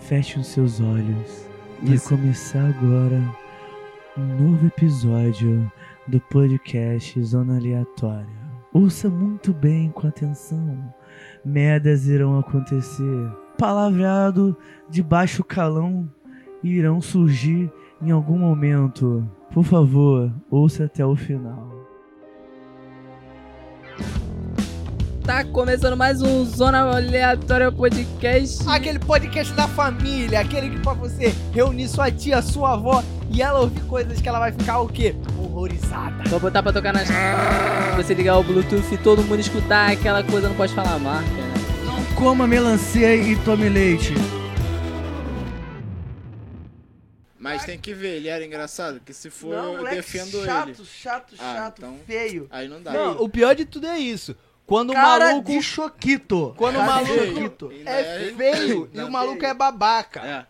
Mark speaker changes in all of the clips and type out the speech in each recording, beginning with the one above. Speaker 1: feche os seus olhos. Vai
Speaker 2: Isso.
Speaker 1: começar agora um novo episódio do podcast Zona Aleatória. Ouça muito bem com atenção. Merdas irão acontecer. Palavreado de baixo calão irão surgir em algum momento. Por favor, ouça até o final.
Speaker 3: Tá começando mais um Zona Aleatória Podcast.
Speaker 2: Aquele podcast da família, aquele que pra você reunir sua tia, sua avó e ela ouvir coisas que ela vai ficar o quê? Horrorizada.
Speaker 3: Vou botar pra tocar nas. Você ligar o Bluetooth e todo mundo escutar aquela coisa, não pode falar a marca, né?
Speaker 1: Coma melancia e tome leite.
Speaker 4: Mas tem que ver, ele era engraçado, que se for eu
Speaker 5: moleque,
Speaker 4: defendo
Speaker 5: chato,
Speaker 4: ele.
Speaker 5: chato,
Speaker 4: Ah,
Speaker 5: chato,
Speaker 4: então-
Speaker 5: feio.
Speaker 4: Aí não dá.
Speaker 2: Não, o pior de tudo é isso. Quando
Speaker 5: Cara
Speaker 2: o maluco
Speaker 5: de choquito.
Speaker 2: Quando o
Speaker 5: Cara
Speaker 2: maluco-
Speaker 5: de choquito.
Speaker 4: Ele
Speaker 2: é feio e
Speaker 4: não,
Speaker 2: o maluco
Speaker 4: feio.
Speaker 2: é babaca.
Speaker 4: É.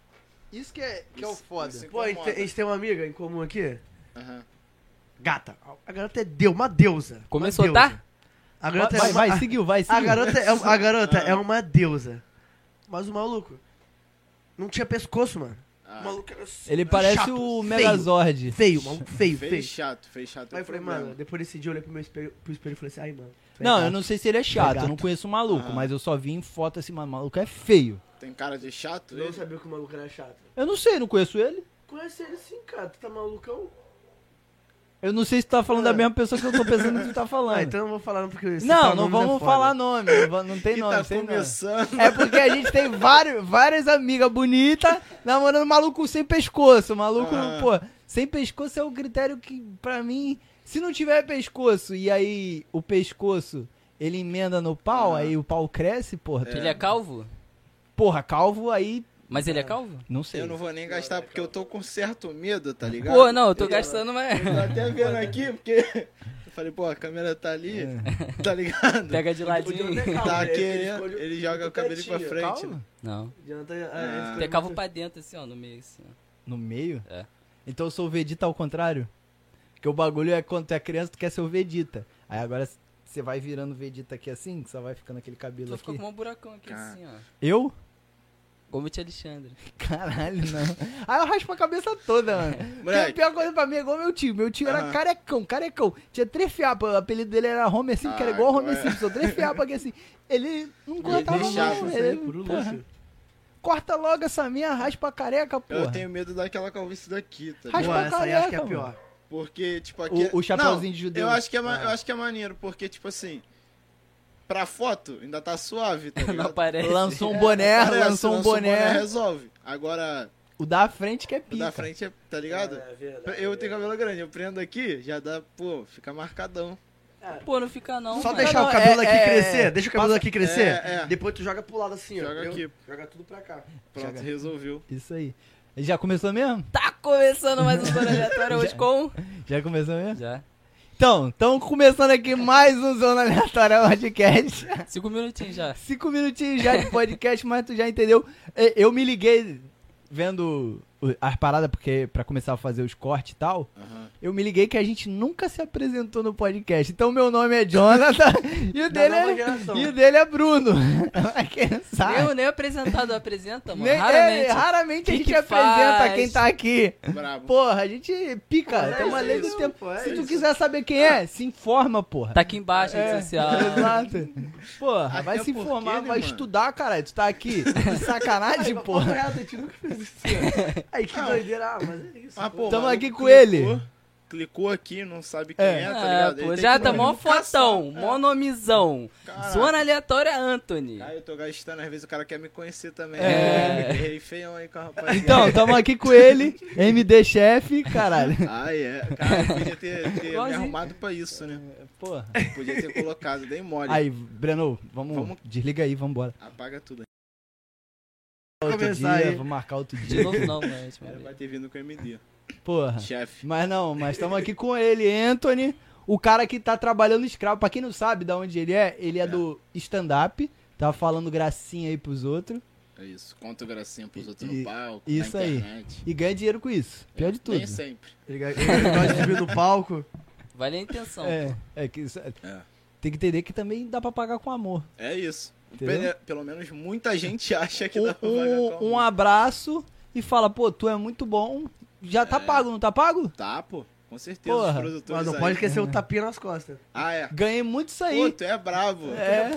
Speaker 2: Isso que é, que é o
Speaker 4: Isso-
Speaker 2: foda.
Speaker 4: isso
Speaker 5: Pô, a gente, tem- a gente tem uma amiga em comum aqui.
Speaker 4: Aham.
Speaker 5: Gata. A garota é deu, uma deusa.
Speaker 3: Começou,
Speaker 5: uma deusa.
Speaker 3: tá?
Speaker 5: A garota, é
Speaker 2: Vai, vai,
Speaker 5: uma, a-
Speaker 2: seguiu, vai,
Speaker 5: a
Speaker 2: seguiu.
Speaker 5: garota, é, a garota
Speaker 4: Ah.
Speaker 5: é uma deusa. Mas o maluco não tinha pescoço, mano.
Speaker 4: Ah,
Speaker 5: O maluco era
Speaker 2: Ele parece
Speaker 5: é chato,
Speaker 2: o
Speaker 5: feio.
Speaker 2: Megazord.
Speaker 5: feio, maluco
Speaker 2: é
Speaker 5: feio,
Speaker 4: feio,
Speaker 5: feio.
Speaker 4: chato, feio chato.
Speaker 5: Aí
Speaker 4: é
Speaker 5: eu
Speaker 4: o
Speaker 5: falei,
Speaker 4: problema.
Speaker 5: mano, depois desse dia eu olhei pro meu espelho, pro espelho e falei assim, ai, mano. tu é
Speaker 2: Não,
Speaker 5: gato.
Speaker 2: eu não sei se ele é chato, eu não
Speaker 5: Gato.
Speaker 2: conheço o maluco,
Speaker 4: Ah.
Speaker 2: mas eu só vi em foto assim, mano, o maluco é feio.
Speaker 4: Tem cara de chato?
Speaker 5: Eu não
Speaker 4: Ele?
Speaker 5: sabia que o maluco era chato.
Speaker 2: Eu não sei, não conheço ele.
Speaker 5: Conhece ele sim, cara. Tu tá malucão?
Speaker 2: Eu não sei se tu tá falando
Speaker 5: Ah.
Speaker 2: da mesma pessoa que eu tô pensando que tu tá falando.
Speaker 5: Ah, então eu não vou falar não, porque...
Speaker 2: Não, não vamos falar nome, não va- não tem
Speaker 4: E
Speaker 2: nome,
Speaker 4: é tá
Speaker 2: sem nome.
Speaker 4: começando.
Speaker 2: É porque a gente tem vários, várias amigas bonitas namorando maluco sem pescoço. Maluco,
Speaker 4: Ah.
Speaker 2: pô, sem pescoço é o critério que, pra mim, se não tiver pescoço e aí o pescoço ele emenda no pau,
Speaker 4: Ah.
Speaker 2: aí o pau cresce, porra. tu-
Speaker 3: Ele é calvo?
Speaker 2: Porra, calvo aí,
Speaker 3: Mas ele é calvo?
Speaker 2: não sei.
Speaker 4: Eu não vou nem gastar porque eu tô com certo medo, tá ligado?
Speaker 3: Pô, não, eu tô
Speaker 4: Eu-
Speaker 3: gastando, mas.
Speaker 4: Tô até vendo aqui porque eu falei, pô, a câmera tá ali,
Speaker 2: É.
Speaker 4: tá ligado?
Speaker 3: Pega de ladinho.
Speaker 4: Tá querendo, ele, joga o cabelo pra frente. né?
Speaker 3: Não.
Speaker 5: Adianta,
Speaker 4: Ah.
Speaker 3: Tu é calvo pra dentro, assim, ó, no meio, assim. ó.
Speaker 2: No meio?
Speaker 3: É.
Speaker 2: Então eu sou o Vegeta ao contrário? Porque o bagulho é quando tu é criança, tu quer ser o Vegeta. Aí agora você vai virando Vegeta aqui assim, que só vai ficando aquele cabelo
Speaker 3: Tu ficou
Speaker 2: aqui.
Speaker 3: com um buracão aqui,
Speaker 4: Cara.
Speaker 3: assim, ó.
Speaker 2: Eu?
Speaker 3: Gomit Alexandre.
Speaker 2: Caralho, não. Aí eu raspo a cabeça toda, mano. Porque a
Speaker 4: Moleque,
Speaker 2: pior coisa pra mim é igual meu tio. Meu tio era
Speaker 4: Aham.
Speaker 2: carecão, carecão. Tinha três fiapas. O apelido dele era Homer Simpson, que era
Speaker 4: Ah,
Speaker 2: igual
Speaker 4: qual
Speaker 2: Homer
Speaker 4: é?
Speaker 2: Simpson. Três fiapas aqui assim. Ele não cortava
Speaker 4: deixava
Speaker 2: não. Ele, porra, corta logo essa minha, raspa a careca, porra.
Speaker 4: eu tenho medo daquela calvície daqui, tá
Speaker 2: Raspa
Speaker 4: ligado?
Speaker 5: Pô,
Speaker 2: pra
Speaker 5: essa aí acho que é a
Speaker 2: careca,
Speaker 5: pior.
Speaker 4: Porque, tipo, aqui.
Speaker 2: O, o
Speaker 4: Não,
Speaker 2: chapeuzinho de judeu.
Speaker 4: Eu acho, que é, ma-
Speaker 2: Ah.
Speaker 4: eu acho que é maneiro, porque, tipo assim, pra foto ainda tá suave, tá
Speaker 3: Não
Speaker 4: ligado?
Speaker 3: aparece.
Speaker 2: Lançou um boné,
Speaker 4: é, Parece,
Speaker 2: lançou um boné.
Speaker 4: resolve. Agora,
Speaker 2: O da frente que é
Speaker 4: o
Speaker 2: pica.
Speaker 4: da frente, é- tá ligado? Eu tenho cabelo grande, eu prendo aqui, já dá, pô, fica marcadão.
Speaker 3: Pô, não fica não.
Speaker 5: Só
Speaker 3: mano.
Speaker 5: deixar
Speaker 2: não,
Speaker 5: o cabelo
Speaker 2: é-
Speaker 5: aqui
Speaker 2: é-
Speaker 5: crescer. Deixa o cabelo aqui crescer.
Speaker 4: É, é.
Speaker 5: Depois tu joga pro lado assim, ó.
Speaker 4: Joga
Speaker 5: entendeu? Joga tudo pra cá.
Speaker 4: Pronto,
Speaker 2: Joga.
Speaker 4: resolveu.
Speaker 2: Isso aí. Já começou mesmo?
Speaker 3: Tá começando mais um Zona Aleatória hoje com.
Speaker 2: Já começou mesmo?
Speaker 3: Já.
Speaker 2: Então, estamos começando aqui mais um Zona Aleatória Podcast.
Speaker 3: Cinco minutinhos já.
Speaker 2: Cinco minutinhos já de podcast, mas tu já entendeu. É, Eu me liguei vendo o- as paradas, porque pra começar a fazer os cortes e tal,
Speaker 4: Aham.
Speaker 2: eu me liguei que a gente nunca se apresentou no podcast. Então, meu nome é Jonathan e o dele
Speaker 5: nova
Speaker 2: é,
Speaker 5: geração.
Speaker 2: e o dele é Bruno. Quem sabe?
Speaker 3: Nem, nem o apresentador apresenta, mano.
Speaker 2: Nem- é,
Speaker 3: Raramente.
Speaker 2: raramente a
Speaker 3: Que
Speaker 2: gente
Speaker 3: que
Speaker 2: apresenta
Speaker 3: faz?
Speaker 2: quem tá aqui.
Speaker 4: Brabo.
Speaker 2: Porra, a gente pica.
Speaker 5: Mas é
Speaker 2: tem uma
Speaker 5: isso,
Speaker 2: lei do tempo.
Speaker 5: pô, é
Speaker 2: Se tu
Speaker 5: isso.
Speaker 2: quiser saber quem é, se informa, porra.
Speaker 3: Tá aqui embaixo,
Speaker 2: É,
Speaker 3: rede social.
Speaker 2: Exato. Porra,
Speaker 4: Até
Speaker 2: vai se
Speaker 4: porque,
Speaker 2: informar,
Speaker 4: né,
Speaker 2: vai
Speaker 4: mano?
Speaker 2: estudar, caralho. Tu tá aqui de sacanagem,
Speaker 5: Aí, papo
Speaker 2: porra.
Speaker 5: reto, a gente nunca fez isso. ó. Aí que
Speaker 4: Ah.
Speaker 5: doideira. Ah, mas é isso.
Speaker 4: Ah, pô,
Speaker 2: Tamo
Speaker 4: o maluco
Speaker 2: aqui com ele.
Speaker 4: Clicou aqui, não sabe quem
Speaker 2: É.
Speaker 4: é, tá
Speaker 3: Ah,
Speaker 4: ligado? Ele
Speaker 3: pô,
Speaker 4: tem
Speaker 3: já
Speaker 4: que
Speaker 3: tá
Speaker 4: ter
Speaker 3: mó
Speaker 4: educação.
Speaker 3: fotão,
Speaker 4: É.
Speaker 3: mó nomizão.
Speaker 4: Caraca.
Speaker 3: Zona aleatória Anthony.
Speaker 4: Aí eu tô gastando, às vezes o cara quer me conhecer também.
Speaker 2: É.
Speaker 4: Errei feião aí com a rapaziada.
Speaker 2: Então, tamo aqui com ele, MD chefe, caralho.
Speaker 4: Ah, é. Cara, eu podia ter, ter me
Speaker 3: Igualzinho.
Speaker 4: arrumado pra isso, né?
Speaker 2: Porra.
Speaker 4: Podia ter colocado, dei mole.
Speaker 2: É. Aí, Breno, vamos,
Speaker 4: Vamos-
Speaker 2: desliga aí, vambora.
Speaker 4: Apaga tudo.
Speaker 2: Outro dia,
Speaker 5: começar aí.
Speaker 2: vamos marcar outro
Speaker 3: De
Speaker 2: dia.
Speaker 3: novo não, mas a última
Speaker 4: Era
Speaker 3: vez.
Speaker 4: pra ter vindo com o MD.
Speaker 2: Porra.
Speaker 4: Chefe.
Speaker 2: Mas não, mas estamos aqui com ele, Anthony, o cara que tá trabalhando escravo. Pra quem não sabe da onde ele é, ele é,
Speaker 4: É.
Speaker 2: do stand-up, tá falando gracinha aí pros outros
Speaker 4: É isso. Conta o gracinha pros outros
Speaker 2: E-
Speaker 4: no palco,
Speaker 2: isso
Speaker 4: na
Speaker 2: aí.
Speaker 4: internet.
Speaker 2: e ganha dinheiro com isso. Pior de tudo.
Speaker 4: Nem sempre.
Speaker 5: Ele gosta de subir no palco.
Speaker 3: Vale a intenção.
Speaker 2: É, é que isso-
Speaker 4: É.
Speaker 2: tem que entender que também dá pra pagar com amor.
Speaker 4: É isso.
Speaker 2: Entendeu?
Speaker 4: Pelo- Pelo menos muita gente acha que dá pra pagar
Speaker 2: Um,
Speaker 4: com
Speaker 2: um, um
Speaker 4: a-
Speaker 2: abraço e fala, pô, tu é muito bom. Já
Speaker 4: É.
Speaker 2: tá pago, não tá pago?
Speaker 4: Tá, pô. Com certeza, os
Speaker 2: Porra.
Speaker 4: produtores
Speaker 5: Mas não
Speaker 4: aí.
Speaker 5: pode esquecer o tapinha nas costas.
Speaker 4: Ah, é.
Speaker 2: Ganhei muito isso aí.
Speaker 4: Pô, tu é bravo.
Speaker 2: É.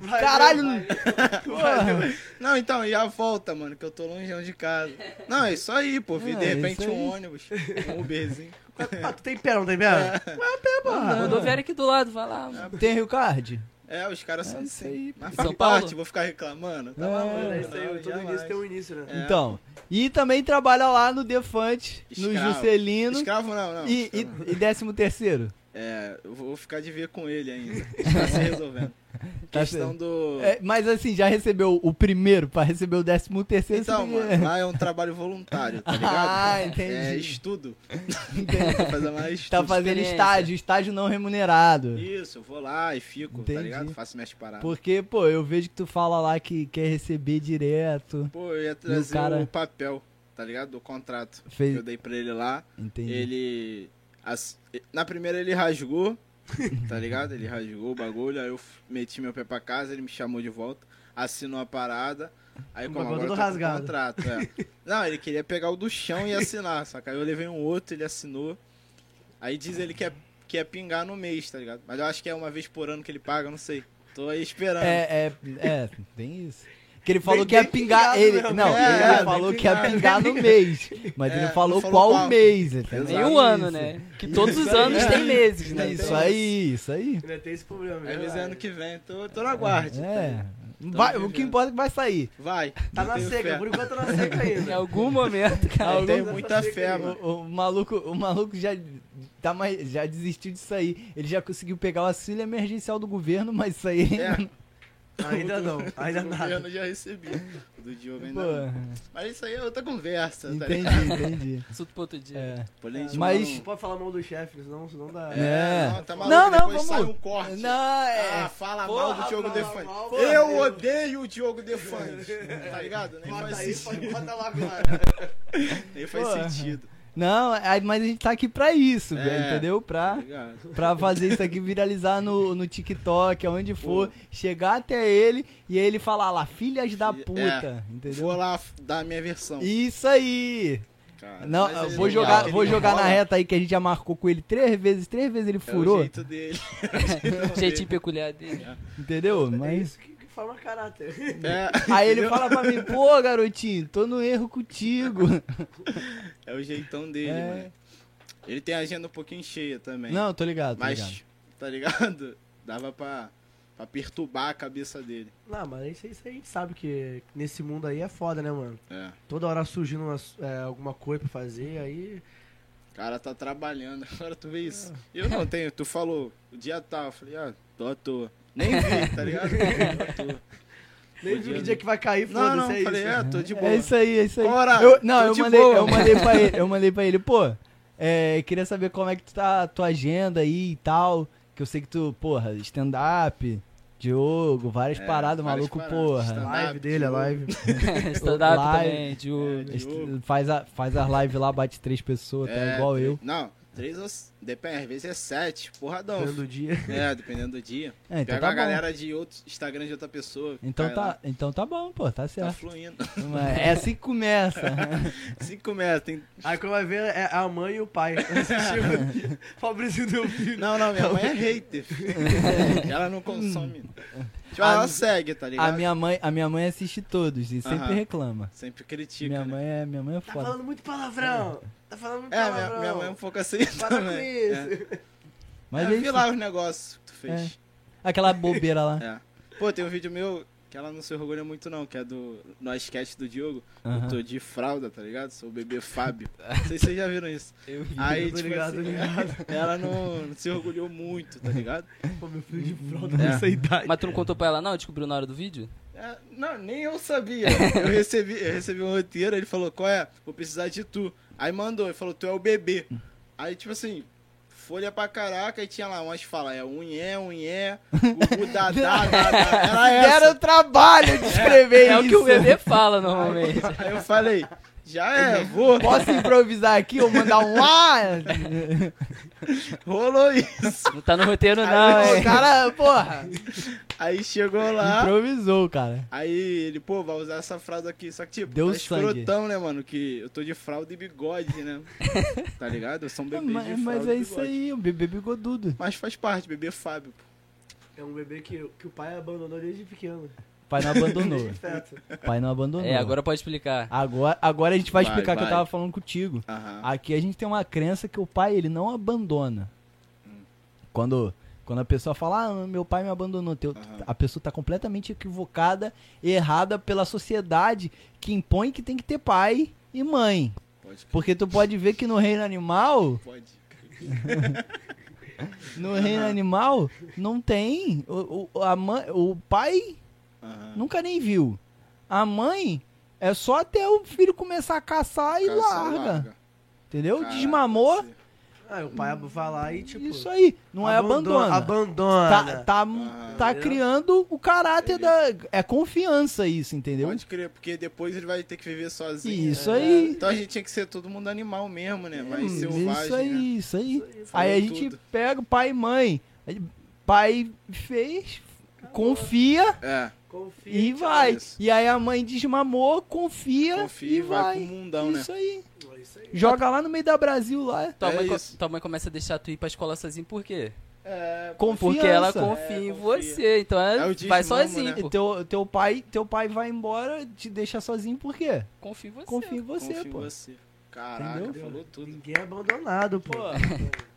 Speaker 5: Vai,
Speaker 2: Caralho!
Speaker 5: vai, vai.
Speaker 2: Porra.
Speaker 4: Não, então, já volta, mano, que eu tô longeão de casa. Não, é isso aí, pô. Vi
Speaker 2: É,
Speaker 4: de repente
Speaker 2: isso aí.
Speaker 4: um ônibus, um Uberzinho.
Speaker 5: Ah, tu tem pé, não tem pé?
Speaker 3: Ah,
Speaker 2: Porra.
Speaker 3: rodoviária aqui do lado, vai lá. mano.
Speaker 2: Tem Rio Card?
Speaker 4: É, os caras são
Speaker 2: isso
Speaker 4: assim.
Speaker 2: aí,
Speaker 4: Mas
Speaker 3: pô.
Speaker 4: faz
Speaker 3: São Paulo?
Speaker 4: parte, vou ficar reclamando. Tá
Speaker 2: É,
Speaker 4: maluco,
Speaker 5: É isso aí,
Speaker 4: não,
Speaker 5: todo
Speaker 4: jamais.
Speaker 5: início tem um início, né?
Speaker 4: É.
Speaker 2: Então. E também trabalha lá no Defante, no
Speaker 4: Escravo.
Speaker 2: Juscelino.
Speaker 4: Escravo não, não.
Speaker 2: E, e,
Speaker 4: escravo não.
Speaker 2: e décimo terceiro?
Speaker 4: É, eu vou ficar de ver com ele ainda. Tá se resolvendo.
Speaker 2: Tá
Speaker 4: Questão
Speaker 2: certo.
Speaker 4: do...
Speaker 2: É, mas assim, já recebeu o primeiro pra receber o décimo terceiro?
Speaker 4: Então,
Speaker 2: você tem que-
Speaker 4: mano, lá é um trabalho voluntário, tá ligado?
Speaker 2: Ah, entendi.
Speaker 4: É estudo. Vou fazer mais estudo.
Speaker 2: Tá fazendo
Speaker 3: experiência.
Speaker 2: estágio, estágio não remunerado.
Speaker 4: Isso, eu vou lá e fico,
Speaker 2: Entendi.
Speaker 4: tá ligado? Faço minhas paradas.
Speaker 2: Porque, pô, eu vejo que tu fala lá que quer receber direto.
Speaker 4: Pô, eu ia trazer
Speaker 2: cara-
Speaker 4: o papel, tá ligado? Do contrato
Speaker 2: Fez-
Speaker 4: que eu dei pra ele lá.
Speaker 2: Entendi.
Speaker 4: Ele. ass- Na primeira ele rasgou, tá ligado? Ele rasgou o bagulho, aí eu f- meti meu pé pra casa, ele me chamou de volta, assinou a parada. Aí
Speaker 5: Um
Speaker 4: como agora
Speaker 5: bagulho
Speaker 4: eu tô
Speaker 5: todo
Speaker 4: com
Speaker 5: rasgado.
Speaker 4: o contrato, é. Não, ele queria pegar o do chão e assinar, só que aí eu levei um outro, ele assinou. Aí diz ele que é, que é pingar no mês, tá ligado? Mas eu acho que é uma vez por ano que ele paga, não sei. Tô aí esperando.
Speaker 2: É, é, é, tem isso. Que ele falou
Speaker 5: Bem-
Speaker 2: que ia
Speaker 5: bem
Speaker 2: pingar.
Speaker 5: pingado
Speaker 2: Ele,
Speaker 5: mesmo.
Speaker 2: não,
Speaker 4: É,
Speaker 2: ele
Speaker 4: é, bem
Speaker 2: falou que ia
Speaker 4: pingado.
Speaker 2: pingar no mês. Mas
Speaker 4: É,
Speaker 2: ele
Speaker 4: não
Speaker 2: falou
Speaker 4: falou
Speaker 2: qual,
Speaker 4: qual.
Speaker 2: mês. entendeu?
Speaker 3: Tem
Speaker 4: Exato.
Speaker 3: um ano, né? Que todos os
Speaker 4: Isso É. aí.
Speaker 3: anos tem meses, né?
Speaker 2: Isso
Speaker 3: Então,
Speaker 2: aí, isso aí.
Speaker 5: Ainda tem esse problema.
Speaker 4: Aí eles
Speaker 5: verdade.
Speaker 4: é ano que vem, tô, tô no aguarde.
Speaker 2: É.
Speaker 4: Então,
Speaker 2: Vai, o que
Speaker 4: vivendo.
Speaker 2: importa é que vai sair.
Speaker 4: Vai.
Speaker 5: Tá
Speaker 4: eu
Speaker 5: na
Speaker 4: tenho
Speaker 5: seca,
Speaker 4: fé.
Speaker 5: por enquanto tá na seca
Speaker 3: Em
Speaker 5: ainda.
Speaker 3: algum momento, cara.
Speaker 4: Eu tenho
Speaker 5: Tá
Speaker 4: muita
Speaker 5: seca
Speaker 4: fé,
Speaker 5: aí.
Speaker 4: mano.
Speaker 2: O, o maluco, o maluco já, tá mais, já desistiu disso aí. Ele já conseguiu pegar o auxílio emergencial do governo, mas isso aí.
Speaker 4: É,
Speaker 5: Ainda não, ainda
Speaker 4: o
Speaker 5: é nada.
Speaker 4: governo já recebi. O Do Diogo ainda. não.
Speaker 2: Pô,
Speaker 4: Mas isso aí é outra conversa, tá ligado?
Speaker 2: entendi, entendi.
Speaker 3: Assunto pro outro dia.
Speaker 2: É.
Speaker 4: Pô, a gente
Speaker 2: Mas-
Speaker 5: Não
Speaker 4: não-
Speaker 5: pode falar mal do chefe, senão, senão dá...
Speaker 2: É.
Speaker 4: não, tá maluco,
Speaker 2: Não, não, vamos.
Speaker 4: depois sai um corte.
Speaker 2: Não, é.
Speaker 4: Ah, fala
Speaker 2: Porra,
Speaker 4: mal do Diogo
Speaker 2: fala
Speaker 4: Defante.
Speaker 5: mal,
Speaker 4: Eu
Speaker 5: meu.
Speaker 4: odeio o Diogo Defante. tá ligado? Nem faz sentido.
Speaker 5: bota lá agora.
Speaker 4: Nem faz
Speaker 2: Porra.
Speaker 4: sentido. tá
Speaker 2: Não, aí- mas a gente tá aqui pra isso,
Speaker 4: É.
Speaker 2: velho, entendeu?
Speaker 4: Tá
Speaker 2: Pra,
Speaker 4: ligado?
Speaker 2: pra fazer isso aqui viralizar no, no TikTok, aonde for, chegar até ele e ele falar lá, filhas da
Speaker 4: Fi-
Speaker 2: puta, entendeu?
Speaker 4: Vou lá f- dar a minha versão.
Speaker 2: Isso aí!
Speaker 4: cara.
Speaker 2: Não,
Speaker 4: Mas ele é
Speaker 2: vou
Speaker 4: não
Speaker 2: jogar,
Speaker 4: dá,
Speaker 2: vou
Speaker 4: ele
Speaker 2: jogar na
Speaker 4: rola.
Speaker 2: reta aí que a gente já marcou com ele três vezes, três vezes ele
Speaker 4: É
Speaker 2: furou,
Speaker 4: o jeito dele. É.
Speaker 3: Jeitinho peculiar dele.
Speaker 2: entendeu?
Speaker 5: É
Speaker 2: Mas
Speaker 5: isso que, que forma caráter.
Speaker 4: É,
Speaker 2: aí ele fala pra mim, pô, garotinho, tô no erro contigo.
Speaker 4: é o jeitão dele,
Speaker 2: É.
Speaker 4: mano. Ele tem a agenda um pouquinho cheia também.
Speaker 2: Não, tô ligado, tô
Speaker 4: Mas,
Speaker 2: ligado.
Speaker 4: tá ligado? Dava pra, pra perturbar a cabeça dele.
Speaker 5: Não, mas isso, aí- isso aí a gente sabe que nesse mundo aí é foda, né, mano?
Speaker 4: É.
Speaker 5: Toda hora surgindo umas- é, alguma coisa pra fazer, aí...
Speaker 4: O cara tá trabalhando, agora tu vê isso. Eu não tenho, tu falou, o dia tal, eu falei, ah, tô à toa. Nem vi, tá ligado? Tô à toa.
Speaker 5: Nem viu que dia que vai cair,
Speaker 4: Não, não,
Speaker 5: foda-se, é
Speaker 4: falei,
Speaker 5: isso.
Speaker 4: é, tô de boa.
Speaker 2: É isso aí, é isso aí.
Speaker 4: Bora,
Speaker 2: Eu- não,
Speaker 4: tô
Speaker 2: eu
Speaker 4: de
Speaker 2: mandei,
Speaker 4: boa.
Speaker 2: eu mandei pra ele, eu mandei pra ele, pô, é, queria saber como é que tu tá a tua agenda aí e tal. Que eu sei que tu, porra, stand-up, jogo, várias
Speaker 4: É,
Speaker 2: paradas,
Speaker 4: várias
Speaker 2: maluco,
Speaker 4: paradas,
Speaker 5: A
Speaker 2: porra.
Speaker 4: stand-up.
Speaker 5: live dele, a live.
Speaker 3: Stand-up
Speaker 2: Live.
Speaker 3: também, um- Diogo.
Speaker 4: É, jogo.
Speaker 2: Faz, a, faz as lives lá, bate três pessoas, tá
Speaker 4: É,
Speaker 2: igual
Speaker 4: tre-
Speaker 2: eu.
Speaker 4: Não, três ou. c- Depende, às vezes é sete, porradão.
Speaker 5: Dependendo do dia.
Speaker 4: É, dependendo do dia.
Speaker 2: É, então
Speaker 4: Pega
Speaker 2: tá
Speaker 4: a
Speaker 2: bom.
Speaker 4: galera de outro Instagram de outra pessoa.
Speaker 2: Então
Speaker 4: cai
Speaker 2: tá,
Speaker 4: lá,
Speaker 2: então tá bom, pô, tá
Speaker 4: Tá
Speaker 2: certo.
Speaker 4: fluindo.
Speaker 2: Mas É assim que começa.
Speaker 4: Cinco metros, tem
Speaker 5: Aí quando vai ver, é a mãe e o pai Tipo, assistindo. Pobrezinho do filho.
Speaker 4: Não, não, minha mãe é hater. ela não consome. Tipo,
Speaker 2: A
Speaker 4: ela
Speaker 2: mi-
Speaker 4: segue, tá ligado?
Speaker 2: A minha mãe, a minha mãe assiste todos e sempre
Speaker 4: Aham.
Speaker 2: reclama.
Speaker 4: Sempre critica.
Speaker 2: Minha
Speaker 4: né?
Speaker 2: mãe é, minha mãe é
Speaker 5: Tá
Speaker 2: foda.
Speaker 5: falando muito palavrão. Tá falando muito
Speaker 4: É,
Speaker 5: palavrão.
Speaker 4: minha, minha mãe é um pouco assim.
Speaker 5: Para com
Speaker 4: também. É.
Speaker 5: isso.
Speaker 2: Mas
Speaker 4: eu
Speaker 2: é
Speaker 4: vi
Speaker 2: isso.
Speaker 4: lá os negócios que tu fez.
Speaker 2: Aquela bobeira lá.
Speaker 4: É. Pô, tem um vídeo meu que ela não se orgulha muito, não, que é do. No sketch do Diogo.
Speaker 2: Aham.
Speaker 4: Eu tô de fralda, tá ligado? Sou o bebê Fábio. Não sei se vocês já viram isso.
Speaker 3: Eu vi.
Speaker 4: Aí,
Speaker 5: tô
Speaker 4: tipo
Speaker 5: ligado,
Speaker 4: assim,
Speaker 5: tô
Speaker 4: ela não, não se orgulhou muito, tá ligado?
Speaker 2: É.
Speaker 5: Pô, meu filho de fralda
Speaker 4: É.
Speaker 5: nessa idade.
Speaker 3: Mas tu não contou pra ela, não? Descobriu na hora do vídeo?
Speaker 4: É, não, nem eu sabia. Eu recebi, eu recebi um roteiro, ele falou, qual é? Vou precisar de tu. Aí mandou, ele falou, tu é o bebê. Aí, tipo assim, folha pra caraca, aí tinha lá umas falas, é unhé, unhé, gugu, dadá, dadá. Era
Speaker 2: Era
Speaker 4: essa.
Speaker 2: o trabalho de escrever
Speaker 3: É o
Speaker 2: isso.
Speaker 3: que o bebê fala normalmente.
Speaker 4: Aí eu falei, Já é, vou.
Speaker 2: Posso improvisar aqui ou mandar um lá?
Speaker 4: Rolou isso.
Speaker 3: Não tá no roteiro, não,
Speaker 2: Aí
Speaker 3: é.
Speaker 2: o cara, porra,
Speaker 4: Aí chegou lá.
Speaker 2: improvisou, cara.
Speaker 4: Aí ele, pô, vai usar essa fralda aqui. Só que, tipo,
Speaker 2: Deu
Speaker 4: tá
Speaker 2: sangue.
Speaker 4: escrotão, né, mano? Que eu tô de fralda e bigode, né? tá ligado? Eu sou um bebê de
Speaker 2: Mas,
Speaker 4: fralda
Speaker 2: mas
Speaker 4: e
Speaker 2: é isso
Speaker 4: bigode.
Speaker 2: aí, o bebê bigodudo.
Speaker 4: Mas faz parte, bebê Fábio. pô.
Speaker 5: É um bebê que, que o pai abandonou desde pequeno.
Speaker 2: O pai não abandonou.
Speaker 5: Desde feto.
Speaker 2: O pai não abandonou.
Speaker 3: É, agora pode explicar.
Speaker 2: Agora, agora a gente vai
Speaker 4: Vai,
Speaker 2: explicar que eu
Speaker 4: vai.
Speaker 2: tava falando contigo.
Speaker 4: Aham.
Speaker 2: Aqui a gente tem uma crença que o pai ele não abandona. Quando, quando a pessoa fala, ah, meu pai me abandonou, teu,
Speaker 4: Aham.
Speaker 2: a pessoa tá completamente equivocada, errada pela sociedade que impõe que tem que ter pai e mãe.
Speaker 4: Pode, crer,
Speaker 2: Porque tu pode ver que no reino animal,
Speaker 4: pode. crer.
Speaker 2: no reino animal, não tem. O, o- a mãe, o pai
Speaker 4: Aham.
Speaker 2: nunca nem viu. A mãe é só até o filho começar a caçar e
Speaker 4: Caça,
Speaker 2: larga, Entendeu?
Speaker 4: Caraca,
Speaker 2: Desmamou,
Speaker 4: sim.
Speaker 5: Ah, o pai vai lá e tipo.
Speaker 2: isso aí. Não é abandono.
Speaker 5: Abandona.
Speaker 2: tá, tá,
Speaker 4: Ah,
Speaker 2: tá
Speaker 5: entendeu?
Speaker 2: criando o caráter da. É confiança isso, entendeu?
Speaker 4: Pode crer, porque depois ele vai ter que viver sozinho.
Speaker 2: Isso
Speaker 4: né?
Speaker 2: aí.
Speaker 4: Então a gente tinha que ser todo mundo animal mesmo, né? Mais
Speaker 2: Hum,
Speaker 4: selvagem.
Speaker 2: isso aí,
Speaker 4: né?
Speaker 2: isso aí.
Speaker 4: falou
Speaker 2: Aí a gente
Speaker 4: é tudo.
Speaker 2: pega o pai e mãe. Aí Pai fez, confia
Speaker 4: É,
Speaker 5: Confia,
Speaker 2: e
Speaker 5: tchau.
Speaker 2: vai.
Speaker 4: isso.
Speaker 2: E aí a mãe desmamou, confia,
Speaker 4: confia e vai pro mundão,
Speaker 2: assim
Speaker 4: né?
Speaker 2: Isso aí.
Speaker 5: É isso aí.
Speaker 2: Joga lá no meio da Brasil lá.
Speaker 3: Tua,
Speaker 4: É
Speaker 3: mãe, co-
Speaker 4: isso.
Speaker 3: tua mãe começa a deixar tu ir pra escola sozinho, por quê?
Speaker 4: É,
Speaker 2: Confiança.
Speaker 3: Porque ela confia
Speaker 4: É,
Speaker 3: em
Speaker 4: confia.
Speaker 3: você, então
Speaker 4: É
Speaker 3: ela
Speaker 4: o
Speaker 3: vai
Speaker 4: desmamo,
Speaker 3: sozinho,
Speaker 4: né?
Speaker 3: pô.
Speaker 2: Teu, teu, pai, teu pai vai embora, te deixa sozinho, por quê?
Speaker 3: Confia em você.
Speaker 2: Confia em você,
Speaker 4: é confia em
Speaker 2: pô.
Speaker 4: você. Caraca,
Speaker 2: Entendeu?
Speaker 4: falou tudo.
Speaker 5: Ninguém é abandonado, pô.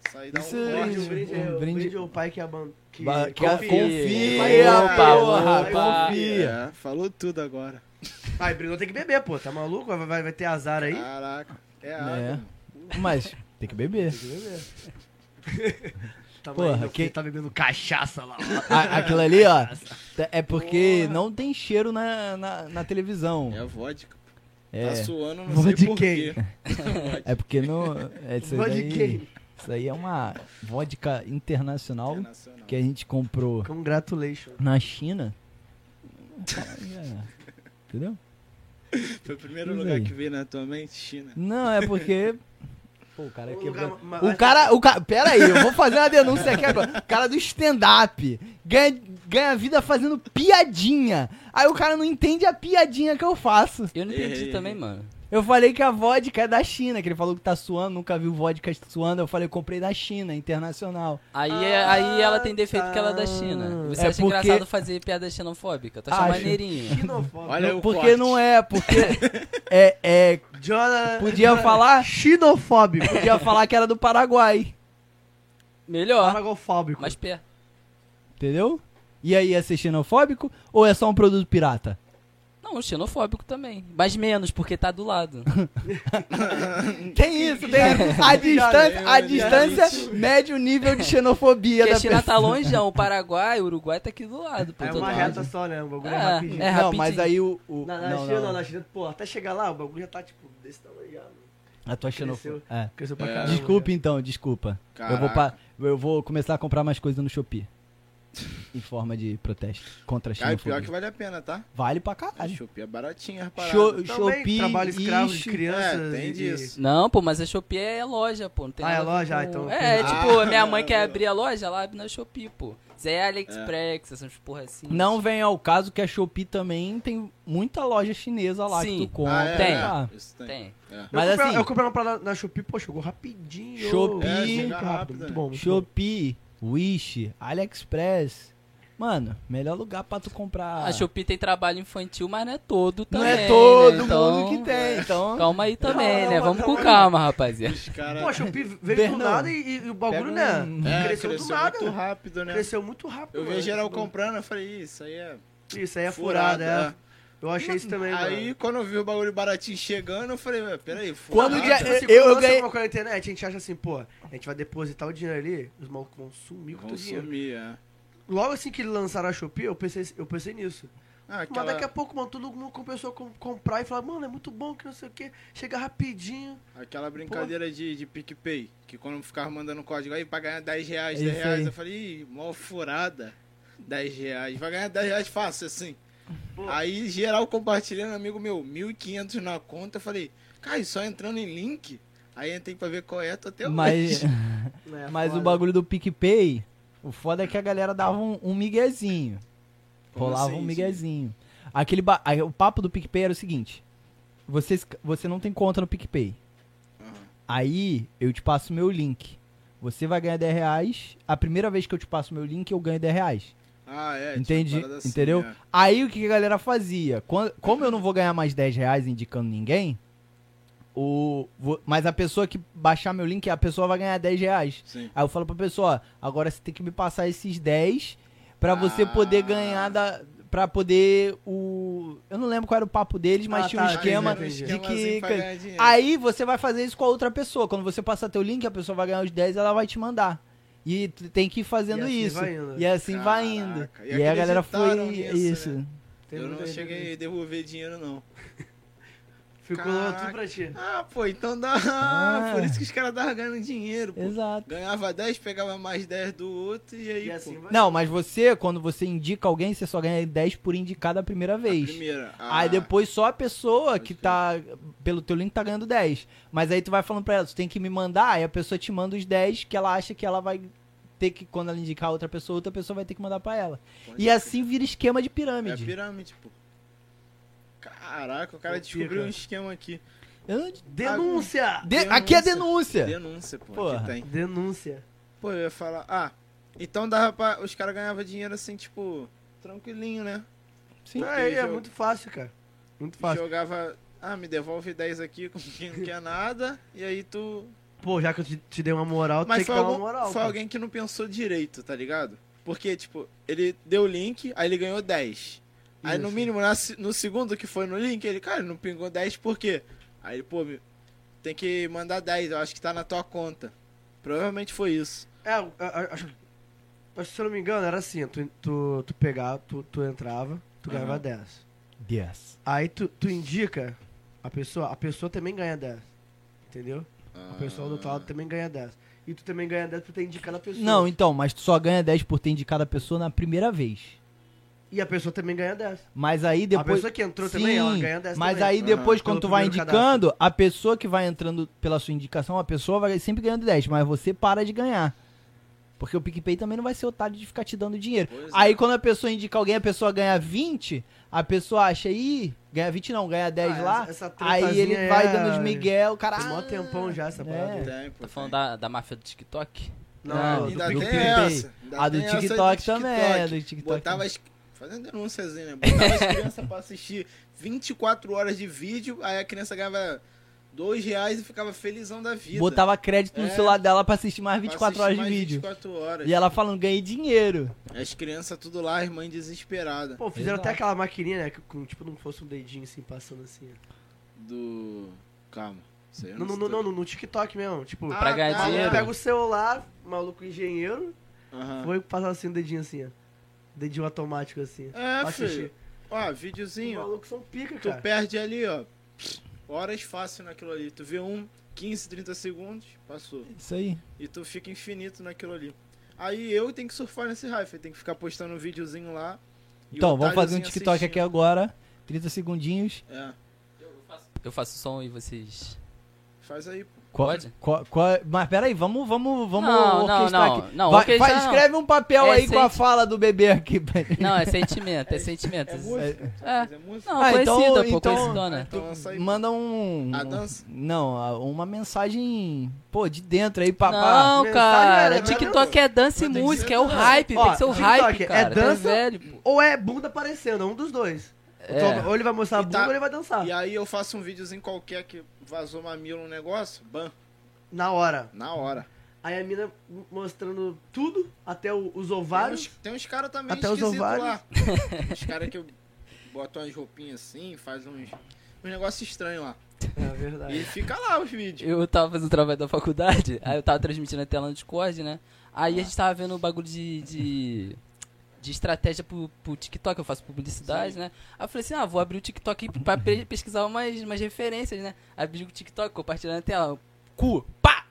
Speaker 4: Isso aí dá
Speaker 2: Isso
Speaker 4: um
Speaker 2: aí,
Speaker 5: Brinde,
Speaker 4: corte.
Speaker 5: um brinde,
Speaker 2: Um
Speaker 5: um
Speaker 2: brinde.
Speaker 5: brinde ao pai que abandona. Que...
Speaker 2: Ba- que-
Speaker 3: confia.
Speaker 2: confia,
Speaker 4: Opa,
Speaker 2: porra,
Speaker 3: opa.
Speaker 2: confia.
Speaker 4: É, falou tudo agora.
Speaker 5: Ai, brigou tem que beber, pô. Tá maluco? Vai, vai, vai ter azar aí?
Speaker 4: Caraca. É água.
Speaker 2: É. Mas tem que beber.
Speaker 5: Tá,
Speaker 2: Porra,
Speaker 5: mas meu
Speaker 2: que-
Speaker 5: filho tá bebendo cachaça lá.
Speaker 2: A- aquilo ali, ó, t- é porque não tem cheiro na, na, na televisão.
Speaker 4: É vodka.
Speaker 2: É,
Speaker 4: Tá suando, não
Speaker 5: Vodka.
Speaker 4: sei por quê.
Speaker 2: é porque não. É isso,
Speaker 5: Vodka.
Speaker 2: daí, isso aí é uma vodka internacional
Speaker 4: Internacional.
Speaker 2: que a gente comprou
Speaker 5: Congratulations.
Speaker 2: na China. É, Entendeu?
Speaker 4: Foi o primeiro
Speaker 2: Diz
Speaker 4: lugar
Speaker 2: aí.
Speaker 4: que veio na tua mente, China.
Speaker 2: Não, é porque. Pô, o cara
Speaker 5: Um
Speaker 2: quebrou.
Speaker 5: lugar ma-
Speaker 2: O cara, o cara, pera aí, eu vou fazer uma denúncia aqui agora. O cara do stand-up ganha, ganha vida fazendo piadinha. Aí o cara não entende a piadinha que eu faço.
Speaker 3: Eu não entendi
Speaker 4: Errei,
Speaker 3: também,
Speaker 4: errei.
Speaker 3: mano.
Speaker 2: Eu falei que a vodka é da China, que ele falou que tá suando, nunca viu vodka suando. Eu falei, comprei da China, internacional.
Speaker 3: Aí, é- aí ela tem defeito
Speaker 5: tá.
Speaker 3: que ela é da
Speaker 4: Ah.
Speaker 3: China. Você
Speaker 2: É
Speaker 3: acha
Speaker 2: porque-
Speaker 3: engraçado fazer piada xenofóbica? Tu acha
Speaker 2: Acho.
Speaker 3: maneirinho.
Speaker 5: Xinofóbico.
Speaker 4: Olha
Speaker 2: Não,
Speaker 4: o
Speaker 2: porque
Speaker 4: corte.
Speaker 2: não é, porque é, é,
Speaker 5: Jonathan.
Speaker 2: podia falar,
Speaker 5: Xinofóbico.
Speaker 2: podia falar que era do Paraguai, Ah.
Speaker 3: Melhor,
Speaker 5: Paragofóbico.
Speaker 3: mais perto.
Speaker 2: entendeu? E aí é ser xenofóbico ou é só um produto pirata?
Speaker 3: Não, xenofóbico também. Mas menos, porque tá do lado.
Speaker 2: Tem isso, tem isso. A distância, a
Speaker 4: lembro, já
Speaker 2: distância mede o nível de
Speaker 4: é
Speaker 2: xenofobia
Speaker 3: Porque
Speaker 2: da
Speaker 3: a China
Speaker 2: pessoa.
Speaker 3: tá longeão. O Paraguai, o Uruguai tá aqui do lado. Pô,
Speaker 5: É
Speaker 3: todo
Speaker 5: uma
Speaker 3: lado.
Speaker 5: reta só, né? O bagulho é
Speaker 3: É,
Speaker 5: rapidinho.
Speaker 3: é.
Speaker 2: não,
Speaker 3: rapidinho.
Speaker 2: mas aí o... o-
Speaker 5: Na, na
Speaker 2: não,
Speaker 5: China,
Speaker 2: não,
Speaker 5: na
Speaker 2: não.
Speaker 5: China, pô, até chegar lá, o bagulho já tá, tipo, desse tamanho já, mano.
Speaker 2: A tua xenofobia. É.
Speaker 5: Cresceu pra
Speaker 4: É.
Speaker 5: caralho.
Speaker 2: Desculpa então, desculpa. Eu vou, pa-
Speaker 4: Caraca.
Speaker 2: eu vou começar a comprar mais coisas no Shopee. Em forma de protesto contra a
Speaker 4: Cara, e
Speaker 2: China.
Speaker 4: pior que vale a pena, tá?
Speaker 2: Vale pra
Speaker 4: A
Speaker 2: caralho.
Speaker 4: Shopee é baratinha, rapaz.
Speaker 2: Sho-
Speaker 5: Também,
Speaker 2: Shopee,
Speaker 5: trabalho escravo de
Speaker 2: Ishi-
Speaker 5: crianças.
Speaker 4: É, tem
Speaker 5: e-
Speaker 4: disso.
Speaker 3: Não, pô, mas a Shopee é loja, pô. Não tem
Speaker 5: Ah, é
Speaker 3: nada a ver
Speaker 5: loja?
Speaker 3: com-
Speaker 5: Ah, então-
Speaker 3: É, É.
Speaker 5: Ah,
Speaker 3: tipo, a minha mãe
Speaker 4: boa.
Speaker 3: quer abrir a loja, ela abre na Shopee, pô. Zé AliExpress, essas porra assim.
Speaker 2: Não vem ao caso que a Shopee também tem muita loja chinesa lá
Speaker 3: Sim.
Speaker 2: que tu compra.
Speaker 4: Ah, é,
Speaker 3: tem.
Speaker 2: tá?
Speaker 4: é, isso
Speaker 3: Tem.
Speaker 4: É.
Speaker 5: Eu
Speaker 2: Mas
Speaker 5: comprei-
Speaker 2: assim-
Speaker 5: Eu comprei uma parada na Shopee, pô, chegou rapidinho.
Speaker 2: Shopee,
Speaker 5: É,
Speaker 2: chega
Speaker 5: muito
Speaker 4: rápido,
Speaker 5: rápido, muito
Speaker 4: né?
Speaker 5: bom. muito bom.
Speaker 2: Shopee, Wish, AliExpress. Mano, melhor lugar pra tu comprar.
Speaker 3: A Ah, Shopee tem trabalho infantil, mas não é todo
Speaker 2: Ah. Não
Speaker 3: também.
Speaker 2: é todo
Speaker 3: né? Então,
Speaker 2: mundo que tem, então.
Speaker 3: Calma aí também,
Speaker 5: Calma,
Speaker 3: né? Vamos com
Speaker 5: calma aí.
Speaker 3: calma, rapaziada.
Speaker 4: Os caras.
Speaker 2: É.
Speaker 5: Pô, a Shopee veio
Speaker 2: Bernão,
Speaker 5: do nada e, e o bagulho,
Speaker 2: pega
Speaker 5: né?
Speaker 2: um-
Speaker 4: é,
Speaker 5: cresceu,
Speaker 4: cresceu,
Speaker 5: do nada.
Speaker 4: muito rápido, né?
Speaker 5: Cresceu muito rápido.
Speaker 4: Eu vi
Speaker 5: mano.
Speaker 4: geral comprando, eu falei, "Ih, isso aí é.
Speaker 5: Isso aí é
Speaker 4: Furado,
Speaker 5: furada,
Speaker 4: é.
Speaker 5: é. Eu achei isso também,
Speaker 4: Aí
Speaker 5: mano.
Speaker 4: quando eu vi o bagulho baratinho chegando, eu falei, "Ué, peraí,
Speaker 2: Quando
Speaker 4: furado?"
Speaker 2: o dia-
Speaker 5: Tipo assim,
Speaker 2: eu-
Speaker 5: quando
Speaker 2: eu
Speaker 5: lança
Speaker 2: ganhei-
Speaker 5: alguma coisa na internet, a gente acha assim, pô, a gente vai depositar o dinheiro ali, os malucos vão sumir com o
Speaker 4: Vão
Speaker 5: dinheiro.
Speaker 4: sumir, é.
Speaker 5: Logo assim que lançaram a Shopee, eu pensei, eu pensei nisso.
Speaker 4: Ah,
Speaker 5: Mas daqui a
Speaker 4: aquela,
Speaker 5: pouco, mano, todo mundo começou a com- comprar e falar, mano, é muito bom que não sei o que, chega rapidinho.
Speaker 4: aquela brincadeira de, de PicPay, que quando eu ficava mandando código aí pra ganhar 10 reais,
Speaker 2: É
Speaker 4: 10
Speaker 2: isso
Speaker 4: reais,
Speaker 2: aí.
Speaker 4: eu falei, ih, mó furada. 10 reais. Vai ganhar 10 reais fácil assim. Aí, geral compartilhando, amigo meu, 1.500 na conta. Eu falei, cara, só entrando em link? Aí entrei pra ver qual é, tô até
Speaker 2: Mas,
Speaker 4: hoje.
Speaker 5: É,
Speaker 2: mas o
Speaker 5: foda.
Speaker 2: bagulho do PicPay, o foda é que a galera dava um, um miguezinho.
Speaker 4: Como
Speaker 2: Rolava
Speaker 4: assim,
Speaker 2: um
Speaker 4: sim?
Speaker 2: miguezinho. Aquele ba- aí, o papo do PicPay era o seguinte: você, esc- você não tem conta no PicPay.
Speaker 4: Aham.
Speaker 2: Aí eu te passo meu link. Você vai ganhar 10 reais. A primeira vez que eu te passo meu link, eu ganho 10 reais.
Speaker 4: Ah, é. tipo,
Speaker 2: Entendi,
Speaker 4: parada assim,
Speaker 2: entendeu?
Speaker 4: é.
Speaker 2: Aí o que a galera fazia? Quando- como eu não vou ganhar mais 10 reais indicando ninguém, o, vou- mas a pessoa que baixar meu link, a pessoa vai ganhar 10 reais.
Speaker 4: Sim.
Speaker 2: Aí eu falo pra pessoa, ó, agora você tem que me passar esses 10 pra você
Speaker 4: Ah.
Speaker 2: poder ganhar da. Pra poder o. Eu não lembro qual era o papo deles, mas
Speaker 5: Ah,
Speaker 2: tinha um
Speaker 5: tá,
Speaker 2: esquema
Speaker 5: entendi, assim,
Speaker 2: de que.
Speaker 4: Esquemazinho pra ganhar dinheiro.
Speaker 2: Aí você vai fazer isso com a outra pessoa. Quando você passar teu link, a pessoa vai ganhar os 10 e ela vai te mandar. E tu tem que ir fazendo
Speaker 5: E assim
Speaker 2: isso.
Speaker 5: vai indo.
Speaker 2: E assim vai indo.
Speaker 4: Caraca,
Speaker 2: E,
Speaker 4: e
Speaker 2: aí a galera foi.
Speaker 4: acreditaram nisso,
Speaker 2: isso.
Speaker 4: né?
Speaker 5: Tem
Speaker 2: um
Speaker 4: eu
Speaker 5: muita
Speaker 4: não
Speaker 5: gente
Speaker 4: cheguei
Speaker 5: que-
Speaker 4: a devolver dinheiro, não.
Speaker 5: Ficou
Speaker 4: Caraca.
Speaker 5: tudo pra ti.
Speaker 4: Ah, pô, então dá.
Speaker 2: Ah. É,
Speaker 4: Por isso que os caras estavam ganhando dinheiro, pô.
Speaker 2: Exato.
Speaker 4: Ganhava 10, pegava mais 10 do outro e aí,
Speaker 5: E assim
Speaker 4: pô.
Speaker 5: vai.
Speaker 2: Não, mas você, quando você indica alguém, você só ganha 10 por indicar da primeira
Speaker 4: a
Speaker 2: vez.
Speaker 4: primeira. Ah,
Speaker 2: Aí depois só a pessoa que tá. Pelo teu link tá ganhando 10. Mas aí tu vai falando pra ela, tu tem que me mandar, aí a pessoa te manda os 10 que ela acha que ela vai ter que, quando ela indicar outra pessoa, outra pessoa vai ter que mandar pra ela.
Speaker 4: pode
Speaker 2: E
Speaker 4: crer.
Speaker 2: assim vira esquema de
Speaker 4: É
Speaker 2: pirâmide.
Speaker 4: pirâmide, pô. Caraca, o cara
Speaker 5: Pô,
Speaker 4: descobriu
Speaker 5: pica.
Speaker 4: um esquema aqui.
Speaker 2: Eu não- de-
Speaker 5: Denúncia!
Speaker 2: Aqui é denúncia.
Speaker 4: Denúncia, pô.
Speaker 2: Porra.
Speaker 4: Aqui tem.
Speaker 5: Denúncia.
Speaker 4: Pô, eu ia falar. Ah, então dava pra. Os caras ganhavam dinheiro assim, tipo, tranquilinho, né?
Speaker 2: Sim.
Speaker 5: Ah, é, é
Speaker 4: jogo.
Speaker 5: muito fácil, cara. Muito fácil.
Speaker 4: Jogava. Ah, me devolve 10 aqui com quem não quer nada. E aí tu.
Speaker 5: Pô, já que eu te, te dei uma moral, tu tem
Speaker 4: Mas
Speaker 5: que
Speaker 4: foi,
Speaker 5: dar
Speaker 4: algum-
Speaker 5: uma moral.
Speaker 4: foi
Speaker 5: pô.
Speaker 4: alguém que não pensou direito, tá ligado? Porque, tipo, ele deu o link, aí ele ganhou 10. Aí no
Speaker 5: Isso.
Speaker 4: mínimo, na se- no segundo que foi no link, ele, cara, não pingou 10 por quê? Aí, ele, pô, me- tem que mandar 10, eu acho que tá na tua conta. Provavelmente foi isso.
Speaker 5: É, a- a- acho, acho que se eu não me engano, era assim, tu, tu, tu pegava, tu, tu entrava, tu
Speaker 4: Aham.
Speaker 5: ganhava 10.
Speaker 2: Yes.
Speaker 5: Aí tu, tu indica a pessoa, a pessoa também ganha 10. Entendeu? O pessoal do outro lado também ganha 10. E tu também ganha 10 por ter indicado a pessoa.
Speaker 2: Ah. Não, então, mas tu só ganha 10 por ter indicado a pessoa na primeira vez.
Speaker 5: E a pessoa também ganha 10.
Speaker 2: Mas aí
Speaker 5: A
Speaker 2: depois.
Speaker 5: pessoa que entrou também, ela ganha 10
Speaker 2: Mas
Speaker 5: também.
Speaker 2: aí depois,
Speaker 5: Aham.
Speaker 2: quando tu
Speaker 5: Pelo
Speaker 2: vai
Speaker 5: primeiro
Speaker 2: indicando, a pessoa que vai entrando pela sua indicação, a pessoa vai sempre ganhando 10, mas você para de ganhar. Porque o PicPay também não vai ser otário de ficar te dando dinheiro.
Speaker 4: Pois é.
Speaker 2: Aí quando a pessoa indica alguém, a pessoa ganha 20, a pessoa acha, ih, ganha 20 não, ganha 10
Speaker 5: Ah,
Speaker 2: lá.
Speaker 5: essa- essa
Speaker 2: aí ele
Speaker 5: tretazinha
Speaker 2: vai
Speaker 5: é-
Speaker 2: dando os Miguel, o cara.
Speaker 5: Tem mó tempão já essa
Speaker 2: É.
Speaker 5: parada.
Speaker 4: Tem, pô,
Speaker 3: Tá
Speaker 4: tem.
Speaker 3: falando da, da máfia do TikTok?
Speaker 2: Não,
Speaker 5: do
Speaker 4: ainda
Speaker 2: do
Speaker 4: tem
Speaker 5: PicPay.
Speaker 2: PicPay.
Speaker 4: essa. ainda
Speaker 2: A do
Speaker 4: tem essa
Speaker 2: TikTok também, né? a do TikTok.
Speaker 4: Botava as... Fazendo denúncias, né? Botava as crianças pra assistir 24 horas de vídeo, aí a criança ganhava 2 reais e ficava felizão da vida.
Speaker 2: Botava crédito no
Speaker 4: É.
Speaker 2: celular dela pra assistir mais
Speaker 4: Pra
Speaker 2: 24
Speaker 4: assistir
Speaker 2: horas de
Speaker 4: mais
Speaker 2: vídeo.
Speaker 4: 24 horas.
Speaker 2: E ela falando, ganhei dinheiro.
Speaker 4: As crianças tudo lá, as mães desesperadas.
Speaker 5: Pô, fizeram
Speaker 2: Exato.
Speaker 5: até aquela maquininha, né? que Com, tipo, não fosse um dedinho assim, passando assim. ó.
Speaker 4: Do. Calma. Isso aí eu
Speaker 5: Não, não,
Speaker 4: sei
Speaker 5: não,
Speaker 4: também.
Speaker 5: não, no TikTok mesmo. Tipo,
Speaker 4: Ah,
Speaker 3: pra ganhar
Speaker 4: tá.
Speaker 3: dinheiro.
Speaker 5: pega o celular, maluco engenheiro,
Speaker 4: Aham.
Speaker 5: foi passar assim o dedinho assim, ó. Dedinho automático assim.
Speaker 4: É,
Speaker 5: pra
Speaker 4: filho.
Speaker 5: assistir.
Speaker 4: Ó,
Speaker 5: Os
Speaker 4: videozinho. ó.
Speaker 5: malucos são pica,
Speaker 4: Tu
Speaker 5: cara.
Speaker 4: perde ali, ó. Horas fácil naquilo ali. Tu vê um, 15, 30 segundos, passou.
Speaker 2: Isso aí.
Speaker 4: E tu fica infinito naquilo ali. Aí eu tenho que surfar nesse hype, eu tenho que ficar postando um videozinho lá. e o
Speaker 2: Então, vamos fazer um
Speaker 4: otáriozinho
Speaker 2: TikTok aqui
Speaker 4: assistindo.
Speaker 2: agora. 30 segundinhos.
Speaker 4: É,
Speaker 3: Eu faço som e vocês.
Speaker 4: faz aí, pô.
Speaker 2: Qual-
Speaker 3: Pode?
Speaker 2: qual- qual- mas peraí, vamos, vamos, vamos
Speaker 3: Não, não,
Speaker 2: orquestrar
Speaker 3: não,
Speaker 2: aqui.
Speaker 3: não,
Speaker 2: Vai-
Speaker 3: orquestrar
Speaker 2: vai-
Speaker 3: não.
Speaker 2: escreve um papel
Speaker 3: É
Speaker 2: aí com a
Speaker 3: senti-
Speaker 2: fala do bebê aqui.
Speaker 3: Não, é sentimento, é sentimento.
Speaker 4: É música?
Speaker 3: É.
Speaker 4: Fazer música?
Speaker 3: Não,
Speaker 2: Ah, então-
Speaker 3: conhecida, pô,
Speaker 2: então-
Speaker 3: conhecidona.
Speaker 4: Então lança aí. Ah,
Speaker 2: Manda um.
Speaker 4: A dança?
Speaker 2: Não, a- uma mensagem, pô, de dentro aí, papá.
Speaker 3: Não,
Speaker 5: mensagem
Speaker 3: cara,
Speaker 5: era-
Speaker 3: TikTok é dança e
Speaker 4: Não tem
Speaker 3: música,
Speaker 4: que
Speaker 3: é o
Speaker 4: ser-
Speaker 3: hype,
Speaker 5: Ó,
Speaker 3: tem que ser o
Speaker 5: TikTok
Speaker 3: hype,
Speaker 5: é
Speaker 3: cara. tu
Speaker 5: dança-
Speaker 3: velho, pô.
Speaker 5: Ou é bunda aparecendo, um dos dois.
Speaker 3: É.
Speaker 5: Ou ele vai mostrar a
Speaker 4: E
Speaker 5: bunda
Speaker 4: tá-
Speaker 5: ou ele vai
Speaker 3: Ah.
Speaker 5: dançar.
Speaker 4: E aí eu faço um videozinho qualquer que vazou mamilo um negócio, ban,
Speaker 5: Na hora.
Speaker 4: na hora.
Speaker 5: Aí a mina mostrando tudo, até o- os
Speaker 4: Tem
Speaker 5: ovários.
Speaker 4: uns, tem uns caras também
Speaker 5: Até os
Speaker 4: esquisitos
Speaker 5: ovários.
Speaker 4: lá. Os caras que botam umas roupinhas assim, faz uns, uns negócios estranhos lá.
Speaker 5: É
Speaker 2: Tá.
Speaker 5: verdade.
Speaker 4: E fica lá os vídeos.
Speaker 3: Eu tava fazendo trabalho da faculdade, aí eu tava transmitindo a tela no Discord, né? Aí a gente tava vendo o bagulho de. de, de estratégia pro, pro TikTok, eu faço publicidade, né? Aí eu falei assim, ah, vou abrir o TikTok aí pra pe- pesquisar umas, umas referências, né? Aí abri o TikTok, compartilhando a tela, cu, pá!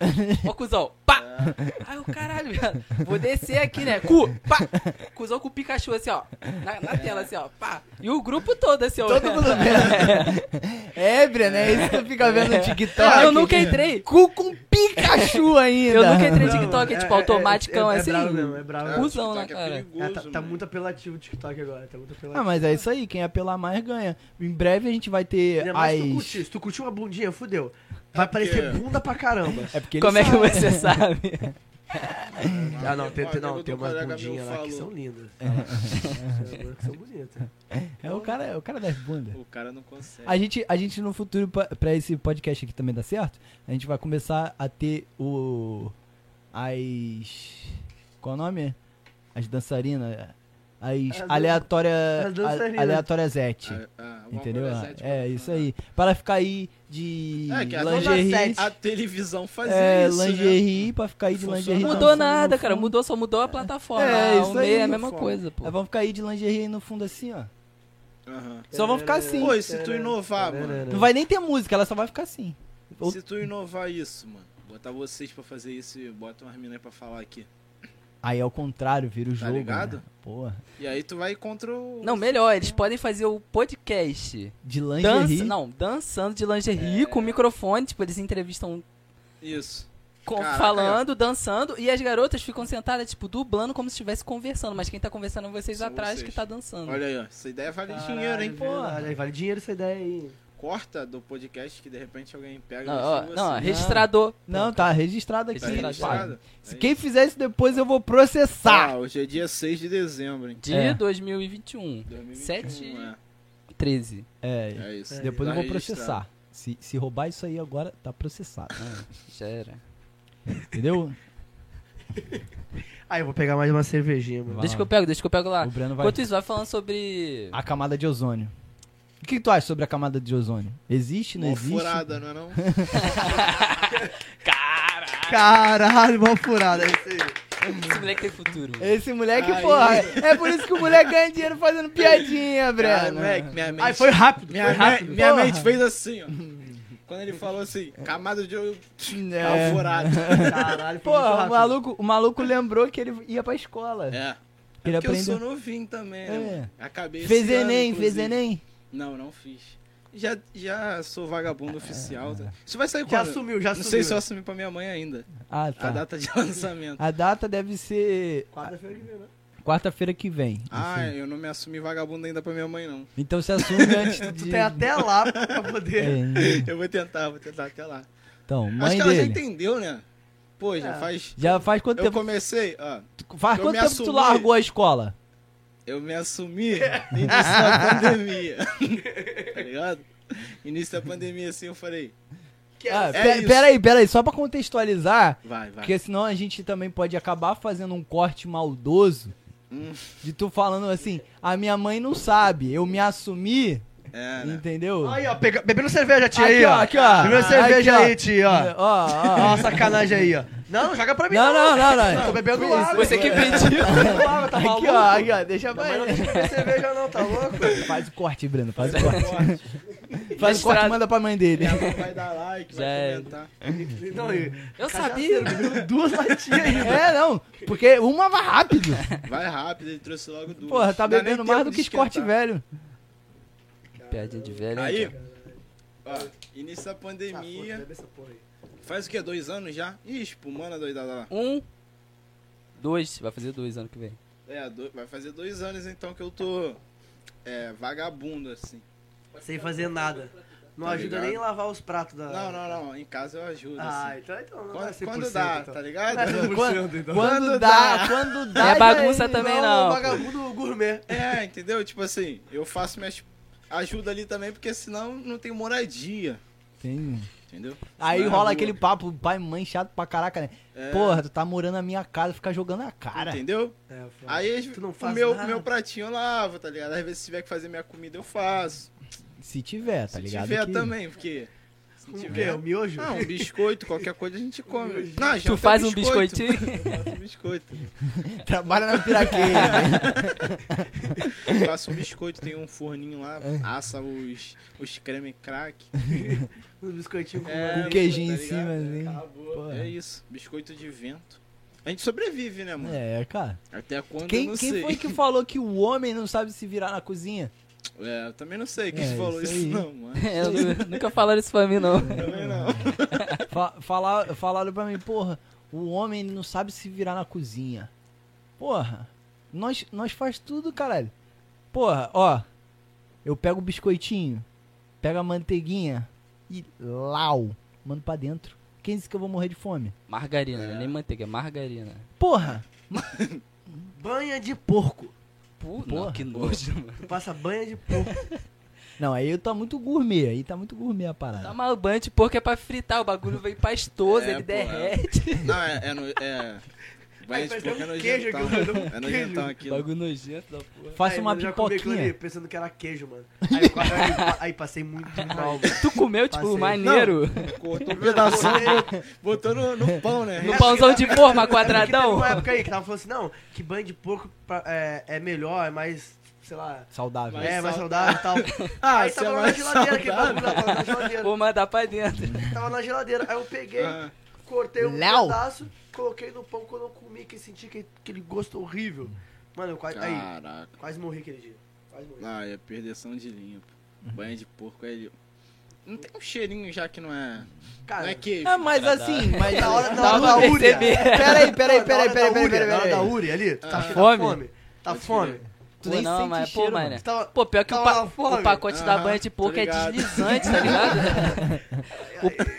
Speaker 3: Ó, cuzão, pá!
Speaker 2: É.
Speaker 3: Aí eu, caralho, viado, vou descer aqui, né? Cu, pá! Cusão com o Pikachu, assim, ó. Na, na tela, assim, ó. Pá. E o grupo todo, assim, ó.
Speaker 2: Todo mundo vendo. É, Breno, é isso que tu fica vendo no TikTok.
Speaker 3: Ah, eu
Speaker 2: né?
Speaker 3: nunca entrei.
Speaker 2: Cu com Pikachu ainda.
Speaker 3: Eu nunca entrei no
Speaker 5: Não,
Speaker 3: TikTok, é,
Speaker 5: é-
Speaker 3: tipo
Speaker 5: é-
Speaker 3: automaticão,
Speaker 5: é,
Speaker 3: assim.
Speaker 5: É bravo mesmo, é bravo.
Speaker 4: É,
Speaker 5: mesmo.
Speaker 4: o
Speaker 3: Cusão, né,
Speaker 4: TikTok
Speaker 3: cara?
Speaker 4: É
Speaker 3: É,
Speaker 5: É,
Speaker 4: perigoso,
Speaker 5: tá, tá
Speaker 4: mano.
Speaker 5: muito apelativo o TikTok agora, tá muito apelativo.
Speaker 2: Ah, mas é isso aí. Quem apelar mais ganha. Em breve a gente vai ter
Speaker 4: é
Speaker 5: Ainda mais se tu
Speaker 2: as...
Speaker 5: curtir, se tu curtir uma bundinha, fudeu.
Speaker 4: Tá
Speaker 5: Vai
Speaker 4: porque-
Speaker 5: parecer bunda pra caramba.
Speaker 2: É porque ele
Speaker 3: Como é que
Speaker 2: sabe.
Speaker 3: você sabe?
Speaker 5: Ah, não, tem, tem,
Speaker 4: Um
Speaker 5: não,
Speaker 4: amigo
Speaker 5: tem
Speaker 4: do
Speaker 5: umas
Speaker 4: colega meu
Speaker 5: bundinhas lá que
Speaker 4: falou. Uhum.
Speaker 5: são lindas. Tem umas bundinhas que são bonitas.
Speaker 2: É o cara, é o cara das bundas.
Speaker 4: O cara não consegue.
Speaker 2: A gente, a gente no futuro, pa- pra esse podcast aqui também dar certo, a gente vai começar a ter o. As. Qual é o nome? As dançarinas. As
Speaker 5: As dan-
Speaker 2: aleatórias.
Speaker 5: as dançarinas.
Speaker 2: Aleatórias et.
Speaker 4: Ah, ah, uma
Speaker 2: Entendeu?
Speaker 4: coisa cética,
Speaker 2: É,
Speaker 4: né?
Speaker 2: isso aí. Para ficar aí de.
Speaker 4: É, que a
Speaker 2: lingerie.
Speaker 4: A televisão fazia
Speaker 2: É,
Speaker 4: isso, né?
Speaker 2: lingerie, pra ficar aí de
Speaker 4: Funciona.
Speaker 2: lingerie.
Speaker 4: Não,
Speaker 3: Mudou
Speaker 2: dançando no
Speaker 3: nada, cara.
Speaker 2: fundo.
Speaker 3: Mudou, só mudou a plataforma.
Speaker 2: É,
Speaker 3: É,
Speaker 2: isso
Speaker 3: o
Speaker 2: aí,
Speaker 3: meio é a mesma
Speaker 2: pô.
Speaker 3: coisa, pô.
Speaker 2: Aí vão ficar aí de lingerie aí no fundo assim, ó.
Speaker 4: Aham.
Speaker 2: Só vão ficar assim.
Speaker 4: Pô, e se tu inovar, mano?
Speaker 2: Não vai nem ter música, ela só vai ficar assim. Ou-
Speaker 4: Se tu inovar isso, mano. Botar vocês pra fazer isso e bota umas meninas pra falar aqui.
Speaker 2: Aí ao contrário, vira o jogo. né?
Speaker 4: Tá ligado?
Speaker 2: Porra.
Speaker 4: E aí tu vai contra o.
Speaker 3: Não, melhor, eles podem fazer o podcast.
Speaker 2: De lingerie.
Speaker 3: Dança, não, dançando de lingerie com o microfone, tipo, eles entrevistam
Speaker 4: Isso.
Speaker 3: com-
Speaker 4: Caraca,
Speaker 3: falando, dançando, e as garotas ficam sentadas, tipo, dublando como se estivesse conversando, mas quem tá conversando é vocês
Speaker 4: São
Speaker 3: atrás
Speaker 4: vocês.
Speaker 3: que tá dançando.
Speaker 4: Olha aí, ó. Essa ideia vale
Speaker 5: Caralho,
Speaker 4: dinheiro, hein?
Speaker 5: verdade,
Speaker 2: porra.
Speaker 5: aí Vale dinheiro essa ideia aí.
Speaker 4: Corta do podcast que de repente alguém pega
Speaker 3: não,
Speaker 4: e
Speaker 3: ó,
Speaker 4: filma
Speaker 3: não, ó,
Speaker 4: assim.
Speaker 3: registrador.
Speaker 2: Não, tá registrado aqui.
Speaker 4: Tá
Speaker 3: registrado.
Speaker 2: Pá.
Speaker 4: registrado.
Speaker 2: Se
Speaker 4: Aí.
Speaker 2: quem fizer isso depois, eu vou processar.
Speaker 4: Ah, hoje é dia 6 de dezembro, hein?
Speaker 3: De
Speaker 2: É.
Speaker 3: 2021.
Speaker 4: 2021,
Speaker 3: Sete-
Speaker 4: é.
Speaker 3: 13.
Speaker 2: É,
Speaker 4: É isso.
Speaker 2: depois eu
Speaker 4: Tá
Speaker 2: vou processar. Se, se roubar isso aí agora, tá processado.
Speaker 4: Ah.
Speaker 3: Já era.
Speaker 2: Entendeu?
Speaker 5: Aí eu vou pegar mais uma cervejinha, mano.
Speaker 2: Vai
Speaker 3: Deixa
Speaker 2: lá.
Speaker 3: que eu pego, deixa que eu pego lá.
Speaker 2: O Breno Ah. vai.
Speaker 3: Enquanto isso, vai falando sobre.
Speaker 2: A camada de ozônio. O que, que tu acha sobre a camada de ozônio? Existe, não
Speaker 4: Mó
Speaker 2: existe?
Speaker 4: furada, não é não?
Speaker 5: Caralho, mal furada. é isso aí.
Speaker 3: Esse moleque tem futuro. mano.
Speaker 2: Esse moleque,
Speaker 4: Aí.
Speaker 2: porra. É por isso que o moleque ganha dinheiro fazendo piadinha,
Speaker 3: né?
Speaker 4: Cara,
Speaker 2: Breno.
Speaker 4: moleque, minha mente.
Speaker 5: Aí foi rápido,
Speaker 4: Minha,
Speaker 5: foi
Speaker 4: me-
Speaker 5: rápido.
Speaker 4: minha
Speaker 2: Porra.
Speaker 4: mente fez assim, ó. Quando ele falou assim, camada de ouro
Speaker 2: É.
Speaker 4: alvorada.
Speaker 5: Caralho, foi muito
Speaker 2: Porra, o
Speaker 5: rápido.
Speaker 2: maluco, o maluco lembrou que ele ia pra escola.
Speaker 4: É.
Speaker 2: Que ele
Speaker 4: Porque eu sou
Speaker 2: aprendeu.
Speaker 4: novinho também, né?
Speaker 2: É.
Speaker 4: mano? Acabei
Speaker 2: Fez
Speaker 4: esse ano,
Speaker 2: Enem, fez
Speaker 4: inclusive.
Speaker 2: Enem.
Speaker 4: Não, não fiz. Já, já sou vagabundo oficial.
Speaker 2: É.
Speaker 4: tá? Isso vai sair
Speaker 5: Já
Speaker 4: quando?
Speaker 5: sumiu, já
Speaker 4: Não
Speaker 5: sumiu.
Speaker 4: sei se eu assumi pra minha mãe ainda.
Speaker 2: Ah, tá.
Speaker 4: A data de lançamento.
Speaker 2: A data deve ser
Speaker 5: Quarta-feira que vem, né?
Speaker 2: quarta-feira que vem.
Speaker 4: Ah,
Speaker 2: Assim.
Speaker 4: eu não me assumi vagabundo ainda pra minha mãe, não.
Speaker 2: Então se assume antes de...
Speaker 5: Tu tem até lá pra poder.
Speaker 2: É,
Speaker 4: Eu vou tentar, vou tentar até lá.
Speaker 2: Então,
Speaker 4: Acho
Speaker 2: mãe
Speaker 4: que ela já
Speaker 2: dele.
Speaker 4: entendeu, né? Pô, já
Speaker 5: É.
Speaker 4: faz.
Speaker 2: Já faz quanto
Speaker 4: Eu
Speaker 2: tempo?
Speaker 4: comecei, ó.
Speaker 2: Faz
Speaker 4: eu
Speaker 2: quanto
Speaker 4: me
Speaker 2: tempo que tu
Speaker 4: assumi.
Speaker 2: largou a escola?
Speaker 4: Eu me assumi no início da pandemia. tá ligado? Início da pandemia, assim, eu falei.
Speaker 2: Ah,
Speaker 4: é
Speaker 2: pe-
Speaker 4: isso.
Speaker 2: peraí, peraí, só pra contextualizar,
Speaker 4: Vai, vai.
Speaker 2: porque senão a gente também pode acabar fazendo um corte maldoso
Speaker 4: Hum.
Speaker 2: de tu falando assim, a minha mãe não sabe, eu me assumi,
Speaker 4: É, né?
Speaker 2: entendeu?
Speaker 5: Aí, ó, pega- bebendo cerveja, tia aí,
Speaker 2: Aqui, ó,
Speaker 5: ó.
Speaker 2: aqui, ó.
Speaker 5: Bebendo
Speaker 2: Aqui,
Speaker 5: cerveja
Speaker 2: ó.
Speaker 5: aí, tia,
Speaker 2: Ó,
Speaker 5: ó.
Speaker 2: ó,
Speaker 5: Ó,
Speaker 2: ó.
Speaker 5: a sacanagem aí, ó. Não, joga pra mim.
Speaker 2: Não, não, não, não.
Speaker 5: Tô bebendo água.
Speaker 3: Você que
Speaker 5: pô.
Speaker 3: pediu.
Speaker 5: água, tá
Speaker 2: Aqui,
Speaker 5: maluco?
Speaker 2: ó, aqui, ó, deixa
Speaker 5: Não, mas
Speaker 2: pra
Speaker 5: não deixa eu beber cerveja não, tá louco?
Speaker 2: Faz o corte, Breno, faz o corte. faz o corte e
Speaker 3: Registrado.
Speaker 2: manda pra mãe dele.
Speaker 4: Minha mãe vai dar like, vai
Speaker 3: Já é.
Speaker 4: comentar.
Speaker 5: Não, e-
Speaker 3: Eu sabia.
Speaker 5: cachaceiro, bebendo duas latinhas ainda.
Speaker 2: É, não, porque uma vai rápido.
Speaker 4: Vai rápido, ele trouxe logo duas.
Speaker 2: Porra, tá
Speaker 4: Dá nem
Speaker 2: bebendo
Speaker 4: tempo
Speaker 2: mais do
Speaker 4: de
Speaker 2: que
Speaker 4: esquentar.
Speaker 2: escorte velho.
Speaker 3: Piadinha de velho. hein,
Speaker 4: Aí,
Speaker 3: cara?
Speaker 4: ó, início da
Speaker 5: Ah, foda,
Speaker 4: pandemia.
Speaker 5: bebe essa porra aí.
Speaker 4: Faz o quê? Dois anos já? Ih, espumando a doidada lá.
Speaker 3: Um. Dois. Vai fazer dois ano que vem.
Speaker 4: É, do- vai fazer dois anos então que eu tô. É, vagabundo, assim.
Speaker 5: Sem fazer nada. Não
Speaker 4: Tá
Speaker 5: ajuda
Speaker 4: ligado?
Speaker 5: nem a lavar os pratos da...
Speaker 4: Não, não, não. Em casa eu ajudo,
Speaker 5: Ah,
Speaker 4: assim.
Speaker 5: então, então Ah. não dá
Speaker 4: Quando,
Speaker 5: 100%,
Speaker 4: quando dá,
Speaker 5: então.
Speaker 4: tá
Speaker 5: Não é
Speaker 4: ligado?
Speaker 5: 100%,
Speaker 2: Quando
Speaker 5: então.
Speaker 4: Quando
Speaker 2: dá,
Speaker 4: dá.
Speaker 2: quando
Speaker 3: Não
Speaker 2: dá.
Speaker 3: é
Speaker 2: já
Speaker 3: bagunça também,
Speaker 5: Igual
Speaker 3: não,
Speaker 5: o
Speaker 3: pô.
Speaker 5: vagabundo gourmet.
Speaker 4: É, entendeu? Tipo assim, eu faço minhas. Ajuda ali também, porque senão não tem moradia.
Speaker 2: Tem. um.
Speaker 4: Entendeu?
Speaker 2: Aí
Speaker 4: Senão é
Speaker 2: rola
Speaker 4: rua.
Speaker 2: aquele papo, pai e mãe chato pra caraca, né?
Speaker 4: É,
Speaker 2: Porra, tu tá morando na minha casa, fica jogando a cara.
Speaker 4: Entendeu?
Speaker 5: É, foda.
Speaker 4: Aí
Speaker 5: Tu não
Speaker 4: o
Speaker 5: faz
Speaker 4: meu,
Speaker 5: nada.
Speaker 4: meu pratinho eu lavo, tá ligado? Às vezes se tiver que fazer minha comida, eu faço.
Speaker 2: Se tiver, tá
Speaker 4: Se
Speaker 2: ligado?
Speaker 4: tiver
Speaker 2: que-
Speaker 4: também, porque. Se
Speaker 5: O quê?
Speaker 4: tiver.
Speaker 5: O miojo?
Speaker 4: Não, um biscoito, qualquer coisa a gente come. Não, a gente
Speaker 3: Tu
Speaker 4: tem
Speaker 3: faz um
Speaker 4: biscoito.
Speaker 3: biscoitinho?
Speaker 4: Eu faço um biscoito.
Speaker 2: Trabalha na piraqueira. né?
Speaker 4: Eu faço um biscoito, tem um forninho lá, assa os, os creme crack.
Speaker 5: Os biscoitinhos Um com
Speaker 4: É,
Speaker 5: manteiga.
Speaker 2: Com queijinho em
Speaker 4: tá ligado?
Speaker 2: cima, assim.
Speaker 4: Acabou.
Speaker 2: Pô.
Speaker 4: É isso, biscoito de vento. A gente sobrevive, né, mano?
Speaker 2: É, cara.
Speaker 4: Até quando eu
Speaker 2: Quem,
Speaker 4: não
Speaker 2: quem
Speaker 4: sei.
Speaker 2: foi que falou que o homem não sabe se virar na cozinha?
Speaker 4: É, eu também não sei quem
Speaker 2: É,
Speaker 4: falou
Speaker 2: isso
Speaker 4: isso,
Speaker 2: aí.
Speaker 4: não, mano.
Speaker 3: É, eu nu- nunca falaram isso pra mim, não.
Speaker 4: Também não.
Speaker 2: Fa- falar, falaram pra mim, porra, o homem ele não sabe se virar na cozinha. Porra, nós, nós faz tudo, caralho. Porra, ó, eu pego o biscoitinho, pego a manteiguinha e lau, mando pra dentro. Quem disse que eu vou morrer de fome?
Speaker 3: Margarina,
Speaker 4: É.
Speaker 3: nem manteiga, é margarina.
Speaker 2: Porra,
Speaker 5: Banha de porco.
Speaker 3: Pô,
Speaker 2: Porra.
Speaker 3: não, que nojo, mano.
Speaker 5: Tu passa banha de porco.
Speaker 2: não, aí tá muito gourmet, aí tá muito gourmet a
Speaker 3: Tá
Speaker 2: parada.
Speaker 3: mal banho de porco é pra fritar, o bagulho vem pastoso,
Speaker 4: É,
Speaker 3: ele
Speaker 4: pô, é.
Speaker 3: derrete.
Speaker 4: Não, é. é, no, é... Vai
Speaker 5: Aí
Speaker 4: explicar
Speaker 5: parece um queijo
Speaker 4: nojentão.
Speaker 5: aqui, mano, um
Speaker 4: É nojentão
Speaker 3: Que
Speaker 4: aquilo.
Speaker 3: bagulho nojento da porra.
Speaker 2: Faço
Speaker 5: Aí,
Speaker 2: uma
Speaker 5: mano, eu já comi aquilo ali
Speaker 2: pipoquinha.
Speaker 5: pensando que era queijo, mano. Aí, quase- aí- aí passei muito mal, mano.
Speaker 3: Tu comeu,
Speaker 2: um
Speaker 3: tipo,
Speaker 5: Passei.
Speaker 3: maneiro?
Speaker 4: Cortou um pedaço, botou no, no pão, né?
Speaker 3: No pãozão de forma,
Speaker 5: É porque
Speaker 3: quadradão?
Speaker 5: teve uma época aí que tava falando assim, não, que banho de porco pra- é, é melhor, é mais, sei lá,
Speaker 2: Saudável.
Speaker 4: Mais
Speaker 5: é mais
Speaker 4: saudável.
Speaker 5: saudável e tal.
Speaker 4: Ah,
Speaker 5: aí
Speaker 4: se é
Speaker 5: tava lá na
Speaker 4: mais
Speaker 5: geladeira, aquele
Speaker 4: saudável.
Speaker 5: bagulho lá, tava na geladeira.
Speaker 3: Vou mandar pra dentro.
Speaker 5: Tava na geladeira. Aí eu peguei,
Speaker 4: Ah,
Speaker 5: cortei um
Speaker 2: Léo.
Speaker 5: pedaço, coloquei no pão quando eu comi, que eu senti que- aquele gosto horrível. Mano, eu quase, aí,
Speaker 4: Caraca.
Speaker 5: quase morri aquele dia. Quase morri.
Speaker 4: Ah, é perdição de limpo. Banho de porco aí. Não tem um cheirinho já que não é. Não
Speaker 5: Cara,
Speaker 4: é queijo.
Speaker 2: Ah, mas assim, mas
Speaker 5: na hora, na
Speaker 2: Dá
Speaker 5: hora
Speaker 2: uma
Speaker 5: da
Speaker 2: perce-
Speaker 5: úria.
Speaker 2: Peraí, peraí,
Speaker 5: Na hora
Speaker 2: peraí,
Speaker 5: da
Speaker 2: peraí, peraí,
Speaker 5: úria,
Speaker 2: peraí.
Speaker 5: Na hora da
Speaker 2: peraí.
Speaker 5: úria ali, tu tá
Speaker 4: Ah.
Speaker 5: cheio da
Speaker 3: Fome?
Speaker 5: fome. Tá
Speaker 4: Pode
Speaker 5: fome.
Speaker 2: Tu
Speaker 3: Pô,
Speaker 2: nem
Speaker 3: não,
Speaker 2: sente
Speaker 3: mas, pô,
Speaker 2: cheiro,
Speaker 3: mano.
Speaker 2: mano.
Speaker 5: Tu tava...
Speaker 3: Pô, pior que o,
Speaker 5: Tava
Speaker 3: pa-
Speaker 5: na fome.
Speaker 3: o pacote da
Speaker 4: Tá Aham,
Speaker 3: banha de porco
Speaker 4: tô
Speaker 3: é
Speaker 4: ligado.
Speaker 3: deslizante, tá ligado?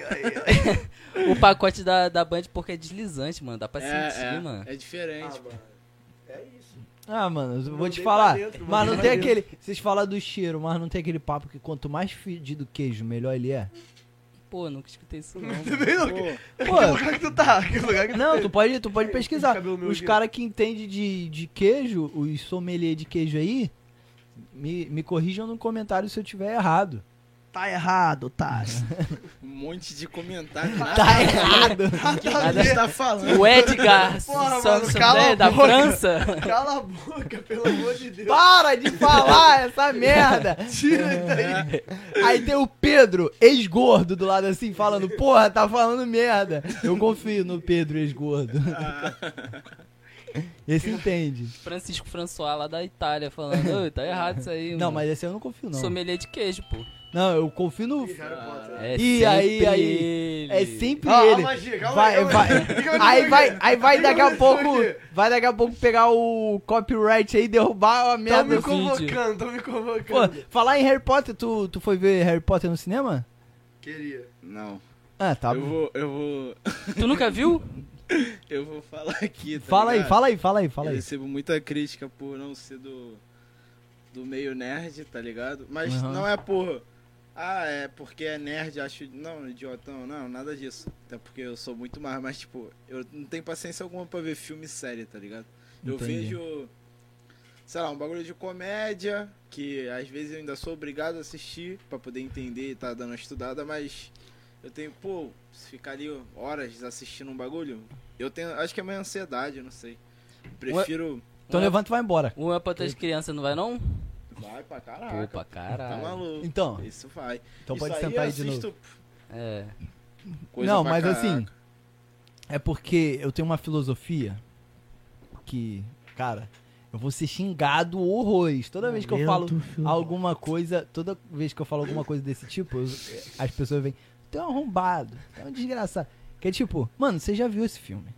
Speaker 3: o pacote da, da banha de porco é deslizante, mano. Dá pra sentir,
Speaker 4: é,
Speaker 3: mano.
Speaker 4: é
Speaker 5: Ah,
Speaker 4: diferente.
Speaker 5: mano. É isso.
Speaker 2: Ah, mano, eu vou
Speaker 5: Mandei
Speaker 2: te falar.
Speaker 5: pra dentro,
Speaker 2: mas
Speaker 5: mandei
Speaker 2: não
Speaker 5: pra
Speaker 2: tem aquele. Vocês falam do cheiro, mas não tem aquele papo que quanto mais fedido o queijo, melhor ele é.
Speaker 3: Pô, nunca escutei isso não. mano.
Speaker 5: Também não.
Speaker 4: Pô,
Speaker 5: Que lugar que tu tá? Que lugar que tu
Speaker 2: Não,
Speaker 5: tá?
Speaker 2: tu pode, tu pode pesquisar.
Speaker 5: cabelo meu
Speaker 2: Os
Speaker 5: aqui.
Speaker 2: caras que entendem de, de queijo, os sommelier de queijo aí, me, me corrijam no comentário se eu tiver errado.
Speaker 5: Tá errado, tá.
Speaker 4: um monte de comentário. Nada
Speaker 2: Tá errado!
Speaker 4: a gente tá falando.
Speaker 3: O Edgar
Speaker 5: Porra,
Speaker 3: Sam-
Speaker 5: mano,
Speaker 3: Sam-
Speaker 5: cala a
Speaker 3: da
Speaker 5: boca.
Speaker 3: França.
Speaker 5: tá- Cala a boca, pelo amor de Deus.
Speaker 2: Para de falar essa merda!
Speaker 5: Tira isso daí.
Speaker 2: Aí tem o Pedro, ex-gordo, do lado assim, falando, porra, tá falando merda. Eu confio no Pedro, ex-gordo. Esse entende.
Speaker 3: Francisco François lá da Itália falando, "Ô, tá errado isso aí.
Speaker 2: Não,
Speaker 3: mano.
Speaker 2: mas esse eu não confio, não.
Speaker 3: Sommelier de queijo, pô.
Speaker 2: Não, eu confio no.
Speaker 3: É
Speaker 2: Ih, aí,
Speaker 3: sempre
Speaker 2: aí.
Speaker 3: ele.
Speaker 2: É sempre
Speaker 5: Ah,
Speaker 2: ele.
Speaker 5: a magia, calma
Speaker 2: Vai,
Speaker 5: aí, calma
Speaker 2: vai.
Speaker 5: aí. Fica me
Speaker 2: Aí vai, aí vai
Speaker 5: Fica
Speaker 2: daqui a
Speaker 5: me
Speaker 2: pouco.
Speaker 5: aqui.
Speaker 2: Vai daqui a pouco pegar o copyright aí, derrubar a
Speaker 5: Tão Tá me
Speaker 2: merda.
Speaker 3: com-
Speaker 5: convocando, tão me
Speaker 2: Pô,
Speaker 5: convocando.
Speaker 2: falar em Harry Potter, tu, tu foi ver Harry Potter no cinema?
Speaker 5: Queria.
Speaker 4: Não.
Speaker 2: Ah, tá
Speaker 4: Eu
Speaker 2: bom.
Speaker 4: vou. Eu vou.
Speaker 3: Tu nunca viu?
Speaker 4: Eu vou falar aqui. Tá
Speaker 2: Fala aí,
Speaker 4: ligado?
Speaker 2: fala aí, fala aí, fala
Speaker 4: eu
Speaker 2: aí.
Speaker 4: recebo muita crítica por não ser do, do meio nerd, tá ligado? Mas
Speaker 2: Aham.
Speaker 4: não é por. Ah, é porque é nerd, acho. Não, idiotão, não, nada disso. Até porque eu sou muito mais, mas tipo, eu não tenho paciência alguma pra ver filme e série, tá ligado? Eu
Speaker 2: Entendi.
Speaker 4: vejo. Sei lá, um bagulho de comédia, que às vezes eu ainda sou obrigado a assistir pra poder entender e tá dando uma estudada, mas eu tenho, pô, se ficar ali horas assistindo um bagulho, eu tenho. Acho que é minha ansiedade, eu não sei. Prefiro.
Speaker 2: Então
Speaker 3: Ué.
Speaker 2: levanta e vai embora.
Speaker 3: Um é pra tuas crianças, não vai não?
Speaker 4: Vai pra
Speaker 3: Pô,
Speaker 4: caraca.
Speaker 3: pra
Speaker 4: Tá
Speaker 3: caralho.
Speaker 4: maluco.
Speaker 2: Então,
Speaker 4: Isso vai.
Speaker 2: então
Speaker 4: Isso
Speaker 2: pode sentar aí de novo.
Speaker 4: assisto
Speaker 3: É.
Speaker 4: coisa
Speaker 2: não,
Speaker 4: pra
Speaker 2: mas
Speaker 4: caraca.
Speaker 2: assim, é porque eu tenho uma filosofia que, cara, eu vou ser xingado horrores. Toda vez que eu falo
Speaker 1: Momento filosófico.
Speaker 2: alguma coisa, toda vez que eu falo alguma coisa desse tipo, eu- as pessoas vêm, tu é um arrombado, tu é um desgraçado. Que é tipo, mano, você já viu esse filme.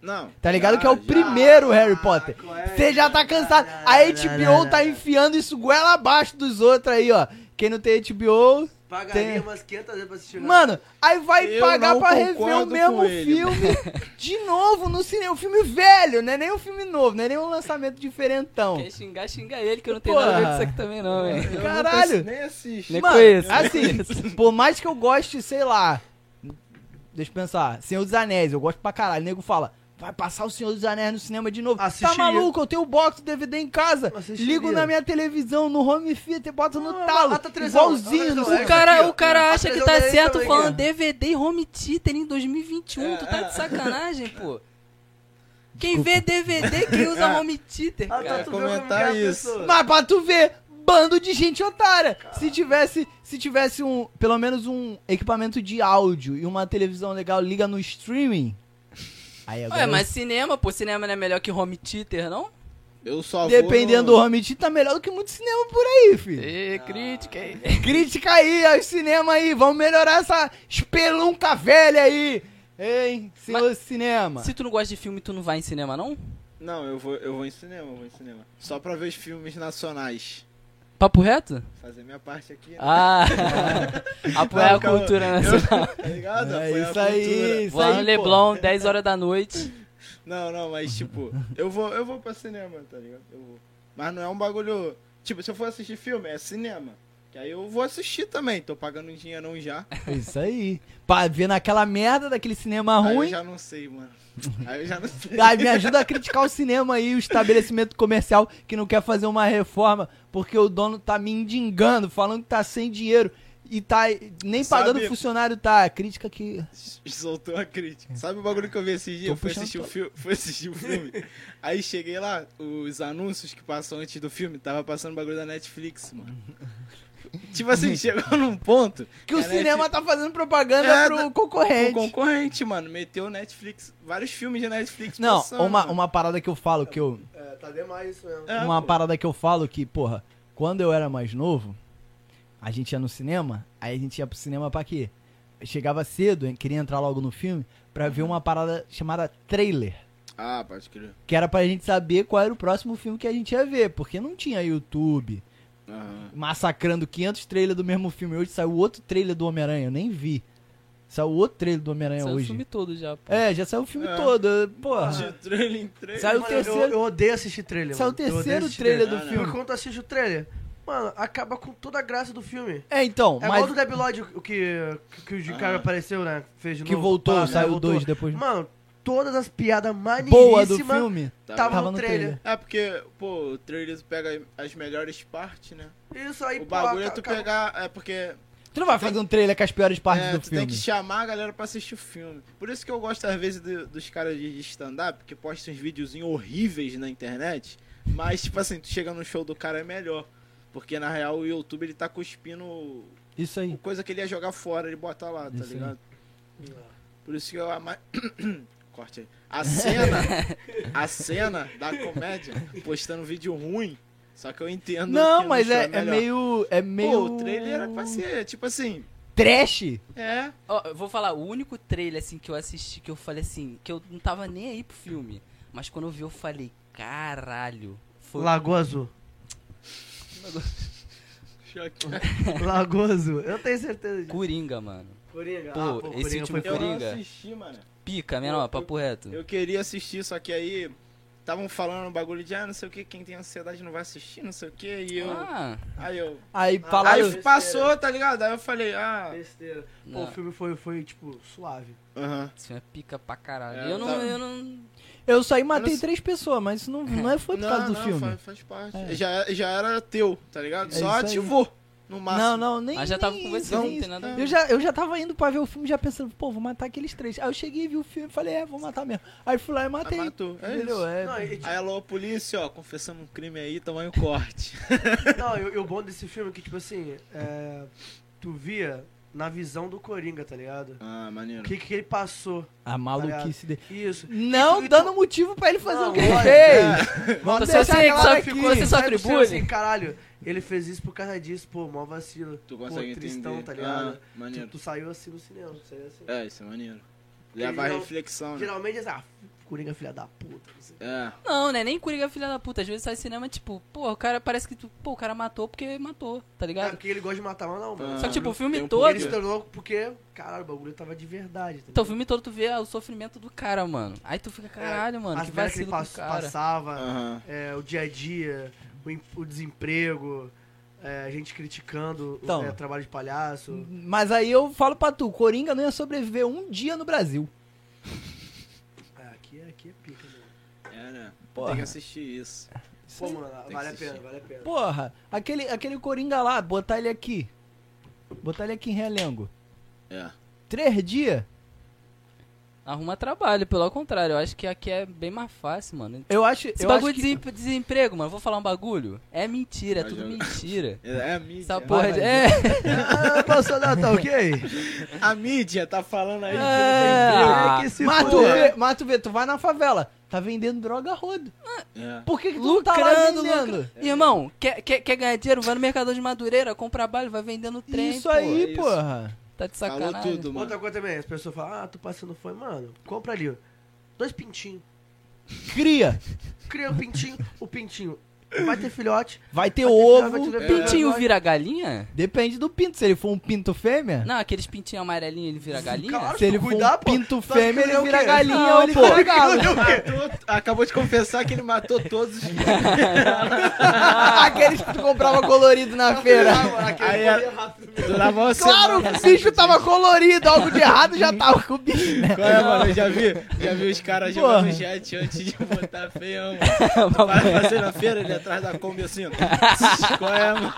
Speaker 4: Não.
Speaker 2: Tá ligado
Speaker 4: já,
Speaker 2: que é o
Speaker 4: já.
Speaker 5: Ah,
Speaker 2: primeiro Harry Potter.
Speaker 5: é?
Speaker 2: Você já tá cansado. A HBO tá enfiando isso goela abaixo dos outros aí, ó. Quem não tem HBO, Tem.
Speaker 5: Pagaria umas 500 vezes pra assistir.
Speaker 2: Mano, aí vai
Speaker 4: Eu
Speaker 2: pagar
Speaker 4: não
Speaker 2: pra rever o
Speaker 4: concordo
Speaker 2: mesmo
Speaker 4: com ele,
Speaker 2: filme de novo no cinema. Um filme velho, não é nem um filme novo, não é nem um lançamento diferentão.
Speaker 3: Quer xingar, xinga ele, que eu não tenho nada a ver com isso aqui também não,
Speaker 5: É,
Speaker 3: hein.
Speaker 4: Eu
Speaker 2: Caralho.
Speaker 4: nunca Nem assisto.
Speaker 3: Nem
Speaker 2: Mano,
Speaker 3: conheço.
Speaker 2: assim, por mais que eu goste, sei lá. Deixa eu pensar, Senhor dos Anéis, eu gosto pra caralho. O nego fala, Vai passar o Senhor dos Anéis no cinema de novo.
Speaker 5: Assistiria.
Speaker 2: Tá maluco? Eu tenho o box do DVD em casa.
Speaker 5: Assistiria.
Speaker 2: Ligo na minha televisão, no home theater, boto no
Speaker 5: Não,
Speaker 2: talo.
Speaker 5: bota televisão,
Speaker 2: Igualzinho.
Speaker 5: bota
Speaker 2: não
Speaker 5: televisão.
Speaker 2: sei
Speaker 3: O
Speaker 2: o
Speaker 3: cara,
Speaker 5: aqui, ó.
Speaker 3: o cara
Speaker 5: Ah,
Speaker 3: acha que
Speaker 5: mas
Speaker 3: tá
Speaker 5: eu dei
Speaker 3: certo
Speaker 5: também,
Speaker 3: falando
Speaker 5: ó.
Speaker 3: DVD e home theater em 2021. Tu tá de sacanagem, pô. Quem vê DVD, quem usa home theater,
Speaker 5: Ah, tá,
Speaker 3: cara.
Speaker 5: tu
Speaker 4: Eu ia
Speaker 5: vê como
Speaker 4: comentar
Speaker 5: que é a
Speaker 4: isso.
Speaker 5: pessoa.
Speaker 2: Mas pra tu ver, bando de gente otária. Se tivesse, se tivesse um, pelo menos um equipamento de áudio e uma televisão legal, liga no streaming. Aí agora,
Speaker 3: Ué, mas cinema, pô, cinema não é melhor que home theater, não?
Speaker 4: Eu só vou
Speaker 2: dependendo do
Speaker 4: no-
Speaker 2: home theater, tá melhor do que muito cinema por aí, filho.
Speaker 4: Ah,
Speaker 3: Ê, crítica aí.
Speaker 2: Crítica aí aos cinema aí, vamos melhorar essa espelunca velha aí. Hein, senhor cinema.
Speaker 3: Se tu não gosta de filme, tu não vai em cinema, não?
Speaker 4: Não, eu vou, eu vou em cinema, eu vou em cinema. Só pra ver os filmes nacionais.
Speaker 3: Papo reto?
Speaker 4: Fazer minha parte aqui, né?
Speaker 3: Ah, apoiar
Speaker 4: Não,
Speaker 3: a
Speaker 4: calma.
Speaker 3: cultura né?
Speaker 4: Eu-
Speaker 3: nacional.
Speaker 4: Tá ligado?
Speaker 2: É
Speaker 4: Apoiar a
Speaker 2: isso aí,
Speaker 4: cultura.
Speaker 2: isso
Speaker 3: Lá
Speaker 2: aí,
Speaker 3: no
Speaker 2: pô.
Speaker 3: Leblon, 10 horas da noite.
Speaker 4: Não, não, mas tipo, eu vou, eu vou pra cinema, tá ligado? Eu vou. Mas não é um bagulho. Tipo, se eu for assistir filme, é cinema. Que aí eu vou assistir também. Tô pagando um dinheirão já.
Speaker 2: É Isso aí. Pra ver naquela merda daquele cinema
Speaker 4: Aí eu
Speaker 2: ruim.
Speaker 4: já não sei, mano. Aí eu já não sei.
Speaker 2: Ah, me ajuda a criticar o cinema aí, o estabelecimento comercial que não quer fazer uma reforma porque o dono tá me indingando, falando que tá sem dinheiro e tá nem
Speaker 4: Sabe-
Speaker 2: pagando o funcionário, tá? A crítica que.
Speaker 4: Soltou a crítica. Sabe o bagulho que eu vi esse dia?
Speaker 2: Tô
Speaker 4: Eu fui
Speaker 2: puxando
Speaker 4: assistir, o
Speaker 2: todo.
Speaker 4: filme, fui assistir o filme. Aí cheguei lá, os anúncios que passam antes do filme, tava passando o bagulho da Netflix, mano. Tipo assim, chegou num ponto.
Speaker 2: Que o
Speaker 4: Cara,
Speaker 2: cinema tá fazendo propaganda
Speaker 4: É,
Speaker 2: pro
Speaker 4: da-
Speaker 2: concorrente.
Speaker 4: O concorrente, mano, meteu Netflix. Vários filmes de Netflix
Speaker 2: Não,
Speaker 4: passando,
Speaker 2: uma,
Speaker 4: mano.
Speaker 2: uma parada que eu falo que eu.
Speaker 5: É, tá demais isso mesmo.
Speaker 4: né? É,
Speaker 2: uma
Speaker 4: pô.
Speaker 2: parada que eu falo que, porra, quando eu era mais novo, a gente ia no cinema, aí a gente ia pro cinema pra quê? Chegava cedo, hein, queria entrar logo no filme, pra
Speaker 4: Uhum.
Speaker 2: ver uma parada chamada trailer.
Speaker 4: Ah, pode crer.
Speaker 2: Que era pra gente saber qual era o próximo filme que a gente ia ver, porque não tinha YouTube
Speaker 4: Aham.
Speaker 2: massacrando 500 trailers do mesmo filme. Hoje saiu outro trailer do Homem-Aranha, eu nem vi. Saiu outro trailer do Homem-Aranha
Speaker 3: Saiu o
Speaker 2: hoje.
Speaker 3: filme todo já, pô.
Speaker 2: É, já saiu o filme
Speaker 4: É.
Speaker 2: todo, porra.
Speaker 4: De trailer em trailer.
Speaker 2: Saiu o
Speaker 5: Mano, eu-
Speaker 2: terceiro-
Speaker 5: Eu, odeio assistir trailer.
Speaker 2: Saiu o
Speaker 5: mano. Eu odeio
Speaker 2: terceiro
Speaker 5: assistir
Speaker 2: trailer do
Speaker 4: trailer. Ah, não.
Speaker 2: filme.
Speaker 5: Porque quando tu assiste o trailer, mano, acaba com toda a graça do filme.
Speaker 2: É, então,
Speaker 5: É igual
Speaker 2: mas
Speaker 5: do Debiloid, o que, que, que o cara
Speaker 4: Ah.
Speaker 5: apareceu, né? Fez de
Speaker 2: que
Speaker 5: novo,
Speaker 2: voltou,
Speaker 5: pá, né?
Speaker 4: é,
Speaker 2: saiu
Speaker 5: Voltou.
Speaker 2: dois depois.
Speaker 5: Mano, todas as piadas
Speaker 2: Boa do
Speaker 5: maneiríssimas
Speaker 2: filme.
Speaker 5: tava,
Speaker 2: Tava
Speaker 5: no
Speaker 2: no
Speaker 5: trailer.
Speaker 4: Tá É porque, pô, o trailer pega as melhores partes, né?
Speaker 5: Isso aí,
Speaker 4: O
Speaker 5: pô,
Speaker 4: bagulho é
Speaker 5: aca-
Speaker 4: tu
Speaker 5: acaba-
Speaker 4: pegar. É porque
Speaker 2: Tu não vai fazer um trailer com as piores partes
Speaker 4: É,
Speaker 2: do
Speaker 4: tu
Speaker 2: filme.
Speaker 4: tem que chamar a galera pra assistir o filme. Por isso que eu gosto, às vezes, do- dos caras de de stand-up, que postam uns videozinhos horríveis na internet, mas, tipo assim, tu chega no show do cara é melhor. Porque, na real, o YouTube, ele tá cuspindo
Speaker 2: Isso aí.
Speaker 4: coisa que ele ia jogar fora, ele bota lá, tá
Speaker 2: Isso aí.
Speaker 4: ligado? Por isso que eu... A mais... Corte aí. A cena, a cena da comédia, postando vídeo ruim, só que eu entendo que
Speaker 2: Não,
Speaker 4: no
Speaker 2: mas
Speaker 4: show
Speaker 2: é, é
Speaker 4: melhor.
Speaker 2: meio. É meio.
Speaker 4: Pô, o trailer era pra ser, tipo assim,
Speaker 2: Trash?
Speaker 4: é...
Speaker 3: Ó, eu vou falar, o único trailer assim que eu assisti que eu falei assim, que eu não tava nem aí pro filme, mas quando eu vi eu falei, caralho. Foi
Speaker 5: Lagoa Azul.
Speaker 4: Choque.
Speaker 5: Lagoa Azul. Eu tenho certeza disso.
Speaker 3: Coringa, mano.
Speaker 5: Coringa.
Speaker 3: Pô,
Speaker 5: ah,
Speaker 3: esse
Speaker 5: Coringa
Speaker 3: último
Speaker 5: foi
Speaker 4: Eu
Speaker 5: foda.
Speaker 4: não
Speaker 3: Coringa.
Speaker 4: assisti, mano.
Speaker 3: Pica, menor,
Speaker 4: Eu-
Speaker 3: papo reto.
Speaker 4: Eu queria assistir, só que aí estavam falando um bagulho de ah, não sei o que, quem tem ansiedade não vai assistir, não sei o que, e eu.
Speaker 3: Ah,
Speaker 4: Aí eu.
Speaker 2: Aí
Speaker 4: Ah, Aí
Speaker 2: falaram.
Speaker 5: eu-
Speaker 4: passou, tá ligado? Aí eu falei, ah.
Speaker 5: Besteira. Pô,
Speaker 3: não,
Speaker 5: o filme foi, foi, tipo, suave.
Speaker 4: Aham.
Speaker 3: esse filme é pica pra caralho.
Speaker 4: É,
Speaker 3: eu, não,
Speaker 4: tá-
Speaker 3: eu não.
Speaker 2: Eu saí e matei
Speaker 4: Eu não-
Speaker 2: três pessoas, mas isso não, não é foi por causa do filme.
Speaker 4: Faz, faz parte.
Speaker 2: É.
Speaker 4: Já, já era teu, tá ligado?
Speaker 2: É isso
Speaker 4: Só
Speaker 2: aí.
Speaker 4: ativou. No máximo.
Speaker 2: Não, não, nem.
Speaker 3: Ah, já tava
Speaker 2: nem
Speaker 3: conversando,
Speaker 2: isso,
Speaker 3: não
Speaker 2: nem
Speaker 3: tem
Speaker 2: isso.
Speaker 3: nada.
Speaker 4: isso.
Speaker 2: Eu já, eu já tava indo pra ver o filme já pensando, pô, vou matar aqueles três. Aí eu cheguei, vi o filme e falei, é, vou matar mesmo. Aí fui lá e
Speaker 4: Ah,
Speaker 2: matei.
Speaker 4: matou. É
Speaker 2: entendeu?
Speaker 4: isso.
Speaker 2: É,
Speaker 5: Não, e, tipo,
Speaker 4: Aí alô, polícia, ó, confessamos um crime aí, tamanho corte.
Speaker 5: Não, e, o- e o bom desse filme é que, tipo assim, é, tu via na visão do Coringa, tá ligado?
Speaker 4: ah,
Speaker 5: O
Speaker 4: maneiro.
Speaker 5: que, que ele passou.
Speaker 2: A maluquice dele.
Speaker 5: Isso.
Speaker 2: Não
Speaker 5: E tu-
Speaker 2: dando motivo pra ele fazer
Speaker 5: Não,
Speaker 2: o que ele
Speaker 5: olha,
Speaker 2: fez.
Speaker 3: Você
Speaker 2: Vamos
Speaker 3: só
Speaker 2: deixar
Speaker 3: sei que
Speaker 2: claro
Speaker 3: só
Speaker 2: aqui.
Speaker 3: ficou- você só
Speaker 5: Sabe, tipo,
Speaker 3: atribui?
Speaker 5: Assim, caralho, ele fez isso por causa disso, pô, mó vacilo.
Speaker 4: Tu
Speaker 5: pô,
Speaker 4: consegue
Speaker 5: tristão,
Speaker 4: entender.
Speaker 5: tá ligado?
Speaker 4: Ah,
Speaker 5: tu,
Speaker 4: maneiro.
Speaker 5: tu saiu assim no cinema, tu saiu assim.
Speaker 4: É, isso é maneiro. Leva a
Speaker 5: Ele não-
Speaker 4: reflexão, né?
Speaker 5: Geralmente é assim, ah, Coringa filha da puta, não sei.
Speaker 4: É.
Speaker 3: Não, né? Nem Coringa filha da puta. Às vezes sai cinema, tipo, pô, o cara parece que. tu- Pô, o cara matou porque matou, tá
Speaker 5: É
Speaker 3: ligado?
Speaker 5: porque ele gosta de matar, mas não, mano.
Speaker 3: Só que, tipo, o filme
Speaker 4: tem um
Speaker 3: todo-
Speaker 5: Ele se
Speaker 4: pouquinho.
Speaker 5: tornou louco porque, caralho, o bagulho tava de verdade. Tá
Speaker 3: Então o
Speaker 5: ligado?
Speaker 3: filme todo tu vê ah, o sofrimento do cara, mano. Aí tu fica,
Speaker 2: É,
Speaker 3: caralho, mano,
Speaker 5: As
Speaker 3: que
Speaker 5: merda que
Speaker 3: vacilo
Speaker 5: ele
Speaker 3: do
Speaker 5: pass-
Speaker 3: cara.
Speaker 5: passava,
Speaker 4: Aham.
Speaker 5: é, o dia a dia, o, em- o desemprego, é, a gente criticando
Speaker 2: Então.
Speaker 5: o é, trabalho de palhaço.
Speaker 3: Uhum.
Speaker 2: Mas aí eu falo pra tu, Coringa não ia sobreviver um dia no Brasil.
Speaker 5: É, aqui aqui, aqui é pica, mano.
Speaker 4: É, né?
Speaker 2: Porra.
Speaker 4: Tem que assistir isso.
Speaker 5: Pô, mano,
Speaker 4: que
Speaker 5: vale a
Speaker 4: assistir.
Speaker 5: pena, vale a pena.
Speaker 2: Porra, aquele, aquele Coringa lá, botar ele aqui. Botar ele aqui em Realengo.
Speaker 4: É.
Speaker 2: Três dias?
Speaker 3: Arruma trabalho, pelo contrário, eu acho que aqui é bem mais fácil, mano.
Speaker 2: Eu acho.
Speaker 3: Esse
Speaker 2: eu
Speaker 3: bagulho
Speaker 2: acho
Speaker 3: de
Speaker 2: que-
Speaker 3: desem- desemprego, mano, vou falar um bagulho. É mentira, é
Speaker 4: Mas
Speaker 3: tudo
Speaker 4: eu-
Speaker 3: mentira.
Speaker 4: É a mídia.
Speaker 3: Essa porra de. É,
Speaker 1: Ah, Bolsonaro, tá ok?
Speaker 4: A mídia tá falando aí.
Speaker 1: É,
Speaker 3: Ah,
Speaker 1: que se
Speaker 2: Mas tu,
Speaker 1: foda.
Speaker 2: vê, mas tu vê, tu vai na favela, tá vendendo droga a rodo.
Speaker 4: que- É.
Speaker 2: Por que, que tu não tá lá
Speaker 3: lucrando,
Speaker 2: vendendo?
Speaker 3: lucrando. Irmão, quer, quer, quer ganhar dinheiro? Vai no Mercador de Madureira, compra bala, vai vendendo trem.
Speaker 2: isso
Speaker 3: pô.
Speaker 2: aí,
Speaker 4: isso.
Speaker 2: porra.
Speaker 3: Tá de
Speaker 4: Falou
Speaker 3: sacanagem.
Speaker 4: tudo, mano.
Speaker 5: Outra coisa também, as pessoas falam, ah, tu passando fome, mano, compra ali, ó, dois pintinhos.
Speaker 2: Cria.
Speaker 5: Cria o pintinho, o pintinho vai ter filhote,
Speaker 2: Vai ter
Speaker 5: Vai ter droga, vai
Speaker 2: ovo.
Speaker 5: ter droga.
Speaker 3: Pintinho
Speaker 5: É.
Speaker 3: vira galinha?
Speaker 2: Depende do pinto. Se ele for um pinto fêmea,
Speaker 3: Não, aqueles pintinhos amarelinhos, ele vira galinha?
Speaker 5: Claro.
Speaker 2: se ele
Speaker 5: se
Speaker 2: for
Speaker 5: cuidar,
Speaker 2: um
Speaker 5: pô,
Speaker 2: pinto
Speaker 5: que
Speaker 2: fêmea,
Speaker 5: ele é
Speaker 2: ele
Speaker 5: o
Speaker 2: vira
Speaker 5: quê?
Speaker 2: galinha
Speaker 3: Não,
Speaker 2: ou ele
Speaker 3: pô.
Speaker 2: vira galo.
Speaker 4: Matou- acabou de confessar que ele matou todos os.
Speaker 2: Aqueles que tu comprava colorido na feira.
Speaker 4: Aí
Speaker 5: é
Speaker 4: era- durava uma
Speaker 2: Claro,
Speaker 4: semana.
Speaker 2: o bicho tava colorido, algo de errado já tava com o bicho, né?
Speaker 4: Qual é, mano? Eu já vi, já vi os caras
Speaker 2: Porra.
Speaker 4: jogando jet antes de botar feião, mano. Para fazer na feira, ele atrás da Kombi assim, ó. Qual é, mano?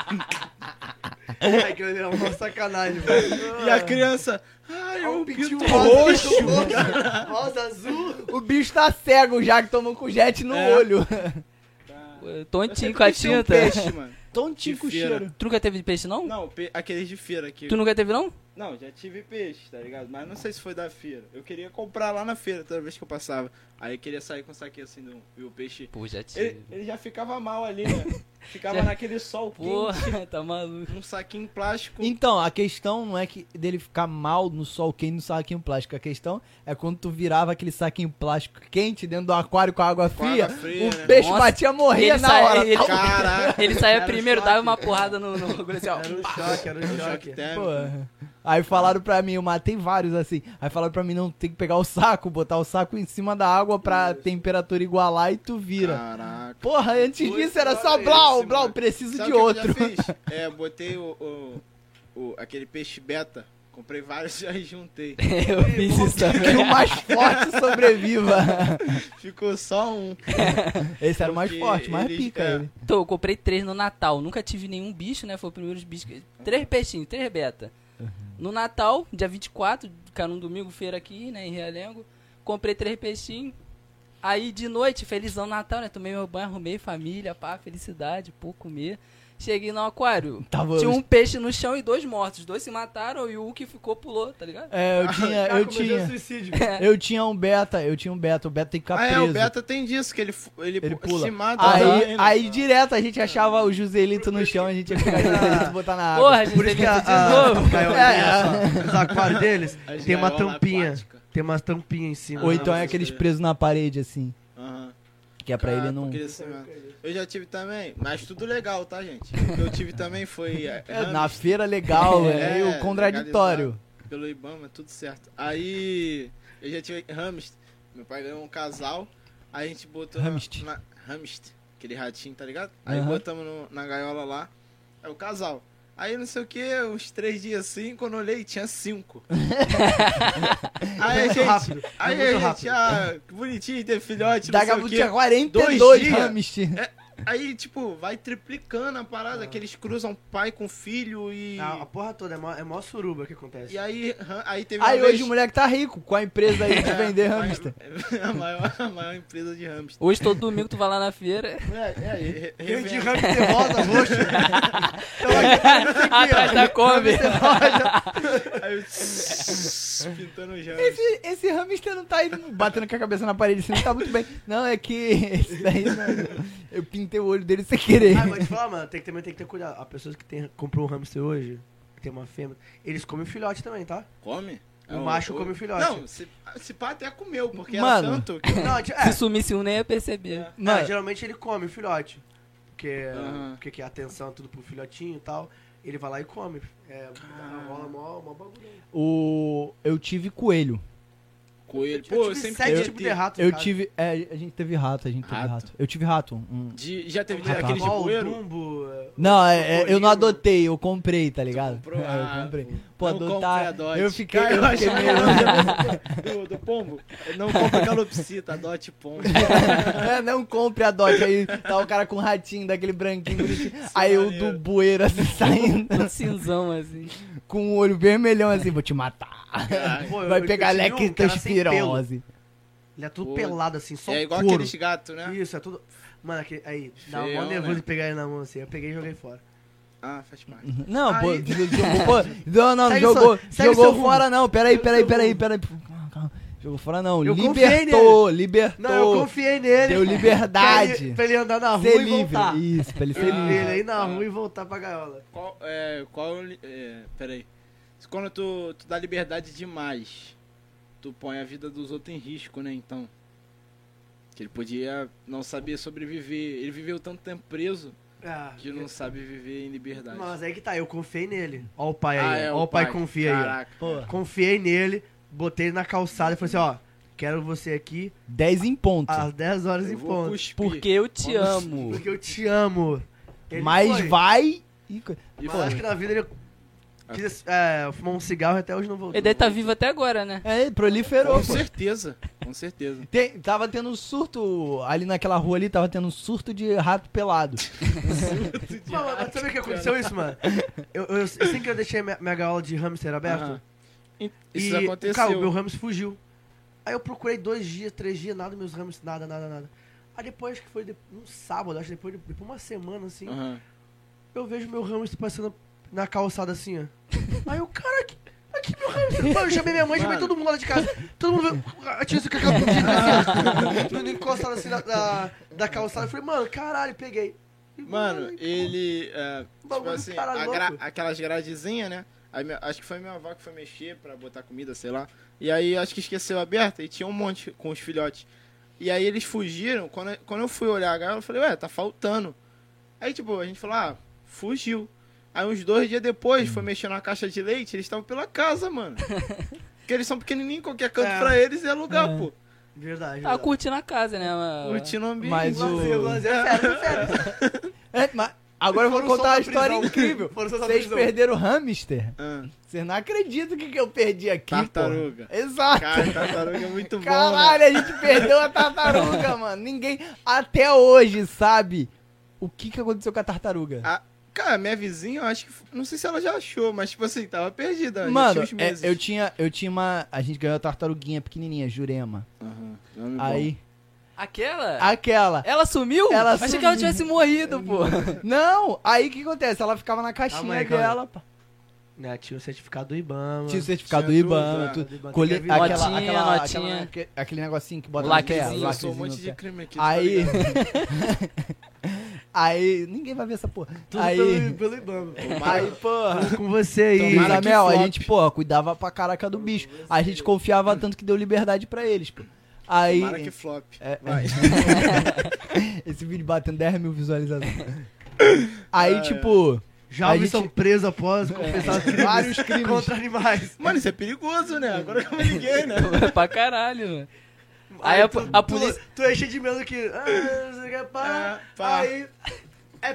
Speaker 5: Ai, que é uma sacanagem, velho.
Speaker 4: E a criança, ai, eu um pinto
Speaker 5: rosa,
Speaker 4: roxo.
Speaker 5: pintinho rosa, rosa, azul.
Speaker 2: O bicho tá cego já que tomou com jet no
Speaker 4: É.
Speaker 2: olho.
Speaker 3: Eu
Speaker 4: Eu sempre
Speaker 3: Tontinho com a
Speaker 4: quis ter um
Speaker 3: tinta.
Speaker 4: peixe, mano.
Speaker 2: Tontico o
Speaker 4: De feira.
Speaker 2: cheiro.
Speaker 3: Tu nunca teve peixe, não?
Speaker 4: Não, pe- aqueles de feira aqui.
Speaker 3: Tu nunca teve, não?
Speaker 4: Não, já tive peixe, tá ligado? Mas não sei se foi da feira. Eu queria comprar lá na feira toda vez que eu passava. Aí eu queria sair com o saquinho assim do, e o peixe.
Speaker 3: Pô, já
Speaker 4: Ele,
Speaker 3: tive.
Speaker 4: ele já ficava mal ali, né? Ficava naquele sol quente,
Speaker 3: Porra, tá maluco.
Speaker 4: num saquinho plástico.
Speaker 2: Então, a questão não é que dele ficar mal no sol quente no saquinho plástico. A questão é quando tu virava aquele saquinho plástico quente dentro do aquário com água
Speaker 4: Com água
Speaker 2: fria,
Speaker 4: fria,
Speaker 2: o
Speaker 4: né?
Speaker 2: peixe
Speaker 3: Nossa,
Speaker 2: batia morria
Speaker 3: ele
Speaker 2: na
Speaker 3: sai-
Speaker 2: hora.
Speaker 3: ele-
Speaker 4: Caraca!
Speaker 3: Ele saía
Speaker 4: Era um
Speaker 3: primeiro,
Speaker 4: choque.
Speaker 3: dava uma porrada no, no bagulho assim, ó.
Speaker 5: Era um choque, era um
Speaker 4: Era um
Speaker 5: choque.
Speaker 4: choque térmico.
Speaker 2: Porra. Aí falaram pra mim, eu matei vários assim. Aí falaram pra mim, não, tem que pegar o saco, botar o saco em cima da água pra temperatura igualar e tu vira.
Speaker 4: Ah. Caraca.
Speaker 2: Porra, antes
Speaker 5: Foi
Speaker 2: disso era só
Speaker 5: fora
Speaker 2: blau,
Speaker 4: esse,
Speaker 2: blau,
Speaker 4: mano.
Speaker 2: preciso
Speaker 4: Sabe
Speaker 2: de
Speaker 4: o que
Speaker 2: outro.
Speaker 4: Eu já fiz? É, botei o, o- o- aquele peixe beta. Comprei vários e aí juntei.
Speaker 3: Eu fiz isso
Speaker 2: que é o
Speaker 3: também.
Speaker 2: mais forte sobreviva.
Speaker 4: Ficou só um.
Speaker 2: Esse era o mais
Speaker 4: Porque
Speaker 2: forte, mais
Speaker 4: eles-
Speaker 2: pica
Speaker 4: é.
Speaker 2: ele.
Speaker 3: Então, eu comprei três no Natal. Nunca tive nenhum bicho, né? Foi o primeiro bicho. que- Três peixinhos, três beta.
Speaker 5: Uhum.
Speaker 3: No Natal, dia 24, cara, um domingo, feira aqui, né? Em Realengo. Comprei três peixinhos. Aí, de noite, felizão Natal, né? Tomei meu banho, arrumei família, pá, felicidade, pô, comer. Cheguei no aquário.
Speaker 2: Tava-
Speaker 3: Tinha um peixe no chão e dois mortos. Os dois se mataram e o que ficou pulou, tá ligado?
Speaker 2: É,
Speaker 4: Ah,
Speaker 2: eu tinha, eu tinha.
Speaker 5: suicídio.
Speaker 2: Eu tinha um beta, eu tinha um beta, o beta tem que ficar
Speaker 4: Ah, é,
Speaker 2: preso.
Speaker 4: o beta tem disso, que ele, fu- ele,
Speaker 2: Ele
Speaker 4: pu-
Speaker 2: pula.
Speaker 4: se mata.
Speaker 2: Aí,
Speaker 4: tá?
Speaker 2: aí direto a gente achava o Joselito no chão, a gente ia pegar o Joselito e botar na água.
Speaker 3: Porra, gente,
Speaker 5: Ah, Por isso que
Speaker 3: teve
Speaker 5: a,
Speaker 3: isso de novo.
Speaker 5: a, Caio,
Speaker 2: É.
Speaker 5: olha só, os aquários deles
Speaker 4: As
Speaker 5: tem uma
Speaker 4: gaiola
Speaker 5: tampinha.
Speaker 4: aquática.
Speaker 5: Tem umas tampinhas em cima.
Speaker 2: Ou então é
Speaker 4: Ah,
Speaker 2: aqueles
Speaker 4: sei.
Speaker 2: presos na parede, assim.
Speaker 4: Aham.
Speaker 2: Que é pra ele
Speaker 4: Caraca,
Speaker 2: não.
Speaker 4: Ah, porque ele se mata. Eu já tive também, mas tudo legal, tá, gente? O que eu tive também foi é,
Speaker 2: É, na
Speaker 4: hamster
Speaker 2: feira legal, é,
Speaker 4: É,
Speaker 2: meio contraditório.
Speaker 4: pelo Ibama, tudo certo. Aí eu já tive hamster. Meu pai ganhou um casal, aí a gente botou na-
Speaker 2: Hamster.
Speaker 4: na hamster, aquele ratinho, tá ligado? Aí
Speaker 2: Aham.
Speaker 4: botamos no- na gaiola lá, é o casal. Aí não sei o que, uns três dias assim, quando eu olhei, tinha cinco. aí a
Speaker 5: Muito
Speaker 4: gente,
Speaker 5: rápido,
Speaker 4: aí
Speaker 5: muito
Speaker 4: a gente,
Speaker 5: rápido.
Speaker 4: ah, que bonitinho, ter filhote, não
Speaker 2: Daqui
Speaker 4: sei
Speaker 2: a
Speaker 4: o
Speaker 2: pouco
Speaker 4: quê.
Speaker 2: tinha
Speaker 4: Dois
Speaker 2: 42
Speaker 4: dias.
Speaker 2: hamster.
Speaker 4: Aí, tipo, vai triplicando a parada, que eles cruzam pai com filho e.
Speaker 2: Ah,
Speaker 5: A, a porra toda é mó, é mó suruba que acontece.
Speaker 4: E aí, hã, aí teve
Speaker 2: Aí
Speaker 4: uma
Speaker 2: hoje
Speaker 4: vez-
Speaker 2: o moleque tá rico com a empresa aí de
Speaker 4: É,
Speaker 2: vender
Speaker 4: a maior-
Speaker 2: hamster.
Speaker 4: A maior, a maior empresa de hamster.
Speaker 3: Hoje todo domingo tu vai lá na feira.
Speaker 4: É, é, re-
Speaker 5: Vem de
Speaker 4: revenda.
Speaker 5: hamster rosa, roxo. Então,
Speaker 3: Atrás da Kombi.
Speaker 4: Aí eu pintando os hamsters.
Speaker 2: Esse, esse hamster não tá indo batendo com a cabeça na parede, assim, não tá muito bem. Não, é que esse daí não. Eu pintei o olho dele sem querer.
Speaker 5: Ah, vou te falar, mano, tem que, também tem que ter cuidado. A pessoa que tem, comprou um hamster hoje, que tem uma fêmea, eles comem filhote também, tá?
Speaker 4: Come?
Speaker 5: O macho come o filhote.
Speaker 4: Não, se, se pá até comeu, porque
Speaker 2: Mano.
Speaker 4: era tanto que.
Speaker 5: Não, ti-
Speaker 3: Se
Speaker 5: é,
Speaker 3: sumisse um, nem ia perceber.
Speaker 5: é,
Speaker 2: Mano,
Speaker 5: geralmente ele come o filhote. Porque,
Speaker 4: Aham.
Speaker 5: porque que é atenção tudo pro filhotinho e tal. Ele vai lá e come. É, rola mó, mó bagulho.
Speaker 2: o... eu tive coelho.
Speaker 4: coelho.
Speaker 5: Eu
Speaker 4: Pô, eu
Speaker 5: tive
Speaker 4: sempre
Speaker 5: sete
Speaker 4: queria
Speaker 5: tipos
Speaker 4: ter.
Speaker 5: de rato.
Speaker 2: Eu
Speaker 5: cara.
Speaker 2: tive. É, a gente teve rato, a gente teve
Speaker 4: Rato?
Speaker 2: rato. Eu tive rato. um-
Speaker 4: De- já
Speaker 5: É,
Speaker 4: teve
Speaker 2: Rato.
Speaker 4: aquele de
Speaker 5: Bol,
Speaker 4: poeiro?
Speaker 5: tipo, Dumbo, é,
Speaker 2: Não, é- é, eu não
Speaker 5: Bolinho.
Speaker 2: adotei, eu comprei, tá ligado?
Speaker 4: comprou?
Speaker 2: É, eu
Speaker 4: Ah,
Speaker 2: comprei. Pô,
Speaker 4: Não compre,
Speaker 2: adotar.
Speaker 4: adote.
Speaker 2: Eu fiquei.
Speaker 4: Cara,
Speaker 2: eu
Speaker 4: eu
Speaker 2: fiquei
Speaker 4: achei
Speaker 2: meio-
Speaker 4: do, do pombo. Não compra calopsita, adote pombo.
Speaker 2: É, não compre a Dodge. Aí tá o cara com o ratinho daquele branquinho. bonitinho. Aí o do bueiro assim saindo,
Speaker 3: Todo cinzão, assim.
Speaker 2: com o olho vermelhão assim, vou te matar.
Speaker 4: Caralho.
Speaker 5: pô, eu-
Speaker 2: Vai
Speaker 5: eu
Speaker 2: pegar
Speaker 5: tive um
Speaker 2: leque
Speaker 5: que era sem pelo.
Speaker 2: transpirose.
Speaker 5: Ele é tudo
Speaker 4: Pô.
Speaker 5: pelado assim, só
Speaker 4: É igual
Speaker 5: couro.
Speaker 4: aqueles gatos, né?
Speaker 5: Isso, é tudo... Mano, aquele, aí, dá uma
Speaker 4: Feião,
Speaker 5: mão nervoso
Speaker 4: né?
Speaker 5: de pegar ele na mão assim. Eu peguei e joguei fora.
Speaker 4: Ah, faz parte.
Speaker 5: Uhum.
Speaker 2: Não, pô,
Speaker 5: Aí-
Speaker 2: jogou, pô, não, não,
Speaker 5: Segue
Speaker 2: jogou,
Speaker 5: seu- segue
Speaker 2: jogou
Speaker 5: seu rumo.
Speaker 2: fora não, peraí,
Speaker 5: Segue
Speaker 2: peraí,
Speaker 5: seu
Speaker 2: peraí, peraí. Calma, calma. Jogou fora não,
Speaker 5: Eu confiei
Speaker 2: libertou, libertou.
Speaker 5: Não, eu confiei nele.
Speaker 2: Deu
Speaker 5: Pra ele,
Speaker 2: liberdade.
Speaker 5: pra ele andar na rua
Speaker 2: Ser
Speaker 5: e
Speaker 2: livre.
Speaker 5: voltar.
Speaker 2: Isso, pra ele ser
Speaker 4: Ah.
Speaker 2: livre.
Speaker 5: Ele aí na
Speaker 4: Ah.
Speaker 5: rua e voltar pra gaiola.
Speaker 4: Qual é. Qual. É, peraí. Quando tu, tu dá liberdade demais, tu põe a vida dos outros em risco, né? Então. Que ele podia não saber sobreviver. Ele viveu tanto tempo preso
Speaker 5: Ah,
Speaker 4: que não sabe viver em liberdade.
Speaker 5: mas aí que tá, eu confiei nele. Ó o pai
Speaker 4: Ah,
Speaker 5: aí,
Speaker 4: é,
Speaker 5: ó o pai, confia aí.
Speaker 4: Caraca.
Speaker 2: Pô,
Speaker 5: ó. Confiei nele, botei ele na calçada e falei assim, ó, quero você aqui
Speaker 2: 10 em ponto.
Speaker 5: às 10 horas
Speaker 4: Eu
Speaker 5: em
Speaker 4: vou
Speaker 5: ponto.
Speaker 4: cuspir.
Speaker 3: Porque eu te
Speaker 4: Nossa.
Speaker 3: amo.
Speaker 5: Porque eu te amo. Ele
Speaker 2: mas
Speaker 5: foi.
Speaker 2: vai e co-
Speaker 4: E Ah.
Speaker 5: Mas acho que na vida ele quis, é, fumar um cigarro e até hoje não voltou.
Speaker 3: Ele deve tá vivo até agora, né?
Speaker 2: É, ele proliferou,
Speaker 4: Com
Speaker 2: pô.
Speaker 4: certeza. Com certeza.
Speaker 2: Tem- tava tendo um surto ali naquela rua ali, tava tendo um surto de rato pelado.
Speaker 5: Não, mas sabe o que aconteceu isso, mano? Eu, eu, eu sei que eu deixei minha, minha gaiola de hamster aberta.
Speaker 4: Aham. E- Isso
Speaker 5: e,
Speaker 4: aconteceu.
Speaker 5: Cara, o meu Rams fugiu. Aí eu procurei dois dias, três dias, nada, meus Rams, nada, nada, nada. Aí depois, acho que foi de- um sábado, acho que depois de depois de uma semana, assim,
Speaker 4: Aham.
Speaker 5: eu vejo meu Rams passando na calçada, assim, ó. Aí eu, cara, que, aqui meu Rams. Mano, eu chamei minha mãe, chamei
Speaker 4: Mano.
Speaker 5: todo mundo lá de casa. Todo mundo veio, ah, tinha esse cacau assim, ó. Tudo encostado, assim, na- da, da calçada. Eu falei, mano, caralho, peguei. E,
Speaker 4: Mano,
Speaker 5: mano,
Speaker 4: ele. é, tipo
Speaker 5: Bagulho do
Speaker 4: assim,
Speaker 5: cara
Speaker 4: a gra-
Speaker 5: louco.
Speaker 4: aquelas gradezinhas, né? Aí minha- acho que foi minha avó que foi mexer pra botar comida, sei lá. E aí acho que esqueceu aberta e tinha um monte com os filhotes. E aí eles fugiram. Quando, quando eu fui olhar a gaiola, eu falei, ué, tá faltando. Aí, tipo, a gente falou, ah, fugiu. Aí uns dois dias depois, foi mexendo na caixa de leite, eles estavam pela casa, mano. Porque eles são pequenininhos, qualquer canto
Speaker 5: É. É.
Speaker 4: pra eles é lugar, pô.
Speaker 5: Verdade,
Speaker 3: Tá
Speaker 5: verdade.
Speaker 3: curtindo a casa, né? mano?
Speaker 4: Curtindo o ambiente.
Speaker 2: Mas o-
Speaker 5: Lazer, lazer, é sério, é sério.
Speaker 2: É, mas agora eu vou
Speaker 5: Foram
Speaker 2: contar uma
Speaker 5: soltar na
Speaker 2: história
Speaker 5: prisão.
Speaker 2: incrível.
Speaker 5: Foram soltar na
Speaker 2: Vocês
Speaker 5: prisão.
Speaker 2: perderam o hamster?
Speaker 4: Ah,
Speaker 2: Vocês não acreditam o que, que eu perdi aqui, pô.
Speaker 4: tartaruga.
Speaker 2: Exato.
Speaker 4: Cara, tartaruga é muito bom, né?
Speaker 2: Caralho, a gente perdeu a tartaruga, mano. Ninguém até hoje sabe o que, que aconteceu com a tartaruga.
Speaker 4: Ah, Cara, minha vizinha, eu acho que. Não sei se ela já achou, mas tipo assim, tava perdida. já
Speaker 2: Mano,
Speaker 4: tinha uns
Speaker 2: é,
Speaker 4: meses.
Speaker 2: eu tinha, eu tinha uma. A gente ganhou a tartaruguinha pequenininha, Jurema.
Speaker 4: Aham, nome Tá bom.
Speaker 2: Aí,
Speaker 3: Aquela?
Speaker 2: aquela.
Speaker 3: Ela sumiu?
Speaker 2: Ah. Ela
Speaker 3: Achei
Speaker 2: sumiu.
Speaker 3: que ela tivesse morrido, pô.
Speaker 2: Não, aí o que acontece? Ela ficava na caixinha
Speaker 5: Calma aí, calma aí.
Speaker 2: dela, pá.
Speaker 5: Né, tinha o certificado do Ibama.
Speaker 2: Tinha o certificado
Speaker 4: Tinha
Speaker 2: do
Speaker 4: tudo,
Speaker 2: IBAN,
Speaker 4: é.
Speaker 2: tudo.
Speaker 5: Tem
Speaker 2: Colhe...
Speaker 5: que avisar.
Speaker 2: aquela,
Speaker 3: Notinha,
Speaker 2: aquela,
Speaker 3: notinha.
Speaker 2: aquela- aque- aquele negocinho que bota
Speaker 3: Lacrezinho,
Speaker 2: na
Speaker 4: Sim,
Speaker 2: tela,
Speaker 4: eu sou um
Speaker 2: lacrezinho
Speaker 4: monte
Speaker 2: no
Speaker 4: de
Speaker 2: pé.
Speaker 4: crime aqui.
Speaker 2: Aí.
Speaker 4: tá ligado?
Speaker 2: aí. Ninguém vai ver essa porra.
Speaker 4: tá
Speaker 5: Tudo
Speaker 2: aí.
Speaker 5: pelo, pelo Ibama.
Speaker 2: Aí, porra.
Speaker 5: Com você aí.
Speaker 4: Tomara que
Speaker 2: Isabel, a
Speaker 4: flop.
Speaker 2: gente, porra, cuidava pra caraca do bicho. A gente confiava tanto que deu liberdade pra eles, pô. Aí.
Speaker 4: Tomara que flop.
Speaker 2: É,
Speaker 4: Vai.
Speaker 2: Esse vídeo batendo 10 mil visualizações. Aí,
Speaker 4: Ah,
Speaker 2: tipo, A
Speaker 5: Jovens
Speaker 2: gente-
Speaker 5: são presos após confessar crimes
Speaker 2: vários crimes.
Speaker 5: contra animais.
Speaker 4: Mano, isso é perigoso, né? Agora que eu me liguei, né?
Speaker 3: pra caralho, mano. Aí a po- a polícia-
Speaker 5: Tu, tu é cheio de medo que. Ah, você quer pá,
Speaker 4: É, pá.
Speaker 5: Aí. É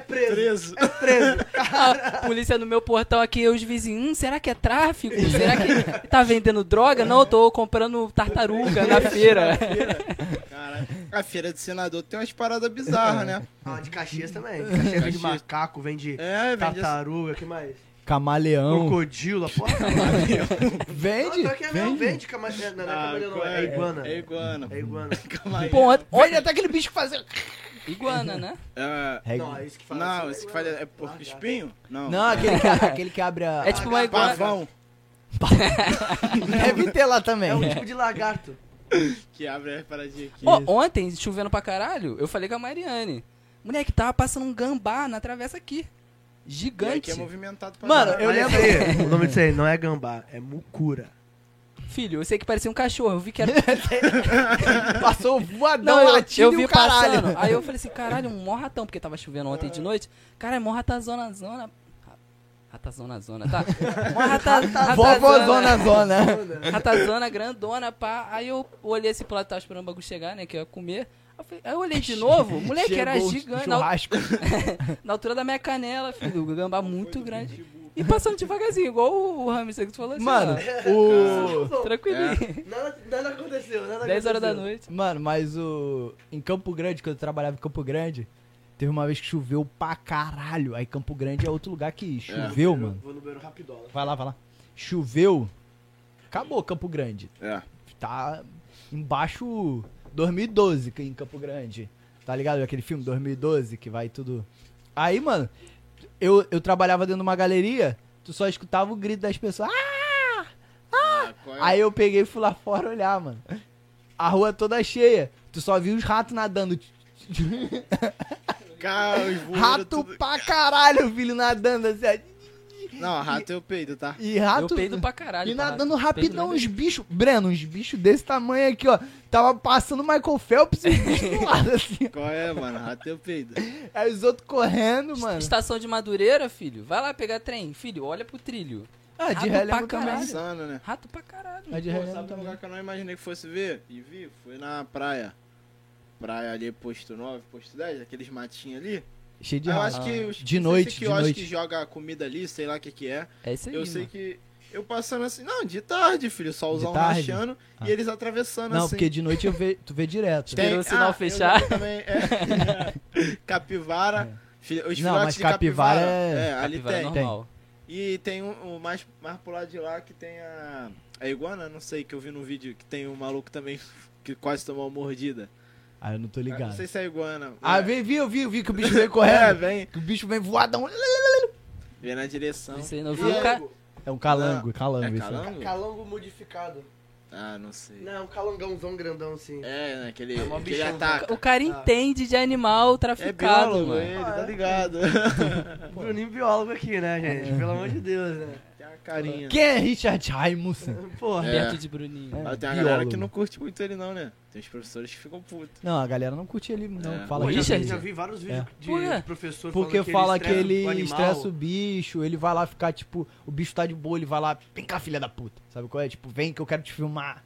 Speaker 4: Preso.
Speaker 5: preso. É preso.
Speaker 3: A Ah, polícia no meu portão aqui, os vizinhos, hum, será que é tráfico? Será que tá vendendo droga? Não, eu tô comprando tartaruga na feira.
Speaker 4: Caralho. A feira de senador tem umas paradas bizarras, né?
Speaker 5: Ah, de Caxias também. De Caxias vem de
Speaker 4: Caxias.
Speaker 5: macaco, vem de
Speaker 4: É, vende
Speaker 2: Tá,
Speaker 4: essa-
Speaker 5: tartaruga, que mais?
Speaker 2: camaleão.
Speaker 5: Crocodilo, porra.
Speaker 2: Vende?
Speaker 4: tá
Speaker 5: Não, pior que é mesmo, vende. cama- é, Não, não é
Speaker 4: Ah,
Speaker 5: camarão, não.
Speaker 4: é-
Speaker 5: É iguana.
Speaker 4: É iguana.
Speaker 5: É iguana.
Speaker 4: Calma aí.
Speaker 2: Pô, ontem- olha até aquele bicho que fazia.
Speaker 3: Iguana, né?
Speaker 4: É,
Speaker 5: Não, é isso que fala.
Speaker 4: Não,
Speaker 5: assim,
Speaker 4: esse que
Speaker 5: iguana.
Speaker 4: faz é porco espinho? Não.
Speaker 2: Não, aquele que, aquele que abre a.
Speaker 3: É tipo uma iguana.
Speaker 4: Pavão
Speaker 2: Deve ter lá também.
Speaker 5: É um tipo de lagarto.
Speaker 4: que abre a paradinha aqui.
Speaker 3: Ó, ontem, chovendo pra caralho, eu falei com a Mariane. Moleque, tava passando um gambá na travessa aqui.
Speaker 4: E aqui
Speaker 3: Gigante.
Speaker 4: é movimentado pra
Speaker 2: Mano,
Speaker 4: caralho.
Speaker 2: eu
Speaker 5: Mas
Speaker 2: lembro.
Speaker 5: isso aí, o nome disso aí não é gambá, é mucura.
Speaker 3: Filho, eu sei que parecia um cachorro. Eu vi que era.
Speaker 2: Passou voadão
Speaker 3: Não, eu,
Speaker 2: latindo
Speaker 3: eu
Speaker 2: e
Speaker 3: vi
Speaker 2: o um caralho.
Speaker 3: passando. Aí eu é falei assim, caralho, um mó ratão, porque tava chovendo ontem de noite. Cara, é mó ratazona, zona. ra- Ratazona zona, tá? Uma rata,
Speaker 2: Vovozona zona.
Speaker 3: Ratazana grandona, pá. Aí eu olhei assim pro lado, tava esperando o bagulho chegar, né? Que eu ia comer. Aí eu falei- Aí eu olhei de novo, moleque, era
Speaker 2: Chegou o
Speaker 3: gigante. Na,
Speaker 2: Churrasco.
Speaker 3: na altura da minha canela, filho. O gambá muito grande. E passando devagarzinho, igual o, o hamster que tu falou assim.
Speaker 2: Mano,
Speaker 3: ó,
Speaker 2: o.
Speaker 3: tranquilinho.
Speaker 5: Nada, nada aconteceu,
Speaker 2: é,
Speaker 5: nada
Speaker 3: 10
Speaker 5: aconteceu.
Speaker 3: horas da noite.
Speaker 2: Mano, mas o. Em Campo Grande, quando eu trabalhava em Campo Grande, teve uma vez que choveu pra caralho. Aí Campo Grande é outro lugar que choveu,
Speaker 5: Eu
Speaker 2: mano.
Speaker 5: Vou no banheiro rapidola.
Speaker 2: Vai lá, vai lá. Choveu. Acabou Campo Grande.
Speaker 4: É.
Speaker 2: Tá embaixo 2012 que- em Campo Grande. Tá ligado? Aquele filme 2012 que vai tudo. Aí, mano, eu, eu trabalhava dentro de uma galeria, tu só escutava o grito das pessoas. Ah!
Speaker 4: Ah, qual é?
Speaker 2: Aí eu peguei e fui lá fora olhar, mano. A rua toda cheia. Tu só viu os ratos nadando.
Speaker 4: Cara, os voadores,
Speaker 2: Rato
Speaker 4: tudo-
Speaker 2: pra caralho, filho, nadando assim. ó.
Speaker 4: Não, rato eu peido, tá?
Speaker 2: E
Speaker 3: Eu
Speaker 2: rato.
Speaker 3: peido pra caralho.
Speaker 2: E
Speaker 3: tá?
Speaker 2: nadando
Speaker 3: Peido
Speaker 2: rapidão,
Speaker 3: mais-
Speaker 2: os bichos. Breno, uns bichos desse tamanho aqui, ó. Tava passando Michael Phelps e os bichos do lado, assim.
Speaker 4: Qual é, mano? Rato eu peido.
Speaker 2: Aí os outros correndo, mano.
Speaker 3: Estação de Madureira, filho. Vai lá pegar trem. Filho, olha pro trilho.
Speaker 2: Ah,
Speaker 3: Rato
Speaker 2: de relembro
Speaker 3: pra
Speaker 2: também.
Speaker 3: caralho.
Speaker 4: Insano, né?
Speaker 3: Rato pra caralho.
Speaker 2: Ah, de
Speaker 4: Pô,
Speaker 2: relembro
Speaker 4: sabe um
Speaker 2: também.
Speaker 4: lugar que eu não imaginei que fosse ver? E vi, fui na praia. Praia ali, posto 9, posto 10, aqueles matinhos ali.
Speaker 2: Cheio de
Speaker 4: Ah, eu
Speaker 2: rato.
Speaker 4: acho que os
Speaker 2: De
Speaker 4: não sei
Speaker 2: noite, de
Speaker 4: se que eu acho que
Speaker 2: noite.
Speaker 4: joga a comida ali, sei lá o que que é.
Speaker 3: É isso aí,
Speaker 4: Eu sei
Speaker 3: mano.
Speaker 4: que eu passando assim, não, de tarde, filho, solzão
Speaker 2: De tarde?
Speaker 4: rachando
Speaker 2: Ah.
Speaker 4: e eles atravessando
Speaker 2: Não,
Speaker 4: assim.
Speaker 2: porque de noite eu ve- tu vê direto.
Speaker 4: Tem- Ah,
Speaker 3: Esperou o sinal
Speaker 4: eu
Speaker 3: fechar.
Speaker 4: já também, é. capivara. fi- Os
Speaker 2: É. Não,
Speaker 4: filhotes
Speaker 2: mas
Speaker 4: de
Speaker 2: capivara
Speaker 4: capivara.
Speaker 2: é-
Speaker 4: é, ali
Speaker 3: Capivara
Speaker 4: tem.
Speaker 3: normal.
Speaker 4: E tem um, um mais, mais pro lado de lá que tem a. A iguana, não sei, que eu vi no vídeo, que tem um maluco também que quase tomou uma mordida.
Speaker 2: Ah, eu não tô
Speaker 4: Eu Não
Speaker 2: ligado.
Speaker 4: sei se é iguana.
Speaker 2: Ah,
Speaker 4: É.
Speaker 2: vi, vi, eu vi, eu vi que o bicho veio
Speaker 4: É,
Speaker 2: correndo.
Speaker 4: vem.
Speaker 2: Que o bicho vem voadão.
Speaker 4: Vem na direção.
Speaker 3: Isso aí não
Speaker 4: E
Speaker 3: viu,
Speaker 4: aí,
Speaker 3: cara?
Speaker 2: É um calango,
Speaker 4: Não,
Speaker 2: calango.
Speaker 4: É
Speaker 2: isso aí.
Speaker 4: calango?
Speaker 5: Calongo modificado.
Speaker 4: Ah, não sei.
Speaker 5: Não, um calangãozão grandão assim.
Speaker 4: É, né, aquele,
Speaker 5: É mó
Speaker 4: aquele
Speaker 5: bichão.
Speaker 4: ataca.
Speaker 3: O cara entende de animal
Speaker 4: né? É
Speaker 3: traficado,
Speaker 4: biólogo
Speaker 3: mano.
Speaker 4: ele, tá ligado?
Speaker 5: Bruninho biólogo aqui, né,
Speaker 2: É.
Speaker 5: gente? Pelo amor de Deus, né?
Speaker 4: Tem a carinha.
Speaker 2: Quem é Richard Raimussen?
Speaker 5: Porra.
Speaker 4: É.
Speaker 3: Perto de Bruninho.
Speaker 4: Ah, tem uma
Speaker 2: Biólogo.
Speaker 4: galera que não curte muito ele não, né? Tem os professores que ficam putos.
Speaker 2: Não, a galera não curte ele, não.
Speaker 4: É.
Speaker 2: Fala
Speaker 5: Pô, já,
Speaker 3: Richard?
Speaker 5: vi- já vi vários vídeos de
Speaker 3: Por quê?
Speaker 5: professor
Speaker 2: Porque fala
Speaker 5: falando
Speaker 2: que ele estressa
Speaker 5: estressa
Speaker 2: o
Speaker 5: o
Speaker 2: bicho, ele vai lá ficar, tipo, o bicho tá de boa, ele vai lá, vem cá, filha da puta. Sabe qual é? Tipo, vem que eu quero te filmar.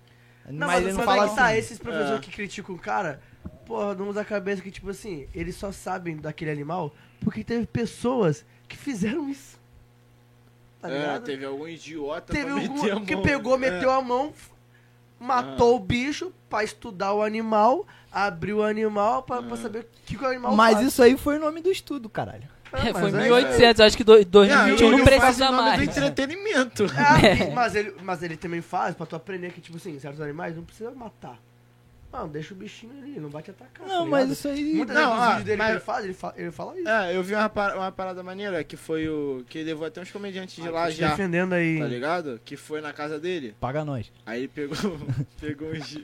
Speaker 5: Não,
Speaker 2: mas ele não fala assim.
Speaker 5: tá, esses professores
Speaker 4: É.
Speaker 5: que criticam o cara, porra, não usa a cabeça que, tipo assim, eles só sabem daquele animal porque teve pessoas que fizeram isso. Tá
Speaker 4: é,
Speaker 5: ligado?
Speaker 4: teve algum idiota
Speaker 5: Teve
Speaker 4: pra meter a
Speaker 5: algum
Speaker 4: mão. É.
Speaker 5: que pegou, meteu a mão, f-
Speaker 4: Ah.
Speaker 5: matou o bicho pra estudar o animal, abriu o animal pra,
Speaker 4: É.
Speaker 5: pra saber o que, que o animal
Speaker 2: Mas
Speaker 5: faz.
Speaker 2: isso aí foi o nome do estudo, caralho.
Speaker 5: Ah,
Speaker 3: É, foi
Speaker 5: mas é-
Speaker 3: 1800, eu acho que do-
Speaker 4: É, É,
Speaker 3: 2021
Speaker 4: eu
Speaker 3: não precisa
Speaker 4: Do
Speaker 3: mais.
Speaker 4: entretenimento.
Speaker 2: É.
Speaker 5: Ah, mas, ele, mas ele também faz pra tu aprender que, tipo assim, certos animais não precisa matar. Mano, deixa o bichinho ali, não vai te atacar.
Speaker 2: Não,
Speaker 5: tá
Speaker 2: mas
Speaker 5: ligado?
Speaker 2: isso aí.
Speaker 5: Muitas
Speaker 4: Não,
Speaker 5: vezes
Speaker 4: ah,
Speaker 5: os vídeos dele
Speaker 4: mas-
Speaker 5: que ele faz, ele fala, ele fala isso.
Speaker 4: É, eu vi uma, pa- uma parada maneira que foi o. que levou até uns comediantes de
Speaker 5: Ah,
Speaker 4: lá
Speaker 5: tô te
Speaker 4: já.
Speaker 5: defendendo aí.
Speaker 4: Tá ligado? Que foi na casa dele.
Speaker 2: Paga nós.
Speaker 4: Aí ele pegou, pegou um uns,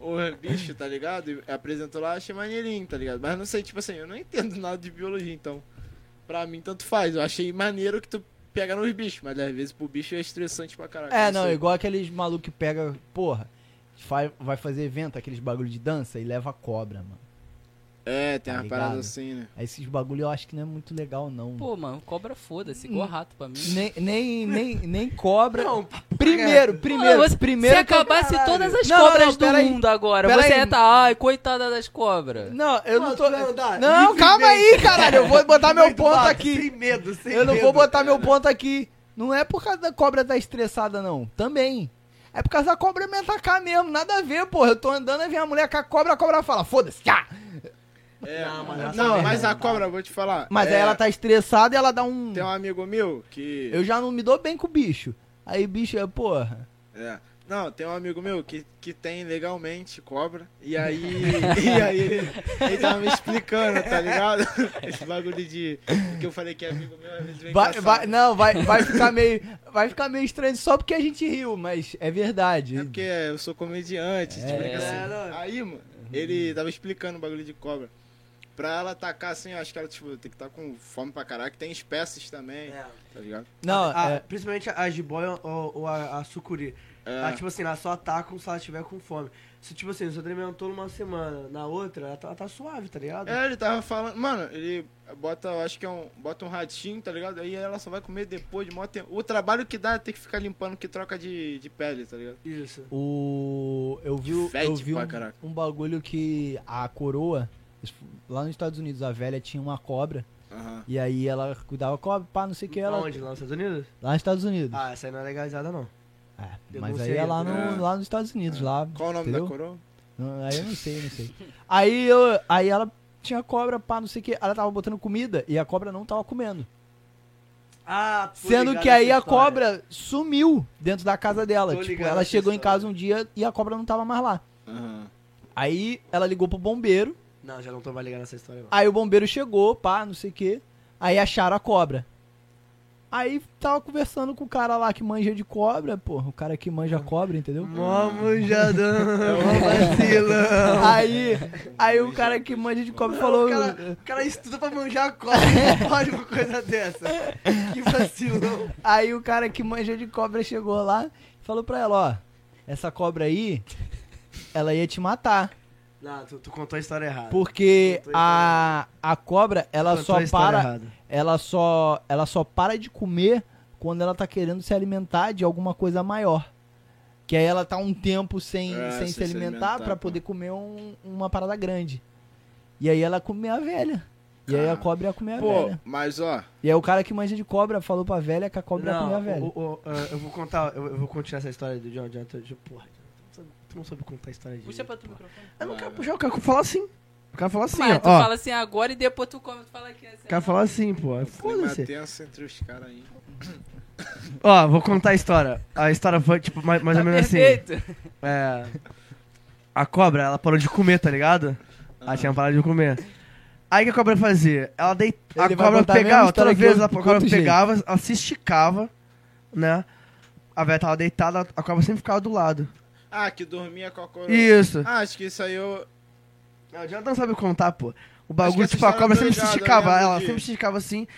Speaker 4: o bicho, tá ligado? E apresentou lá, achei maneirinho, tá ligado? Mas não sei, tipo assim, eu não entendo nada de biologia, então. Pra mim, tanto faz. Eu achei maneiro que tu pega nos bichos, mas às vezes pro bicho é estressante pra caralho.
Speaker 2: É, não,
Speaker 4: sei.
Speaker 2: igual aqueles malucos que pega, porra, fa- vai fazer evento, aqueles bagulho de dança e leva cobra, mano.
Speaker 4: É, tem
Speaker 2: Tá
Speaker 4: uma parada
Speaker 2: ligado?
Speaker 4: assim, né?
Speaker 2: Aí Esses bagulho eu acho que não é muito legal, não.
Speaker 3: Pô, mano, cobra foda-se, igual rato pra mim.
Speaker 2: Nem, nem, nem, nem cobra.
Speaker 5: Não,
Speaker 2: primeiro, primeiro,
Speaker 3: Mano, você-
Speaker 2: primeiro.
Speaker 3: se
Speaker 2: que eu-
Speaker 3: acabasse
Speaker 5: caralho.
Speaker 3: todas as
Speaker 2: Não, não,
Speaker 3: cobras
Speaker 2: não, peraí.
Speaker 3: do mundo agora,
Speaker 2: Peraí.
Speaker 3: você ia tá, ai, coitada das cobras.
Speaker 2: Não, eu não
Speaker 5: Mano,
Speaker 2: tô.
Speaker 5: tu vai andar
Speaker 2: Não, calma aí, caralho. Eu vou botar meu
Speaker 5: Mas tu
Speaker 2: ponto
Speaker 5: bate,
Speaker 2: aqui.
Speaker 5: Sem medo, sem
Speaker 2: Eu não
Speaker 5: medo.
Speaker 2: vou botar meu ponto aqui. Não é por causa da cobra tá estressada, não. Também. É por causa da cobra me atacar mesmo. Nada a ver, porra. Eu tô andando e vem a mulher com a cobra, a cobra fala, foda-se. ah!
Speaker 4: É, não,
Speaker 5: mas-
Speaker 4: mas, é a cobra, vou te falar.
Speaker 2: Mas
Speaker 4: é,
Speaker 2: aí ela tá estressada e ela dá um.
Speaker 4: Tem um amigo meu que.
Speaker 2: Eu já não me dou bem com o bicho. Aí, bicho, é, porra.
Speaker 4: É. Não, tem um amigo meu que, que tem legalmente cobra. E aí. e aí ele, ele tava me explicando, tá ligado? Esse bagulho de. Que eu falei que é amigo meu, às vezes vem
Speaker 2: Vai,
Speaker 4: caçar.
Speaker 2: vai- não, vai, vai ficar meio. Vai ficar meio estranho só porque a gente riu, mas é verdade.
Speaker 4: É porque eu sou comediante, tipo de
Speaker 2: É.
Speaker 4: brincadeira.
Speaker 5: É, não.
Speaker 4: Aí, mano, ele tava explicando o bagulho de cobra. pra ela atacar assim, eu acho que ela, tipo, tem que estar com fome pra caraca. Tem espécies
Speaker 5: É.
Speaker 4: também, tá ligado?
Speaker 2: Não,
Speaker 5: A-
Speaker 2: é,
Speaker 5: Ah, Principalmente a jiboia ou, ou a, a sucuri.
Speaker 4: É.
Speaker 5: Ela, tipo assim, ela só ataca se ela estiver com fome. Se, tipo assim, se alimentou numa semana, na outra, ela tá, ela tá suave, tá ligado?
Speaker 4: É, ele tava falando. Mano, ele bota, eu acho que é um. Bota um ratinho, tá ligado? Aí ela só vai comer depois de mó tempo. O trabalho que dá é ter que ficar limpando que troca de, de pele, tá ligado?
Speaker 5: Isso.
Speaker 2: o. Eu vi, o-
Speaker 4: Fede
Speaker 2: eu vi
Speaker 4: pra
Speaker 2: um,
Speaker 4: caraca.
Speaker 2: um bagulho que a coroa. Lá nos Estados Unidos, a velha tinha uma cobra.
Speaker 4: Aham.
Speaker 2: E aí ela cuidava da cobra, pá, não sei o que. Ela,
Speaker 5: Onde? Lá nos Estados Unidos?
Speaker 2: lá nos Estados Unidos.
Speaker 5: Ah, essa aí não é legalizada, não.
Speaker 2: É,
Speaker 5: Eu
Speaker 2: mas
Speaker 5: não
Speaker 2: aí
Speaker 5: sei,
Speaker 2: é lá, no,
Speaker 4: é.
Speaker 2: lá nos Estados Unidos, lá.
Speaker 4: Qual o nome
Speaker 2: entendeu?
Speaker 4: da coroa?
Speaker 2: Não, Aí eu não sei, não sei. Aí, eu, aí ela tinha cobra, pá, não sei o que. Ela tava botando comida e a cobra não tava comendo.
Speaker 5: Ah, tô
Speaker 2: Sendo
Speaker 5: ligado
Speaker 2: que aí
Speaker 5: nessa
Speaker 2: a
Speaker 5: história.
Speaker 2: cobra sumiu dentro da casa dela.
Speaker 5: Tô
Speaker 2: Tipo,
Speaker 5: ligado
Speaker 2: ela
Speaker 5: nessa
Speaker 2: chegou em
Speaker 5: história.
Speaker 2: casa um dia e a cobra não tava mais lá.
Speaker 4: Aham.
Speaker 2: Aí ela ligou pro bombeiro.
Speaker 5: Não, já não tô mais ligado nessa história, não.
Speaker 2: Aí o bombeiro chegou, pá, não sei o que. Aí acharam a cobra. Aí tava conversando com o cara lá que manja de cobra, porra. O cara que manja cobra, entendeu?
Speaker 5: Mó manjadão, mó vacilão.
Speaker 2: Aí, aí o cara que manja de cobra falou. "Hum,
Speaker 5: O cara, o cara estuda pra manjar a cobra não pode uma coisa dessa. Que vacilão.
Speaker 2: Aí o cara que manja de cobra chegou lá e falou pra ela, ó, essa cobra aí, ela ia te matar.
Speaker 5: Não, tu, tu contou a história errada.
Speaker 2: Porque
Speaker 5: Contou a
Speaker 2: a, a cobra, ela
Speaker 5: Contou
Speaker 2: só
Speaker 5: a história
Speaker 2: para.
Speaker 5: errada.
Speaker 2: Ela só. Ela só para de comer quando ela tá querendo se alimentar de alguma coisa maior. Que aí ela tá um tempo sem,
Speaker 5: Ah,
Speaker 4: É,
Speaker 2: sem
Speaker 4: sem
Speaker 2: se
Speaker 4: se
Speaker 2: alimentar pra
Speaker 5: tá.
Speaker 4: alimentar,
Speaker 2: poder comer um- uma parada grande. E aí ela come a velha. E aí a
Speaker 4: Ah.
Speaker 2: cobra ia
Speaker 5: É
Speaker 2: comer a
Speaker 4: Pô,
Speaker 2: velha.
Speaker 4: mas ó.
Speaker 2: E aí o cara que manja de cobra falou pra velha que a cobra ia comer a
Speaker 5: Não,
Speaker 2: velha.
Speaker 5: o- o- o, ah, eu vou contar, eu, eu vou continuar essa história do John. John, tu, porra, tu não soube contar a história de.
Speaker 3: Puxa pra tu microfone.
Speaker 5: Eu não quero puxar, eu quero falar assim. Eu quero falar assim,
Speaker 3: Mas
Speaker 5: ó.
Speaker 3: tu
Speaker 5: ó.
Speaker 3: fala assim agora e depois tu come, tu fala aqui assim.
Speaker 5: Eu Quero falar assim, pô.
Speaker 4: Clima é
Speaker 5: Foda-se.
Speaker 4: tenso entre os caras aí.
Speaker 5: Ó, vou contar a história. A história foi, tipo, mais, mais
Speaker 3: Tá
Speaker 5: ou menos assim.
Speaker 3: perfeito.
Speaker 5: É. A cobra, ela parou de comer, tá ligado? Ela tinha parado de comer. Aí o que a cobra fazia? Ela deitava.
Speaker 2: Ele
Speaker 5: A
Speaker 2: vai
Speaker 5: cobra
Speaker 2: contar a mesma
Speaker 5: pegava,
Speaker 2: história
Speaker 5: toda
Speaker 2: que
Speaker 5: vez
Speaker 2: eu-
Speaker 5: a cobra
Speaker 2: conto, gente.
Speaker 5: pegava, ela se esticava, né? A velha tava deitada, a cobra sempre ficava do lado.
Speaker 4: Ah, que dormia com a coroa.
Speaker 5: Isso.
Speaker 4: Ah, acho que isso aí eu.
Speaker 5: Não, o Jonathan não sabe contar, pô. O
Speaker 4: Acho que
Speaker 5: bagulho,
Speaker 4: essa
Speaker 5: tipo, a
Speaker 4: história
Speaker 2: é
Speaker 5: cobra
Speaker 4: eu tô
Speaker 5: sempre se
Speaker 4: ligado, eu
Speaker 5: esticava,
Speaker 2: né?
Speaker 4: lembro
Speaker 5: ela
Speaker 4: disso.
Speaker 5: sempre se esticava assim.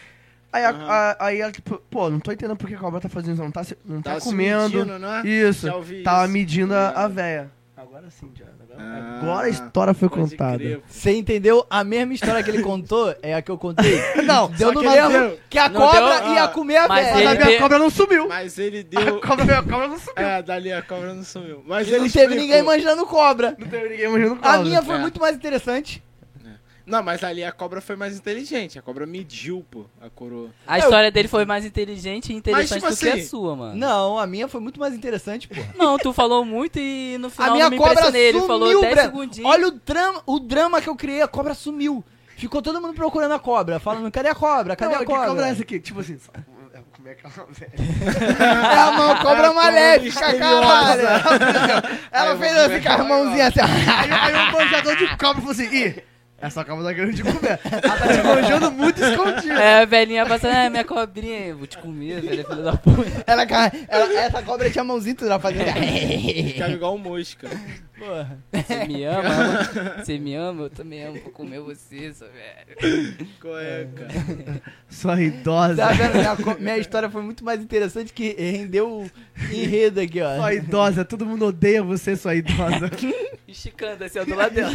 Speaker 5: Aí, a-
Speaker 4: Aham.
Speaker 5: a- aí ela, tipo, pô, não tô entendendo por que a cobra tá fazendo isso, não tá, se- não tá,
Speaker 4: Tava se
Speaker 5: comendo.
Speaker 2: né?
Speaker 4: medindo, não é?
Speaker 5: Isso,
Speaker 4: Já ouvi
Speaker 5: tava
Speaker 4: isso.
Speaker 5: medindo a, a
Speaker 4: Ah.
Speaker 5: véia. Agora sim, Jonathan. Agora,
Speaker 4: Ah,
Speaker 5: a história foi
Speaker 4: pode
Speaker 5: contada.
Speaker 4: crer, pô.
Speaker 2: Você entendeu? A mesma história que ele contou é a que eu contei.
Speaker 5: Não,
Speaker 2: Deu
Speaker 5: só
Speaker 2: no
Speaker 5: que
Speaker 2: mesmo
Speaker 5: ele-
Speaker 2: que a
Speaker 3: Não
Speaker 2: cobra
Speaker 4: deu?
Speaker 2: ia
Speaker 4: Ah,
Speaker 2: comer a
Speaker 3: mas
Speaker 2: velha.
Speaker 5: Mas a
Speaker 3: Ele
Speaker 5: minha
Speaker 3: deu-
Speaker 5: cobra não sumiu.
Speaker 4: Mas ele
Speaker 5: A
Speaker 4: deu.
Speaker 5: cobra, a minha cobra não sumiu.
Speaker 4: É, dali a cobra não sumiu. Mas ele
Speaker 2: Não teve
Speaker 4: explicou.
Speaker 2: ninguém manjando cobra.
Speaker 5: Não teve ninguém morrendo com
Speaker 2: A minha foi
Speaker 4: É.
Speaker 2: muito mais interessante.
Speaker 4: Não, mas ali a cobra foi mais inteligente. A cobra mediu, pô, a coroa.
Speaker 3: A história dele foi mais inteligente e interessante
Speaker 4: tipo
Speaker 3: do que
Speaker 4: assim,
Speaker 3: a sua, mano.
Speaker 2: Não, a minha foi muito mais interessante, pô.
Speaker 3: Não, tu falou muito e no final
Speaker 2: A minha
Speaker 3: não me
Speaker 2: cobra
Speaker 3: impressionei. Ele falou
Speaker 2: sumiu,
Speaker 3: 10
Speaker 2: Breno.
Speaker 3: segundinhos.
Speaker 2: Olha o drama, o drama que eu criei, a cobra sumiu. Ficou todo mundo procurando a cobra, falando, cadê a cobra? Cadê
Speaker 5: Não,
Speaker 2: a
Speaker 5: que
Speaker 2: cobra?
Speaker 5: cobra é essa aqui? Tipo assim, só... é, como é que ela velha?
Speaker 2: É a mão, cobra maléfica, caralho. Ela
Speaker 4: Ai,
Speaker 2: fez
Speaker 4: eu vou
Speaker 2: assim com as
Speaker 4: comer agora.
Speaker 2: mãozinhas assim.
Speaker 5: Aí, aí um manjador de cobra falou assim, ih, essa cobra tá querendo te comer. Ela tá te manjando muito escondida.
Speaker 3: É, a velhinha passando, ah, minha cobrinha, eu vou te comer, velho, filho da puta.
Speaker 2: Ela, ca- ela- essa cobra tinha a mãozinha toda fazendo.
Speaker 4: Ficava
Speaker 5: é
Speaker 4: igual um mosca.
Speaker 2: Porra.
Speaker 3: Você me ama, ama? Você me ama? Eu também amo, vou comer você, só velho.
Speaker 4: Qual é, cara?
Speaker 5: Sua idosa.
Speaker 2: Tá vendo? Minha, co- minha história foi muito mais interessante que rendeu o enredo aqui, ó.
Speaker 5: Sua idosa, todo mundo odeia você, sua idosa.
Speaker 3: Esticando assim, ó, do lado dela.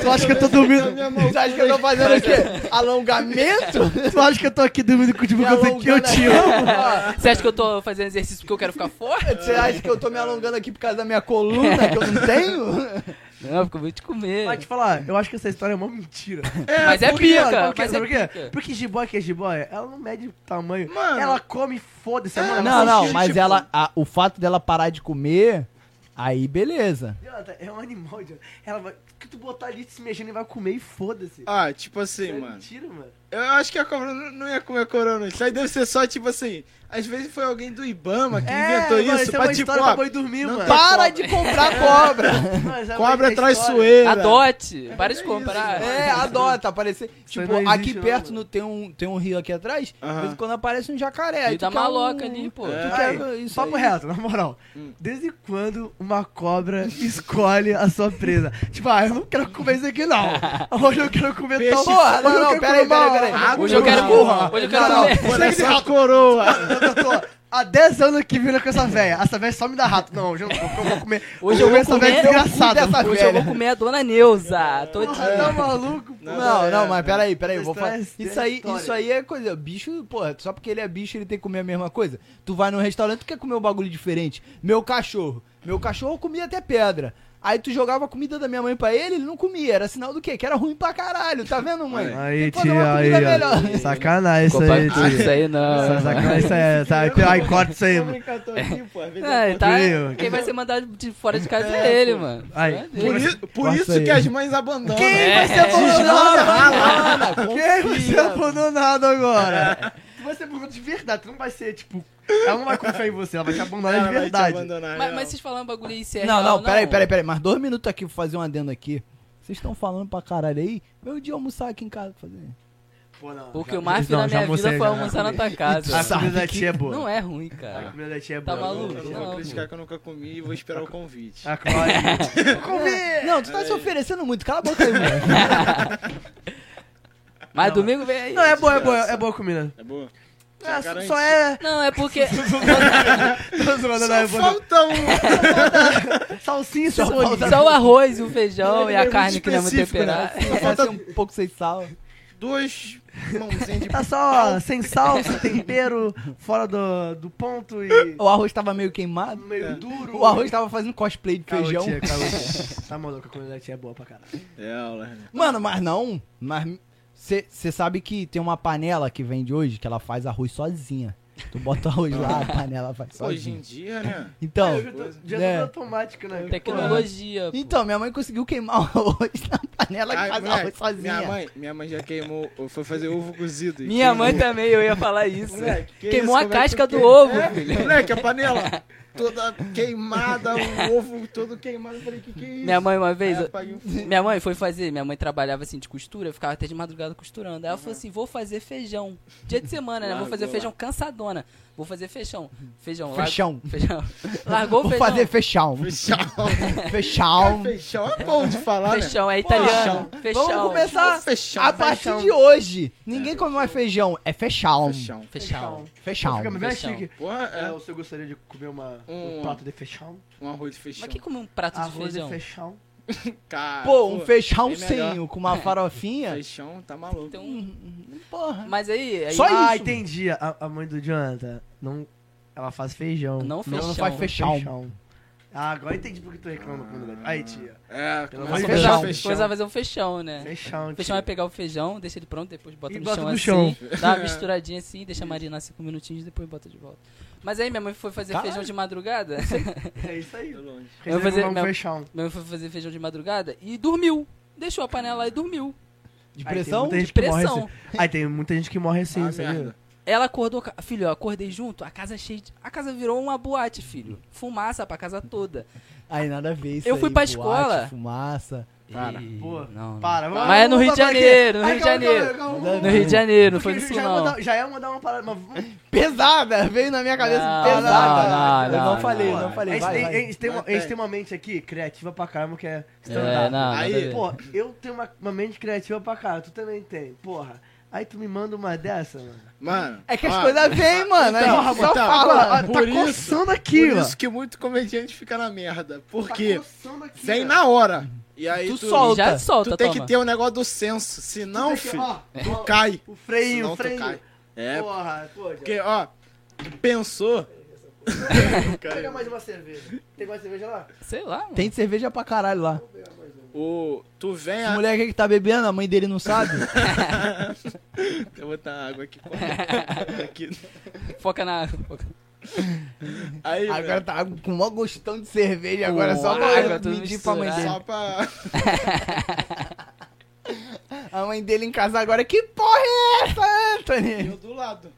Speaker 5: tu acha que eu tô dormindo?
Speaker 2: Você acha que eu tô fazendo o quê? Alongamento?
Speaker 5: Tu acha que eu tô aqui dormindo contigo
Speaker 2: Me
Speaker 5: porque eu sei que eu te amo?
Speaker 2: alongando aqui,
Speaker 3: Você acha que eu tô fazendo exercício porque eu quero ficar
Speaker 2: ó.
Speaker 3: forte?
Speaker 2: Você acha que eu tô me alongando aqui por causa da minha coluna que eu não tenho?
Speaker 3: Não, porque eu vou te
Speaker 4: né?
Speaker 3: comer.
Speaker 5: Mas te falar, eu acho que essa história é uma mentira.
Speaker 3: Mas é
Speaker 5: Porque, ó,
Speaker 3: pica,
Speaker 5: sabe
Speaker 3: mas
Speaker 5: por quê?
Speaker 3: é
Speaker 5: Sabe por quê?
Speaker 3: pica.
Speaker 5: Porque jiboia que é jiboia, ela não mede tamanho.
Speaker 4: Mano. É.
Speaker 5: Ela come, foda-se. mano, ela
Speaker 2: Não,
Speaker 5: faz
Speaker 2: não,
Speaker 5: xixi,
Speaker 2: mas
Speaker 5: tipo,
Speaker 2: ela. a- o fato dela parar de comer, aí beleza.
Speaker 5: Jonathan, é um animal, Jonathan. Ela vai... O que tu botar ali se mexendo e vai comer e foda-se.
Speaker 4: Ah, tipo assim,
Speaker 5: Isso é
Speaker 4: mano.
Speaker 5: mentira, mano.
Speaker 4: Eu acho que a cobra não não ia comer corona. Isso aí deve ser só, tipo assim, às vezes foi alguém do Ibama que inventou
Speaker 5: mano,
Speaker 4: isso.
Speaker 5: isso é
Speaker 4: pra,
Speaker 5: uma
Speaker 4: tipo,
Speaker 5: história pra
Speaker 4: ó,
Speaker 5: boi dormir,
Speaker 4: não
Speaker 5: mano.
Speaker 4: tem
Speaker 2: Para de comprar cobra!
Speaker 5: Mano, isso é uma
Speaker 4: cobra é
Speaker 5: história.
Speaker 4: traiçoeira.
Speaker 3: Adote. Para de
Speaker 4: isso,
Speaker 3: comprar.
Speaker 2: É, adota, aparecer. Tipo,
Speaker 5: não existe,
Speaker 2: aqui
Speaker 5: não,
Speaker 2: perto
Speaker 5: mano.
Speaker 2: no, tem, um, tem um rio aqui atrás, de
Speaker 4: Aham.
Speaker 2: vez em quando aparece um jacaré. aí
Speaker 3: E
Speaker 2: tu
Speaker 3: da
Speaker 2: quer um-
Speaker 3: maloca ali, pô.
Speaker 4: É.
Speaker 2: tu
Speaker 5: Aí,
Speaker 2: quer um, isso
Speaker 5: papo
Speaker 2: aí. Hum.
Speaker 5: reto, na moral. Desde quando uma cobra escolhe a sua presa? Tipo, ah, eu não quero comer isso aqui, não. Hoje eu quero comer
Speaker 4: Peixe
Speaker 5: tal
Speaker 2: Porra,
Speaker 5: Hoje
Speaker 2: não,
Speaker 5: eu
Speaker 2: não,
Speaker 5: quero
Speaker 2: peraí, peraí,
Speaker 5: comer uma-
Speaker 2: peraí.
Speaker 5: água.
Speaker 3: Hoje eu quero
Speaker 5: Porra.
Speaker 3: Hoje eu
Speaker 2: Não,
Speaker 3: quero
Speaker 2: não,
Speaker 3: comer.
Speaker 4: Mano, é só coroa.
Speaker 5: Eu tô há 10 anos que vindo com essa véia. Essa véia só me dá rato. Não, hoje eu, eu vou comer.
Speaker 3: Hoje eu vou
Speaker 5: essa véia
Speaker 3: comer-
Speaker 5: desgraçada.
Speaker 2: dessa É.
Speaker 3: Hoje eu vou comer a dona Neuza.
Speaker 5: Porra,
Speaker 3: Todinha.
Speaker 5: tá maluco? pô?
Speaker 2: Não,
Speaker 4: é,
Speaker 2: não, mas peraí, peraí, eu vou
Speaker 5: Isso é
Speaker 2: falar. Isso
Speaker 5: história.
Speaker 2: aí, isso aí é coisa. Bicho, porra, só porque ele é bicho, ele tem que comer a mesma coisa. Tu vai num restaurante, tu quer comer um bagulho diferente. Meu cachorro. Meu cachorro comia até pedra. Aí tu jogava a comida da minha mãe pra ele, ele não comia. Era sinal do quê? Que era ruim pra caralho, tá vendo, mãe?
Speaker 1: Aí,
Speaker 2: Tem que fazer uma
Speaker 1: tia,
Speaker 2: comida é
Speaker 1: aí, ó.
Speaker 2: melhor.
Speaker 1: Sacanagem isso aí,
Speaker 3: Compartilha isso
Speaker 1: tio.
Speaker 3: aí, não.
Speaker 1: Sacanagem isso
Speaker 5: é,
Speaker 1: aí, sabe? Aí, corta isso aí, mano.
Speaker 4: Brincadeira aqui, pô, às vezes
Speaker 3: É,
Speaker 4: eu-
Speaker 3: tá,
Speaker 1: Meu.
Speaker 3: quem vai ser mandado de fora de casa é ele, mano.
Speaker 1: Aí.
Speaker 4: Por, isso- por
Speaker 1: Corta
Speaker 4: isso
Speaker 1: aí.
Speaker 4: que as mães abandonam. né?
Speaker 5: Quem vai ser abandonado? Quem vai ser abandonado agora? É. Tu vai ser abandonado de verdade. Tu não vai ser, tipo... Ela não vai confiar em você. Ela vai te
Speaker 4: Ela
Speaker 5: abandonar de
Speaker 4: vai te
Speaker 5: verdade.
Speaker 4: abandonar, é,
Speaker 3: Mas,
Speaker 4: real.
Speaker 3: mas vocês falaram um bagulho aí, se é
Speaker 2: Não,
Speaker 3: real,
Speaker 2: não, peraí, peraí, peraí. Mas dois minutos aqui, vou fazer um adendo aqui. Vocês estão falando pra caralho aí? Meu dia almoçar aqui em casa. Fazer.
Speaker 5: Pô, não.
Speaker 3: O que eu mais fiz
Speaker 1: Não,
Speaker 3: na
Speaker 1: já
Speaker 3: minha vida
Speaker 1: almocei,
Speaker 3: foi
Speaker 4: né?
Speaker 1: já.
Speaker 3: almoçar na tua
Speaker 5: A
Speaker 3: casa.
Speaker 5: comida da tia é boa.
Speaker 3: Não é ruim,
Speaker 5: A
Speaker 3: cara.
Speaker 5: comida da tia é
Speaker 3: Tá
Speaker 5: boa. Ah,
Speaker 4: Eu
Speaker 3: maluco?
Speaker 4: não
Speaker 3: Não,
Speaker 4: vou
Speaker 3: pô.
Speaker 4: criticar que eu nunca comi e vou esperar o convite.
Speaker 5: A Chloe...
Speaker 2: Não, tu tá se oferecendo muito. Cala a boca aí, mano.
Speaker 3: Mas domingo vem aí.
Speaker 5: Não, é boa, é boa, é boa a comida.
Speaker 4: É boa? Já
Speaker 5: Ah, só-
Speaker 4: garante.
Speaker 5: só é...
Speaker 3: Não, é porque.
Speaker 5: Tô zoando, não, é
Speaker 4: Só
Speaker 5: boa.
Speaker 4: falta um.
Speaker 5: Salsinha,
Speaker 2: é
Speaker 3: Só,
Speaker 2: um
Speaker 5: cebolinha.
Speaker 3: só o arroz, o feijão e
Speaker 4: Ele é
Speaker 3: a
Speaker 4: muito
Speaker 3: carne que não é muito
Speaker 4: específico, né?
Speaker 3: temperada.
Speaker 2: Só falta um pouco sem sal.
Speaker 4: Duas mãozinhas de
Speaker 5: Tá só sem salsa, tempero, fora do, do ponto e
Speaker 2: O arroz tava meio queimado.
Speaker 5: meio duro.
Speaker 2: O arroz tava fazendo cosplay de
Speaker 5: Caô,
Speaker 2: feijão.
Speaker 5: tia, caô, tia. Tá maluco, a comida da tia é boa pra caralho.
Speaker 4: É, aula.
Speaker 2: Mano, mas não. Mas você sabe que tem uma panela que vende hoje que ela faz arroz sozinha. Tu bota o arroz lá, a panela faz
Speaker 4: Hoje em
Speaker 2: sozinha.
Speaker 4: dia, né?
Speaker 2: Então,
Speaker 5: já tô, já
Speaker 2: né?
Speaker 5: tô automático, né?
Speaker 3: Tecnologia. pô.
Speaker 2: então, minha mãe conseguiu queimar o arroz na panela que
Speaker 4: Ai,
Speaker 2: faz
Speaker 4: moleque,
Speaker 2: arroz sozinha.
Speaker 4: Minha mãe, minha mãe já queimou, foi fazer ovo cozido. e
Speaker 3: Minha mãe
Speaker 4: queimou.
Speaker 3: também, eu ia falar isso.
Speaker 4: Moleque, que
Speaker 3: Queimou
Speaker 4: isso,
Speaker 3: a
Speaker 4: como é que
Speaker 3: casca
Speaker 4: tu
Speaker 3: do
Speaker 4: queima?
Speaker 3: ovo,
Speaker 4: É,
Speaker 3: filho.
Speaker 4: Moleque, a panela toda queimada, o ovo todo queimado. Eu falei, que que é isso?
Speaker 3: Minha mãe uma vez.
Speaker 4: Aí apaguei o fogo.
Speaker 3: Minha mãe foi fazer, minha mãe trabalhava assim de costura, eu ficava até de madrugada costurando. Aí ela falou assim: vou fazer feijão. Dia de semana, né? Vou
Speaker 4: Largou
Speaker 3: fazer
Speaker 4: lá.
Speaker 3: feijão cansadona. Vou fazer feijão. Feijão, lar-
Speaker 2: Fechão.
Speaker 3: feijão. Largou o
Speaker 2: Vou
Speaker 3: feijão.
Speaker 2: fazer fechão.
Speaker 4: Fechão.
Speaker 2: Fechão.
Speaker 4: Fechão é bom de falar, né?
Speaker 3: Fechão, é italiano.
Speaker 4: Fechão.
Speaker 3: Fechão.
Speaker 2: Vamos começar
Speaker 4: Fechão.
Speaker 2: a partir de hoje. Ninguém come mais feijão. É fechão.
Speaker 4: Fechão.
Speaker 3: Fechão.
Speaker 2: Fechão.
Speaker 5: um. Fica bem
Speaker 3: Feijão.
Speaker 5: chique.
Speaker 4: Porra,
Speaker 5: É,
Speaker 4: é
Speaker 5: o senhor gostaria de comer uma, um
Speaker 4: Um-
Speaker 5: prato de feijão?
Speaker 4: um arroz de fechão.
Speaker 3: Mas quem come um prato
Speaker 5: Arroz um?
Speaker 3: de feijão?
Speaker 5: de feijão.
Speaker 4: Cara,
Speaker 2: Pô, um
Speaker 4: bem é melhor.
Speaker 2: feijãozinho com uma farofinha.
Speaker 4: Fechão tá maluco.
Speaker 3: Tem um-
Speaker 2: Porra.
Speaker 3: Mas aí. aí
Speaker 2: Só isso.
Speaker 5: Ah, entendi. A, a mãe do Jonathan, não, ela faz feijão.
Speaker 3: Não
Speaker 2: Não,
Speaker 3: feijão.
Speaker 2: não faz fechão.
Speaker 5: Ah, agora eu entendi por que tu reclama da comida. da- Aí, tia.
Speaker 4: É, começa
Speaker 5: Pelo
Speaker 3: Começar a
Speaker 4: a
Speaker 5: amor de
Speaker 4: fechar
Speaker 3: fazer-
Speaker 4: o
Speaker 5: Deus.
Speaker 4: fechão.
Speaker 3: começar a fazer um feijão, né?
Speaker 5: Feijão, um, tia.
Speaker 3: Feijão é pegar o feijão, deixa ele pronto, depois bota
Speaker 5: E
Speaker 3: no
Speaker 5: bota
Speaker 3: chão
Speaker 5: no
Speaker 3: assim,
Speaker 5: chão.
Speaker 3: dá uma misturadinha assim, deixa marinar cinco minutinhos e depois bota de volta. Mas aí minha mãe foi fazer
Speaker 2: Caralho.
Speaker 3: feijão de madrugada.
Speaker 5: É isso aí.
Speaker 4: Tô longe.
Speaker 3: Eu vou fazer-
Speaker 5: um
Speaker 3: meu-
Speaker 5: feijão.
Speaker 3: minha mãe foi fazer feijão de madrugada e dormiu. Deixou a panela lá e dormiu.
Speaker 2: De
Speaker 5: Aí tem
Speaker 2: pressão?
Speaker 5: muita gente que morre
Speaker 3: Pressão.
Speaker 5: assim. Aí tem muita gente que morre assim,
Speaker 4: Ah,
Speaker 5: sabia?
Speaker 4: merda.
Speaker 3: Ela acordou, ca- filho, eu acordei junto, a casa cheia de... A casa virou uma boate, filho. Fumaça pra casa toda.
Speaker 2: Aí nada a ver isso
Speaker 3: Eu fui
Speaker 2: aí,
Speaker 3: pra
Speaker 2: boate,
Speaker 3: escola.
Speaker 2: Fumaça.
Speaker 4: Para.
Speaker 3: E-
Speaker 5: Pô,
Speaker 3: não, não.
Speaker 5: Para, vamos-
Speaker 3: Mas é no
Speaker 5: vamos
Speaker 3: Rio de
Speaker 5: voltar aqui.
Speaker 3: Janeiro, no
Speaker 5: Ai,
Speaker 3: Rio de
Speaker 5: calma, calma,
Speaker 3: Janeiro.
Speaker 5: calma,
Speaker 2: Não,
Speaker 5: vamos-
Speaker 3: No Rio de Janeiro, não foi
Speaker 5: Porque
Speaker 3: isso
Speaker 5: já, ia
Speaker 3: não.
Speaker 5: mandar- já ia mandar uma parada. Mas... vamos-
Speaker 2: Pesada! Veio na minha cabeça
Speaker 3: Não,
Speaker 2: pesada.
Speaker 3: não, não,
Speaker 2: eu não,
Speaker 3: não, é.
Speaker 2: falei,
Speaker 5: Pô,
Speaker 2: não, falei.
Speaker 5: A gente,
Speaker 2: Vai,
Speaker 5: tem,
Speaker 2: vai.
Speaker 5: a gente tem uma, a
Speaker 4: Vai,
Speaker 5: gente
Speaker 4: vai.
Speaker 5: tem uma mente aqui criativa pra caramba que é
Speaker 3: É, não,
Speaker 5: stand-up.
Speaker 3: nada
Speaker 4: Aí,
Speaker 3: a ver.
Speaker 5: Pô, eu tenho uma, uma mente criativa pra caralho, tu também tem. Porra, aí tu me manda uma dessa, mano.
Speaker 4: Mano.
Speaker 2: É que as
Speaker 4: ó,
Speaker 2: coisas vêm, mano. a gente só
Speaker 4: então,
Speaker 2: fala.
Speaker 5: Agora,
Speaker 4: por
Speaker 5: tá
Speaker 4: isso-
Speaker 5: coçando aqui,
Speaker 4: Por
Speaker 5: ó.
Speaker 4: isso que muito comediante fica na merda.
Speaker 5: Tá
Speaker 4: Porque
Speaker 5: coçando aqui,
Speaker 4: vem
Speaker 5: ó.
Speaker 4: na hora. E aí
Speaker 2: Tu
Speaker 4: tu,
Speaker 2: solta.
Speaker 3: Já
Speaker 4: tu
Speaker 3: solta,
Speaker 4: tem
Speaker 3: toma.
Speaker 4: que ter o negócio do senso.
Speaker 5: Tu
Speaker 4: Senão,
Speaker 5: tem que-
Speaker 4: filho,
Speaker 5: ó, ó,
Speaker 4: tu cai.
Speaker 5: O freio,
Speaker 4: Senão
Speaker 5: o
Speaker 4: tu
Speaker 5: freio.
Speaker 4: cai. É,
Speaker 5: Porra, pô, já.
Speaker 4: porque, ó, pensou.
Speaker 5: Pega mais uma cerveja. Tem mais cerveja lá?
Speaker 3: Sei lá, mano.
Speaker 2: Tem cerveja pra caralho lá.
Speaker 4: O, tu vem
Speaker 2: Esse
Speaker 4: a...
Speaker 2: moleque aí que tá bebendo, a mãe dele não sabe.
Speaker 4: Eu vou botar água aqui. corre. aqui.
Speaker 3: Foca na... foca-
Speaker 4: Aí,
Speaker 2: agora
Speaker 4: velho,
Speaker 2: tá com o maior gostão de cerveja. Agora é só
Speaker 3: Pô, água,
Speaker 2: pra
Speaker 3: tudo
Speaker 2: medir pra mãe dele.
Speaker 3: misturado.
Speaker 4: só pra...
Speaker 2: A mãe dele em casa agora, que porra é essa,
Speaker 4: E
Speaker 2: Anthony?
Speaker 4: eu do lado.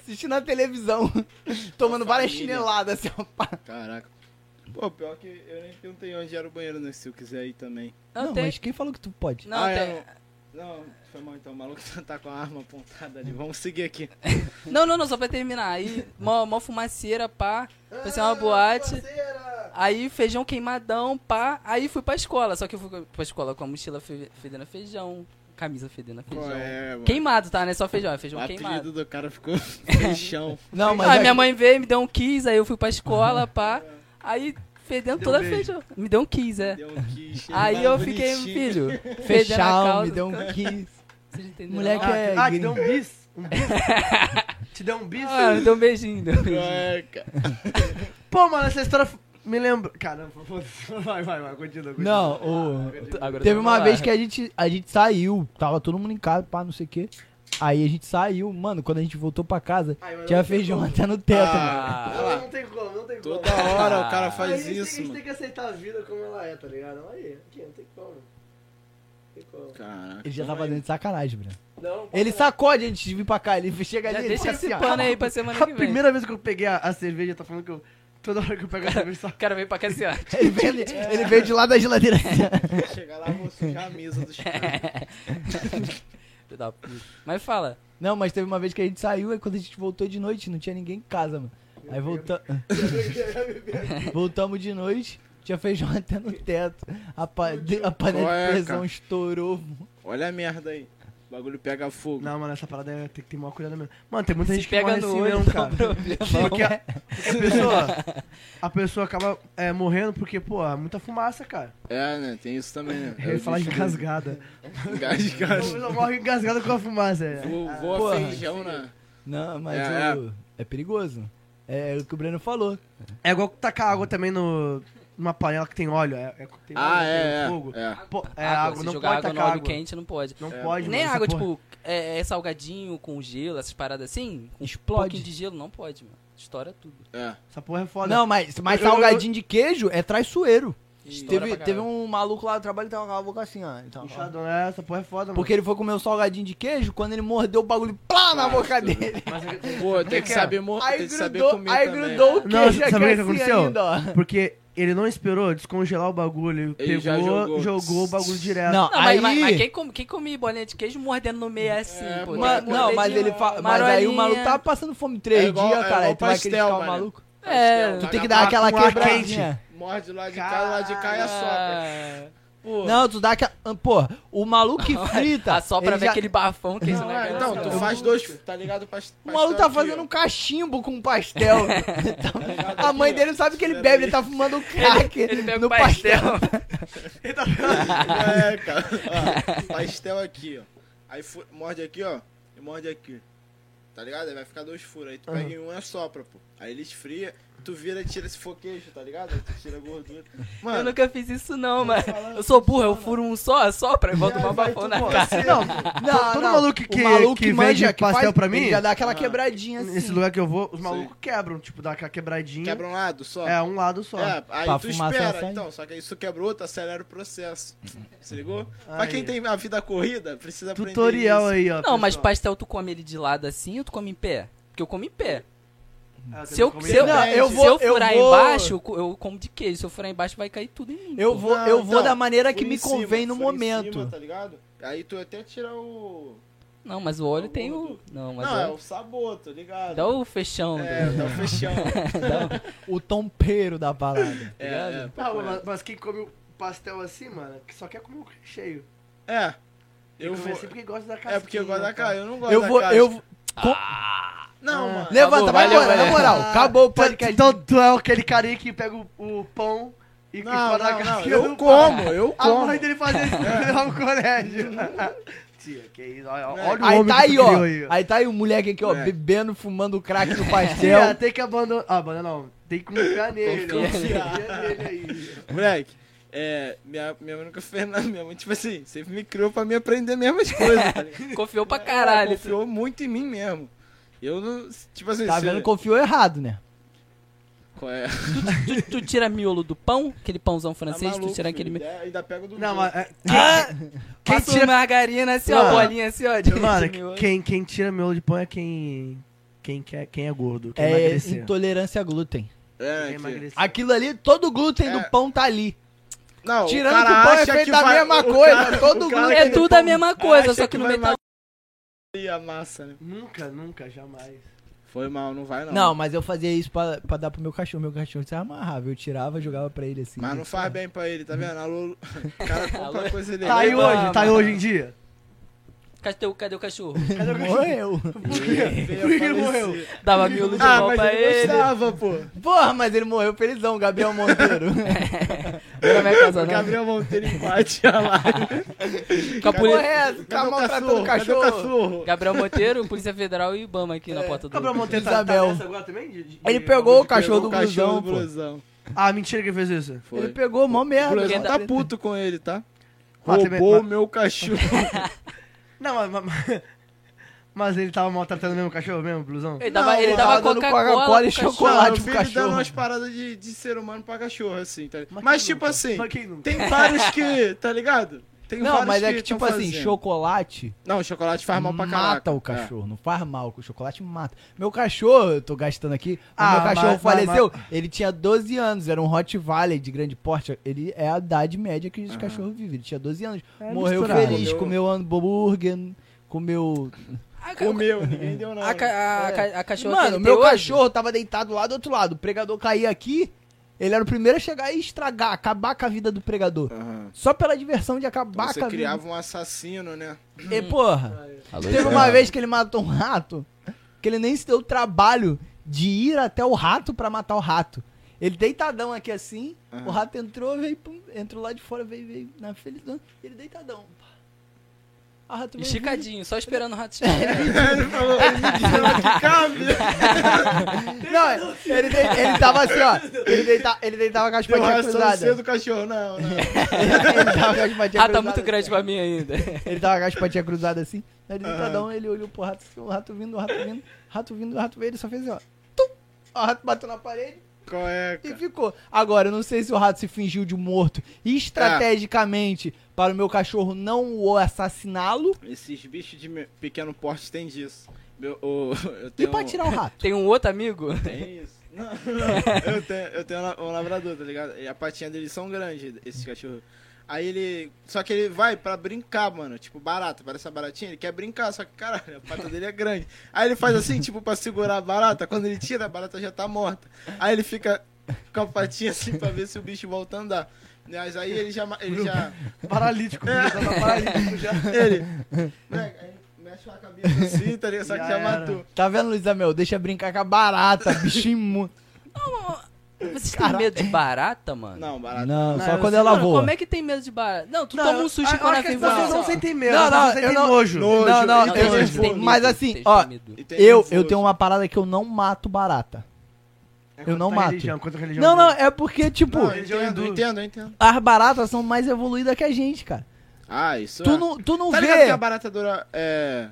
Speaker 2: Assistindo a televisão, tomando várias
Speaker 4: família.
Speaker 2: chineladas, assim, ó, pá.
Speaker 4: Caraca. Pô, pior que eu nem perguntei onde era o banheiro, né? Se eu quiser ir também.
Speaker 3: Não,
Speaker 2: Não,
Speaker 3: tem.
Speaker 2: mas quem falou que tu pode?
Speaker 3: Não,
Speaker 4: Ah,
Speaker 3: tem.
Speaker 4: é, Não, foi mal então. O maluco tá com a arma apontada ali. Vamos seguir aqui.
Speaker 3: Não, não, não, só pra terminar. Aí, mó, mó fumaceira, pá. Foi
Speaker 5: Ah,
Speaker 3: ser uma boate. Aí, feijão queimadão, pá. Aí fui pra escola. Só que eu fui pra escola com a mochila fe- fedendo a feijão. Camisa fedendo a feijão.
Speaker 4: Qual é, mano?
Speaker 3: Queimado, tá? Não é só feijão, é
Speaker 4: O
Speaker 3: feijão queimado.
Speaker 4: apelido do cara ficou feijão.
Speaker 2: Não, mas.
Speaker 3: Aí
Speaker 2: é-
Speaker 3: minha mãe veio, me deu um kiss, aí eu fui pra escola, pá. Aí fedendo
Speaker 5: Deu
Speaker 3: toda a
Speaker 5: beijo.
Speaker 3: feijão. Me deu um kiss, é.
Speaker 4: Deu um quiche,
Speaker 3: Aí
Speaker 4: mas
Speaker 3: eu fiquei,
Speaker 4: bonitinho.
Speaker 3: filho, fedendo a
Speaker 2: Fechal,
Speaker 3: calça.
Speaker 2: me deu um kiss.
Speaker 3: Vocês entenderam?
Speaker 2: Moleque
Speaker 5: Ah,
Speaker 2: é
Speaker 5: que- ah,
Speaker 2: gay.
Speaker 5: que deu um bis? Um bis? Te deu um bis?
Speaker 3: Ah, me deu um beijinho. Deu um beijinho.
Speaker 4: É, cara.
Speaker 5: Pô, mano, essa história f- me lembra. Caramba, foda-se. vai, vai, vai, continua. continua.
Speaker 2: Não, o.
Speaker 3: Agora
Speaker 2: Teve
Speaker 3: eu
Speaker 2: uma
Speaker 3: vou
Speaker 2: vez
Speaker 3: lá.
Speaker 2: que a gente, a gente saiu, tava todo mundo em casa, pá, não sei o quê. Aí a gente saiu, mano, quando a gente voltou pra casa,
Speaker 5: Ai, mas
Speaker 2: tinha
Speaker 5: não tem
Speaker 2: feijão
Speaker 5: como.
Speaker 2: até no teto, mano.
Speaker 3: Ah,
Speaker 5: Não, não tem como, não tem como.
Speaker 4: Toda hora o cara faz
Speaker 5: Aí a gente,
Speaker 4: isso,
Speaker 5: tem, que- a gente
Speaker 4: mano.
Speaker 5: tem que aceitar a vida como ela é, tá ligado? Aí, aqui, não tem como. Não tem como.
Speaker 4: Caraca.
Speaker 2: Ele já tava dando de sacanagem, Bruno.
Speaker 5: Não,
Speaker 2: Ele sacode antes de vir pra cá, ele chega ali.
Speaker 3: Já
Speaker 2: ele
Speaker 3: deixa
Speaker 2: fica
Speaker 3: esse
Speaker 2: assim, ó.
Speaker 3: pano aí pra semana
Speaker 5: A
Speaker 3: que vem.
Speaker 5: primeira vez que eu peguei a, a cerveja, tá falando que eu. Toda hora que eu pego a cerveja, só.
Speaker 3: O cara veio pra cá assim, ó.
Speaker 2: Ele veio, ali- ele veio de lá da geladeira.
Speaker 4: Chegar lá, vou sujar a mesa dos caras.
Speaker 3: Filho da puta. Mas fala.
Speaker 2: Não, mas teve uma vez que a gente saiu, aí quando a gente voltou de noite, não tinha ninguém em casa, mano. Aí volta... voltamos de noite, tinha feijão até no teto. A, pa- de- a panela
Speaker 4: Cueca.
Speaker 2: de pressão estourou.
Speaker 4: Olha a merda aí. O bagulho pega fogo.
Speaker 5: Não, mano, essa parada é- tem que ter maior cuidado mesmo. Mano, tem muita
Speaker 3: Se
Speaker 5: gente que morre
Speaker 3: pega no
Speaker 5: assim
Speaker 3: olho,
Speaker 5: mesmo,
Speaker 3: dá um
Speaker 5: cara.
Speaker 3: problema.
Speaker 5: Porque a, porque a pessoa. A pessoa acaba é, morrendo porque, pô, é muita fumaça, cara.
Speaker 4: É, né? Tem isso também, né? É um
Speaker 5: Eu ia falar engasgada.
Speaker 4: Gás de
Speaker 5: A
Speaker 4: gás.
Speaker 5: pessoa morre engasgada com a fumaça. é.
Speaker 4: Voa voa
Speaker 2: Porra.
Speaker 4: feijão né? na...
Speaker 2: Não, mas
Speaker 4: É,
Speaker 2: o- é perigoso. É o que o Breno falou.
Speaker 5: É igual tacar água também no, numa panela que tem óleo. É, é, tem
Speaker 4: Ah,
Speaker 5: óleo,
Speaker 4: é,
Speaker 5: tem
Speaker 4: é.
Speaker 5: fogo.
Speaker 4: é.
Speaker 5: Pô, é
Speaker 3: água,
Speaker 5: água,
Speaker 3: se
Speaker 5: não
Speaker 3: jogar
Speaker 5: pode
Speaker 3: água no
Speaker 5: tacar
Speaker 3: óleo
Speaker 5: água.
Speaker 3: quente, não pode.
Speaker 5: Não
Speaker 4: É.
Speaker 5: pode,
Speaker 3: Nem
Speaker 5: mano,
Speaker 3: água,
Speaker 5: essa porra.
Speaker 3: tipo, é, é salgadinho com gelo, essas paradas assim. Com Um pouquinho
Speaker 2: Explode.
Speaker 3: de gelo, não pode, mano. Estoura tudo.
Speaker 4: É.
Speaker 5: Essa porra é foda.
Speaker 2: Não, mas, mas
Speaker 5: Eu- eu-
Speaker 2: salgadinho de queijo é traiçoeiro.
Speaker 3: Estoura
Speaker 2: Teve,
Speaker 3: pra
Speaker 2: teve
Speaker 3: caralho.
Speaker 2: um maluco lá do trabalho que tava com a boca assim, ó. Ele tava-
Speaker 5: Puxado, né? Essa porra é foda, mano.
Speaker 2: porque ele foi comer um salgadinho de queijo, quando ele mordeu o bagulho plá na
Speaker 4: Ah,
Speaker 2: boca
Speaker 4: tudo.
Speaker 2: dele.
Speaker 4: Pô, tem que
Speaker 5: que é?
Speaker 4: saber, mo... tem
Speaker 2: Aí
Speaker 4: que saber
Speaker 2: grudou,
Speaker 4: comer
Speaker 2: aí
Speaker 4: também.
Speaker 2: grudou o
Speaker 5: Não,
Speaker 2: queijo
Speaker 5: sabe o que
Speaker 2: aqui assim
Speaker 5: aconteceu?
Speaker 2: ainda, ó.
Speaker 5: Porque ele não esperou descongelar o bagulho.
Speaker 4: Ele
Speaker 5: pegou,
Speaker 4: já jogou.
Speaker 5: jogou. o bagulho direto.
Speaker 2: Não,
Speaker 3: Não,
Speaker 2: aí...
Speaker 3: mas, mas, mas quem, come, quem come bolinha de queijo mordendo no meio é assim,
Speaker 4: É,
Speaker 3: pô.
Speaker 4: mano,
Speaker 3: tem
Speaker 2: Ma-
Speaker 3: que morder
Speaker 2: não, mas
Speaker 3: de-
Speaker 2: ele fa... mas
Speaker 3: Marolinha.
Speaker 2: aí o maluco tava passando fome
Speaker 4: É
Speaker 2: três
Speaker 4: igual-
Speaker 2: dias,
Speaker 4: é
Speaker 2: cara.
Speaker 4: igual
Speaker 2: aí tu vai
Speaker 4: pastel,
Speaker 2: criticar o
Speaker 4: mano.
Speaker 2: maluco.
Speaker 3: É.
Speaker 2: Tu tem que
Speaker 4: Agarrar
Speaker 2: dar aquela
Speaker 5: com ar
Speaker 2: quebradinha.
Speaker 4: Morde lá de cá, lá de cá e assopra.
Speaker 3: Ah,
Speaker 4: Pô.
Speaker 2: Não, tu dá aquela. Pô, o maluco que frita.
Speaker 3: Ah, só pra
Speaker 2: ele
Speaker 3: ver
Speaker 2: já-
Speaker 3: aquele bafão que isso
Speaker 4: Não, é, então, tu
Speaker 5: Eu-
Speaker 4: faz dois, tá ligado? Pas-
Speaker 2: O maluco
Speaker 4: pastel
Speaker 2: tá
Speaker 4: aqui,
Speaker 2: fazendo
Speaker 4: ó.
Speaker 2: um cachimbo com pastel.
Speaker 4: Tá ligado
Speaker 2: A
Speaker 4: aqui,
Speaker 2: mãe
Speaker 4: ó.
Speaker 2: dele não sabe que ele
Speaker 4: Espera
Speaker 2: bebe,
Speaker 4: aí.
Speaker 2: ele tá fumando um crack
Speaker 3: Ele pega
Speaker 2: no
Speaker 3: o pastel.
Speaker 2: pastel.
Speaker 4: tá É, cara. Ó, pastel aqui, ó. Aí fu- morde aqui, ó. E morde aqui. Tá ligado? Aí vai ficar dois furos. Aí tu pega em um e assopra, pô. Aí ele esfria, tu vira e tira esse foquejo, tá ligado? Aí tu tira a gordura.
Speaker 3: Eu
Speaker 4: Mano,
Speaker 3: nunca fiz isso não, mano.
Speaker 4: falando
Speaker 3: Eu sou burro, eu furo um só, só pra e boto
Speaker 4: aí
Speaker 3: um
Speaker 4: vai
Speaker 3: bafão
Speaker 4: tu
Speaker 3: na
Speaker 4: morre.
Speaker 3: cara.
Speaker 5: Não,
Speaker 2: Não,
Speaker 5: todo
Speaker 2: não.
Speaker 5: maluco
Speaker 2: O
Speaker 5: que,
Speaker 2: maluco
Speaker 5: que vende
Speaker 2: que
Speaker 5: pastel
Speaker 2: faz-
Speaker 5: pra mim,
Speaker 2: Ele já dá aquela
Speaker 4: Ah.
Speaker 2: quebradinha assim.
Speaker 5: nesse lugar que eu vou, os
Speaker 4: Sim.
Speaker 5: malucos quebram. Tipo, dá aquela quebradinha.
Speaker 4: quebra um lado só.
Speaker 5: É, um lado só.
Speaker 4: É, aí
Speaker 2: Pra
Speaker 4: tu
Speaker 2: fumaça
Speaker 4: espera,
Speaker 2: sai.
Speaker 4: então. Só que aí isso quebrou, tu acelera o processo. Se ligou? Pra
Speaker 5: Aí.
Speaker 4: quem tem a vida corrida, precisa aprender
Speaker 5: Tutorial
Speaker 4: isso.
Speaker 5: aí, ó.
Speaker 3: Não, mas
Speaker 5: pessoal.
Speaker 3: pastel tu come ele de lado assim ou tu come em pé? Porque eu como em pé.
Speaker 5: Ah,
Speaker 3: Se eu,
Speaker 5: também
Speaker 3: se eu,
Speaker 4: Não,
Speaker 3: se
Speaker 4: eu
Speaker 3: eu
Speaker 2: vou- eu
Speaker 3: furar
Speaker 2: vou-
Speaker 3: embaixo, eu co- eu como de queijo. Se eu furar embaixo, vai cair tudo em mim.
Speaker 2: Eu
Speaker 3: pô.
Speaker 2: vou,
Speaker 4: Não,
Speaker 2: eu vou
Speaker 4: então,
Speaker 2: da maneira
Speaker 4: Fura
Speaker 2: que
Speaker 4: em
Speaker 2: me
Speaker 4: cima,
Speaker 2: convém no
Speaker 4: fura em cima,
Speaker 2: momento.
Speaker 4: tá ligado? Aí tu até tira o.
Speaker 3: Não, mas o óleo
Speaker 4: Tá
Speaker 3: tem o.
Speaker 4: gordo.
Speaker 3: Não, mas
Speaker 4: não, é
Speaker 3: o
Speaker 4: o sabor, tá ligado?
Speaker 3: Dá o Tá fechão. né?
Speaker 4: É,
Speaker 3: do-
Speaker 4: dá o fechão.
Speaker 2: O tompeiro da parada.
Speaker 4: É,
Speaker 3: ligado?
Speaker 4: é,
Speaker 5: Não,
Speaker 4: papo reto.
Speaker 5: mas, mas quem come o pastel assim, mano, que só quer comer o cheio.
Speaker 4: É.
Speaker 5: Tem
Speaker 4: Eu
Speaker 5: que comer
Speaker 4: vou.
Speaker 5: assim porque gosta da casquinha.
Speaker 4: É porque eu gosto da cara. Eu não gosto
Speaker 2: Eu
Speaker 4: da
Speaker 2: vou,
Speaker 4: cara.
Speaker 2: eu vou.
Speaker 5: Ah.
Speaker 4: Não, mano.
Speaker 2: Levanta,
Speaker 3: Acabou,
Speaker 2: vai
Speaker 3: valeu,
Speaker 2: embora, na
Speaker 3: é.
Speaker 2: moral. Tá, Acabou o
Speaker 5: Então,
Speaker 2: podcast.
Speaker 5: então tu é aquele carinha que pega o, o pão e que
Speaker 4: Não,
Speaker 5: come a
Speaker 4: não, não.
Speaker 5: casquinha
Speaker 4: Eu É.
Speaker 5: do
Speaker 4: como, eu
Speaker 5: A
Speaker 4: como.
Speaker 5: mãe dele fazer isso lá no colégio. Tia, que isso? Olha,
Speaker 4: É.
Speaker 5: olha o
Speaker 2: Aí
Speaker 5: homem
Speaker 2: tá
Speaker 5: que
Speaker 2: aí,
Speaker 5: tu
Speaker 2: ó.
Speaker 5: criou aí.
Speaker 2: Aí tá aí o moleque aqui, ó,
Speaker 4: É.
Speaker 2: bebendo, fumando crack no
Speaker 5: Tia,
Speaker 2: pastel.
Speaker 5: tem que abandonar. Ah, abandonar não. Tem que confiar nele. ó.
Speaker 4: Confiar.
Speaker 5: Confia nele aí.
Speaker 4: Moleque, é, minha, minha mãe nunca fez nada. Minha mãe, tipo assim, sempre me criou pra me aprender mesmo as coisas. tá ligado?
Speaker 3: Confiou pra
Speaker 4: Ela
Speaker 3: caralho.
Speaker 4: confiou muito em mim mesmo. Eu não. Tipo assim,
Speaker 2: Tá
Speaker 4: se-
Speaker 2: vendo? Confiou errado, né?
Speaker 4: Qual é?
Speaker 3: Tu, tu tira miolo do pão, aquele pãozão francês,
Speaker 4: Tá maluco,
Speaker 3: tu tira aquele
Speaker 4: filho.
Speaker 3: miolo.
Speaker 4: É, ainda pega do meu.
Speaker 5: Não, mas. é,
Speaker 3: Quem
Speaker 5: Quem tira-
Speaker 3: margarina assim, ó,
Speaker 5: Mano,
Speaker 3: bolinha assim, ó. De,
Speaker 5: Mano,
Speaker 3: de miolo.
Speaker 5: quem, quem tira miolo de pão é quem. Quem, quer, quem é gordo, quem
Speaker 2: É
Speaker 5: emagrecer.
Speaker 2: intolerância a glúten.
Speaker 4: É,
Speaker 5: Quem
Speaker 4: que-
Speaker 5: emagrecer.
Speaker 2: Aquilo ali, todo o glúten
Speaker 4: É.
Speaker 2: do pão tá ali.
Speaker 4: Não, o
Speaker 2: Tirando
Speaker 4: cara
Speaker 2: que o pão é
Speaker 4: acha
Speaker 2: feito
Speaker 4: que
Speaker 2: da
Speaker 4: vai-
Speaker 2: mesma
Speaker 4: o
Speaker 2: coisa,
Speaker 4: cara-
Speaker 2: todo
Speaker 4: o cara
Speaker 2: mundo-
Speaker 4: que
Speaker 3: É
Speaker 4: no
Speaker 3: tudo
Speaker 4: pão
Speaker 3: a mesma coisa,
Speaker 4: acha
Speaker 3: só que no
Speaker 4: vai
Speaker 3: metal.
Speaker 4: emagrecer a massa, né?
Speaker 5: Nunca, nunca, jamais.
Speaker 4: Foi mal, não vai não.
Speaker 2: Não, mas eu fazia isso pra, pra dar pro meu cachorro. Meu cachorro se amarrava. Eu tirava, jogava pra ele assim.
Speaker 4: Mas não faz bem pra ele, tá vendo? Alô, o cara compra
Speaker 3: Alô?
Speaker 4: coisa dele.
Speaker 5: Tá aí
Speaker 3: Leva-
Speaker 5: hoje, tá aí hoje em dia.
Speaker 3: Cadê, o- cadê o cachorro?
Speaker 5: Cadê o cachorro?
Speaker 2: Morreu.
Speaker 5: Por quê? Por que ele morreu?
Speaker 3: Dava miolo de
Speaker 4: Ah,
Speaker 3: pão
Speaker 4: mas
Speaker 3: pra
Speaker 4: ele
Speaker 3: ele.
Speaker 4: gostava, pô.
Speaker 2: Porra, mas ele morreu felizão, Gabriel Monteiro.
Speaker 3: Não vai casar,
Speaker 4: O
Speaker 3: não.
Speaker 4: Gabriel Monteiro empate, olha lá.
Speaker 3: Com a poli-
Speaker 2: Porra, é, essa?
Speaker 4: Cadê
Speaker 2: tá
Speaker 4: o
Speaker 2: maltratando
Speaker 4: cachorro?
Speaker 2: o
Speaker 4: Cadê o
Speaker 2: cachorro.
Speaker 4: cachorro?
Speaker 3: Gabriel Monteiro, Polícia Federal e Ibama aqui na porta do.
Speaker 5: Gabriel Monteiro tá, tá
Speaker 2: Isabel.
Speaker 5: nessa agora também? De- de-
Speaker 2: Ele
Speaker 5: de-
Speaker 2: pegou o
Speaker 4: Pegou
Speaker 2: cachorro do
Speaker 4: é? o cachorro
Speaker 2: blusão,
Speaker 4: do
Speaker 2: pô.
Speaker 4: blusão.
Speaker 5: Ah, mentira que ele fez isso.
Speaker 4: Foi.
Speaker 2: Ele pegou mó
Speaker 4: O
Speaker 2: merda.
Speaker 4: blusão tá puto com ele, tá?
Speaker 5: Mas também-
Speaker 4: Roubou o
Speaker 5: mas-
Speaker 4: meu cachorro.
Speaker 5: Não, mas, mas- mas ele tava maltratando mesmo o cachorro mesmo, o blusão?
Speaker 3: Ele dava,
Speaker 2: Não,
Speaker 3: ele
Speaker 2: ele
Speaker 3: dava
Speaker 2: tava dando
Speaker 3: Coca-Cola
Speaker 2: Coca-Cola e
Speaker 3: pro cachorro.
Speaker 2: chocolate.
Speaker 4: Cara, o
Speaker 2: pro
Speaker 4: filho
Speaker 2: um cachorro.
Speaker 4: dando umas paradas de, de ser humano pra cachorro, assim, tá ligado? Mas,
Speaker 5: quem
Speaker 4: tipo
Speaker 5: nunca?
Speaker 4: assim,
Speaker 5: Mas quem nunca?
Speaker 4: tem vários que, tá ligado? Tem
Speaker 2: Não,
Speaker 4: vários
Speaker 2: mas é que,
Speaker 4: tão
Speaker 2: tipo assim,
Speaker 4: fazendo.
Speaker 2: chocolate
Speaker 4: Não, chocolate faz mal pra caraca.
Speaker 2: mata o cachorro. Não faz mal, que o chocolate mata. Meu cachorro, eu tô gastando aqui,
Speaker 5: Ah,
Speaker 2: o meu cachorro
Speaker 5: mas-
Speaker 2: faleceu, ele tinha 12 anos, era um Rottweiler de grande porte. Ele é a idade média que os cachorros vivem. Ele tinha 12 anos.
Speaker 5: É
Speaker 2: Morreu
Speaker 5: misturado.
Speaker 2: feliz, comeu hambúrguer, comeu...
Speaker 3: A,
Speaker 4: É. Comeu, ninguém deu nada.
Speaker 3: a, ca- a, ca- a cachorra que
Speaker 2: Mano,
Speaker 3: ele
Speaker 2: meu
Speaker 3: tem hoje-
Speaker 2: cachorro tava deitado lá do outro lado. O pregador caía aqui, ele era o primeiro a chegar e estragar, acabar com a vida do pregador.
Speaker 4: Aham.
Speaker 2: Só pela diversão de
Speaker 4: Então
Speaker 2: acabar
Speaker 4: você
Speaker 2: com a vida.
Speaker 4: criava um assassino, né?
Speaker 2: E
Speaker 3: Hum.
Speaker 2: porra...
Speaker 3: Alô,
Speaker 2: Teve
Speaker 3: Isabel.
Speaker 2: uma vez que ele matou um rato, que ele nem se deu o trabalho de ir até o rato pra matar o rato. Ele deitadão aqui assim,
Speaker 4: Aham.
Speaker 2: o rato entrou, veio, pum, entrou lá de fora, veio, veio na felidão, ele deitadão. pá. A rato veio,
Speaker 3: Esticadinho, só esperando o rato chegar.
Speaker 4: ele falou, ele me disse lá que cabe.
Speaker 2: veio. Não, ele, dei- ele tava assim, ó. Ele, deita, ele deitava com as
Speaker 4: Deu
Speaker 2: patinhas
Speaker 4: ração
Speaker 2: cruzadas.
Speaker 4: cedo do cachorro, não, não.
Speaker 2: Ele tava com as patinhas
Speaker 3: Rato é
Speaker 2: cruzadas.
Speaker 3: muito grande pra mim ainda.
Speaker 2: Ele tava com as patinhas cruzadas assim. Aí ele deitadão, ele olhou pro rato, o rato vindo, o rato vindo, rato vindo, o rato veio, ele só fez assim, ó. Tum! Ó, O rato bateu na parede.
Speaker 4: Qual é,
Speaker 2: E
Speaker 4: cara?
Speaker 2: ficou. Agora, eu não sei se o rato se fingiu de morto estrategicamente para o meu cachorro não o assassiná-lo
Speaker 4: Esses bichos de me- pequeno porte tem disso. Meu, o- eu
Speaker 2: e
Speaker 4: tenho
Speaker 2: para
Speaker 4: um-
Speaker 2: tirar o rato.
Speaker 3: Tem um outro amigo?
Speaker 4: Tem isso. Não, não. Eu tenho, eu tenho um la- um labrador, tá ligado? E a patinha deles são grandes, esses cachorros. Aí ele. Só que ele vai pra brincar, mano. Tipo, barata, parece uma baratinha. Ele quer brincar, só que, caralho, a pata dele é grande. Aí ele faz assim, tipo, pra segurar a barata. Quando ele tira, a barata já tá morta. Aí ele fica com a patinha assim pra ver se o bicho volta a andar. Mas aí ele já. ma- Ele já.
Speaker 5: Paralítico, já tava paralítico já.
Speaker 4: Ele. né, aí mexe uma cabeça assim, tá ligado? Só que
Speaker 5: Já
Speaker 4: já
Speaker 5: era.
Speaker 4: matou.
Speaker 2: Tá vendo, Luiz Amel? Deixa brincar com a barata, bicho imundo.
Speaker 3: Vocês têm medo de barata, mano?
Speaker 4: Ah, Não, assim, barata.
Speaker 2: Não,
Speaker 5: Não,
Speaker 2: só
Speaker 5: eu
Speaker 2: quando
Speaker 5: sei-
Speaker 2: ela
Speaker 3: Mano,
Speaker 2: voa.
Speaker 3: como é que tem medo de barata? Não, tu
Speaker 5: Não,
Speaker 3: toma um
Speaker 5: eu-
Speaker 3: sushi
Speaker 5: eu
Speaker 3: quando
Speaker 5: acho
Speaker 3: ela vem
Speaker 5: que as pessoas
Speaker 3: voar.
Speaker 5: não
Speaker 3: só.
Speaker 5: sentem medo,
Speaker 2: Não,
Speaker 5: as
Speaker 2: não,
Speaker 5: pessoas
Speaker 2: eu
Speaker 5: sentem
Speaker 2: não-
Speaker 5: nojo.
Speaker 4: Nojo,
Speaker 2: Não, não,
Speaker 4: e
Speaker 3: Não,
Speaker 4: tem
Speaker 3: tem
Speaker 2: eu-
Speaker 3: medo,
Speaker 4: nervoso.
Speaker 3: tem medo,
Speaker 2: mas
Speaker 3: tem
Speaker 2: assim,
Speaker 3: medo. tá
Speaker 2: ó,
Speaker 4: E tem um
Speaker 2: Eu, eu
Speaker 4: nervoso.
Speaker 2: tenho um uma parada que eu não mato barata.
Speaker 5: É
Speaker 2: Eu não
Speaker 5: contra a
Speaker 2: mato.
Speaker 5: religião, contra a religião
Speaker 2: Não, não,
Speaker 5: dele.
Speaker 2: é porque, tipo,
Speaker 4: Não, eu
Speaker 5: religião
Speaker 4: entendo, eu
Speaker 5: hindu.
Speaker 4: entendo, eu entendo.
Speaker 2: as baratas são mais evoluídas que a gente, cara.
Speaker 4: Ah, isso é.
Speaker 2: Tu não, tu não
Speaker 4: Tá ligado que
Speaker 2: vê.
Speaker 4: a barata dura. É.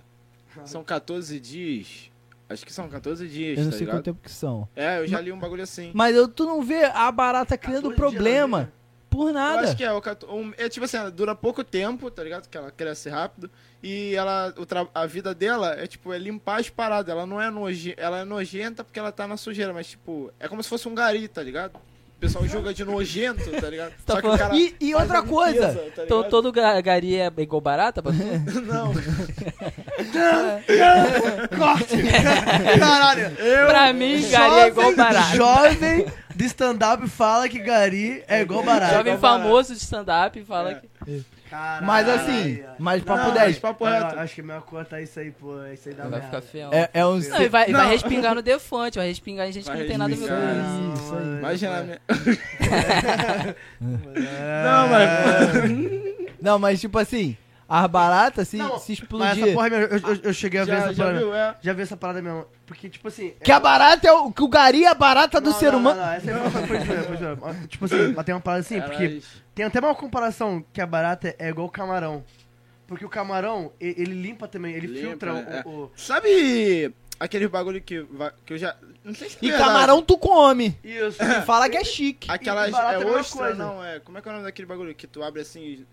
Speaker 4: São 14 dias. Acho que são 14 dias,
Speaker 2: Eu não
Speaker 4: tá
Speaker 2: sei
Speaker 4: ligado?
Speaker 2: quanto tempo que são.
Speaker 4: É, eu já li um bagulho assim.
Speaker 2: Mas eu, tu não vê a barata criando
Speaker 5: 14
Speaker 2: problema
Speaker 5: dias,
Speaker 2: por
Speaker 4: né? Eu
Speaker 2: nada.
Speaker 4: acho que é, o 14 um- é tipo assim, ela dura pouco tempo, tá ligado? Que ela cresce rápido. E ela. o tra- a vida dela é tipo, é limpar as paradas. Ela não é nojenta. Ela é nojenta porque ela tá na sujeira, mas tipo, é como se fosse um gari, tá ligado? O pessoal julga de nojento, tá ligado?
Speaker 3: Tá
Speaker 4: Só que o cara.
Speaker 2: E, e
Speaker 4: faz
Speaker 2: outra
Speaker 4: a limpeza,
Speaker 2: coisa,
Speaker 4: tá
Speaker 3: Então
Speaker 4: ligado?
Speaker 3: todo ga- gari é igual barata pra tu?
Speaker 4: Não,
Speaker 5: Caralho.
Speaker 2: é
Speaker 3: pra mim, gari é igual barata.
Speaker 5: Jovem de stand-up fala que Gari é igual barato.
Speaker 3: Jovem
Speaker 4: igual barata.
Speaker 3: famoso de stand-up fala
Speaker 4: É.
Speaker 3: que...
Speaker 2: mas assim, mas papo
Speaker 4: Não,
Speaker 2: 10.
Speaker 4: mas papo
Speaker 5: Não,
Speaker 4: reto.
Speaker 5: acho que é melhor cortar isso aí, pô. é Isso aí dá
Speaker 3: Vai
Speaker 5: merda.
Speaker 3: ficar feio.
Speaker 2: É, é um.
Speaker 3: Não, e vai, e
Speaker 4: Não.
Speaker 3: vai respingar no defante, vai respingar em gente que
Speaker 4: Vai
Speaker 3: não tem nada a ver
Speaker 4: respingar.
Speaker 3: com isso.
Speaker 5: Não,
Speaker 2: Isso aí.
Speaker 5: mano,
Speaker 4: imagina. a
Speaker 5: mano.
Speaker 4: minha-
Speaker 5: É.
Speaker 4: Não, mas.
Speaker 2: Não, mas tipo assim, as baratas se,
Speaker 5: Não,
Speaker 2: se
Speaker 5: Mas
Speaker 2: explodir.
Speaker 5: essa porra, é mesmo, eu, eu, eu cheguei a ver
Speaker 4: Já,
Speaker 5: essa
Speaker 4: já
Speaker 5: parada.
Speaker 4: viu? É.
Speaker 5: Já vi essa parada mesmo. Porque, tipo assim.
Speaker 2: Que a barata é o. Que o gari é a barata do
Speaker 5: Não,
Speaker 2: ser
Speaker 5: não,
Speaker 2: humano.
Speaker 5: Não, não, essa aí foi, foi de zoeira, foi de zoeira. Mas, Tipo assim, mas tem uma parada assim, porque
Speaker 4: Caralho.
Speaker 5: tem até uma comparação que a barata é igual o camarão. Porque o camarão, e- ele limpa também, ele
Speaker 4: Limpa,
Speaker 5: filtra o-
Speaker 4: é.
Speaker 5: o,
Speaker 4: Sabe aquele bagulho que, va- que eu já. Não sei se é
Speaker 2: E
Speaker 4: verdade.
Speaker 2: camarão tu come.
Speaker 5: Isso.
Speaker 2: E fala que é chique.
Speaker 4: Aquelas.
Speaker 5: e barata é a
Speaker 4: é
Speaker 5: mesma
Speaker 4: ostra,
Speaker 5: coisa.
Speaker 4: não, é. Como é que é o nome daquele bagulho que tu abre assim.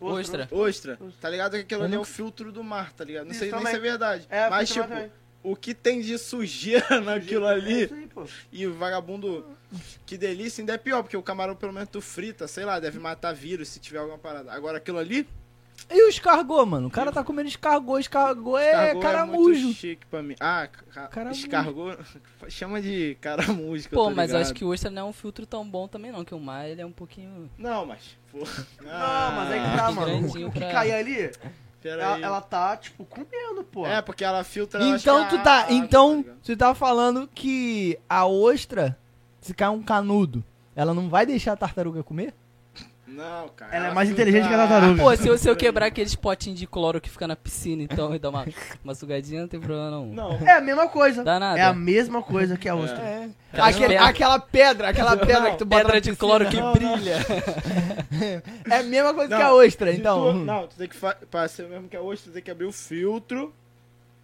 Speaker 3: Ostra.
Speaker 4: Ostra. Tá ligado? Que aquilo
Speaker 2: Eu
Speaker 4: ali é o
Speaker 2: nunca-
Speaker 4: filtro do mar, tá ligado? Não
Speaker 5: Isso
Speaker 4: sei nem
Speaker 5: também.
Speaker 4: se é verdade.
Speaker 5: É,
Speaker 4: Mas,
Speaker 5: filtro
Speaker 4: tipo,
Speaker 5: do mar também.
Speaker 4: o que tem de sujeira naquilo
Speaker 5: É
Speaker 4: ali.
Speaker 5: isso aí, pô.
Speaker 4: E o vagabundo. Que delícia, ainda é pior, porque o camarão pelo menos tu frita, sei lá, deve matar vírus se tiver alguma parada. Agora aquilo ali.
Speaker 2: E o escargot, mano? O cara tá comendo escargot. Escargot é
Speaker 4: escargot É
Speaker 2: caramujo.
Speaker 4: muito chique pra mim. Ah, ca-
Speaker 2: Caramujo.
Speaker 4: escargot. Chama de caramujo. que eu
Speaker 3: Pô,
Speaker 4: tô
Speaker 3: mas eu acho
Speaker 4: tá ligado.
Speaker 3: que o Ostra não é um filtro tão bom também não, que o mar ele é um pouquinho...
Speaker 4: Não, mas. Pô.
Speaker 5: Não, mas aí que tá,
Speaker 3: Ah,
Speaker 5: mano. O que
Speaker 3: grandinho pra-
Speaker 5: cair ali,
Speaker 4: Pera
Speaker 5: ela,
Speaker 4: aí.
Speaker 5: ela tá, tipo, comendo, pô.
Speaker 4: É, porque ela filtra. eu acho que
Speaker 2: Então
Speaker 4: a-
Speaker 2: tu
Speaker 4: a
Speaker 2: tá.
Speaker 4: água,
Speaker 2: Então
Speaker 4: ligado?
Speaker 2: tu tá falando que a ostra, se cair um canudo, ela não vai deixar a tartaruga comer?
Speaker 4: Não, cara.
Speaker 5: Ela é mais
Speaker 4: filtra
Speaker 5: inteligente que a tartaruga.
Speaker 3: Pô, se eu, se eu quebrar aqueles potinhos de cloro que fica na piscina, então, e dar uma, uma sugadinha, não tem problema não.
Speaker 4: Não.
Speaker 5: É a mesma coisa.
Speaker 3: Dá nada.
Speaker 5: É a mesma coisa que a ostra.
Speaker 2: É.
Speaker 3: Aquela
Speaker 2: Aquele-
Speaker 3: pedra.
Speaker 2: aquela pedra, aquela pedra É que tu bota
Speaker 3: pedra
Speaker 2: na
Speaker 3: de
Speaker 2: piscina.
Speaker 3: cloro que
Speaker 2: brilha. é a mesma coisa que
Speaker 4: Não,
Speaker 2: a ostra,
Speaker 4: Se
Speaker 2: então.
Speaker 4: tu- não, tu tem que. Fa... Pra ser o mesmo que a ostra, tu tem que abrir o filtro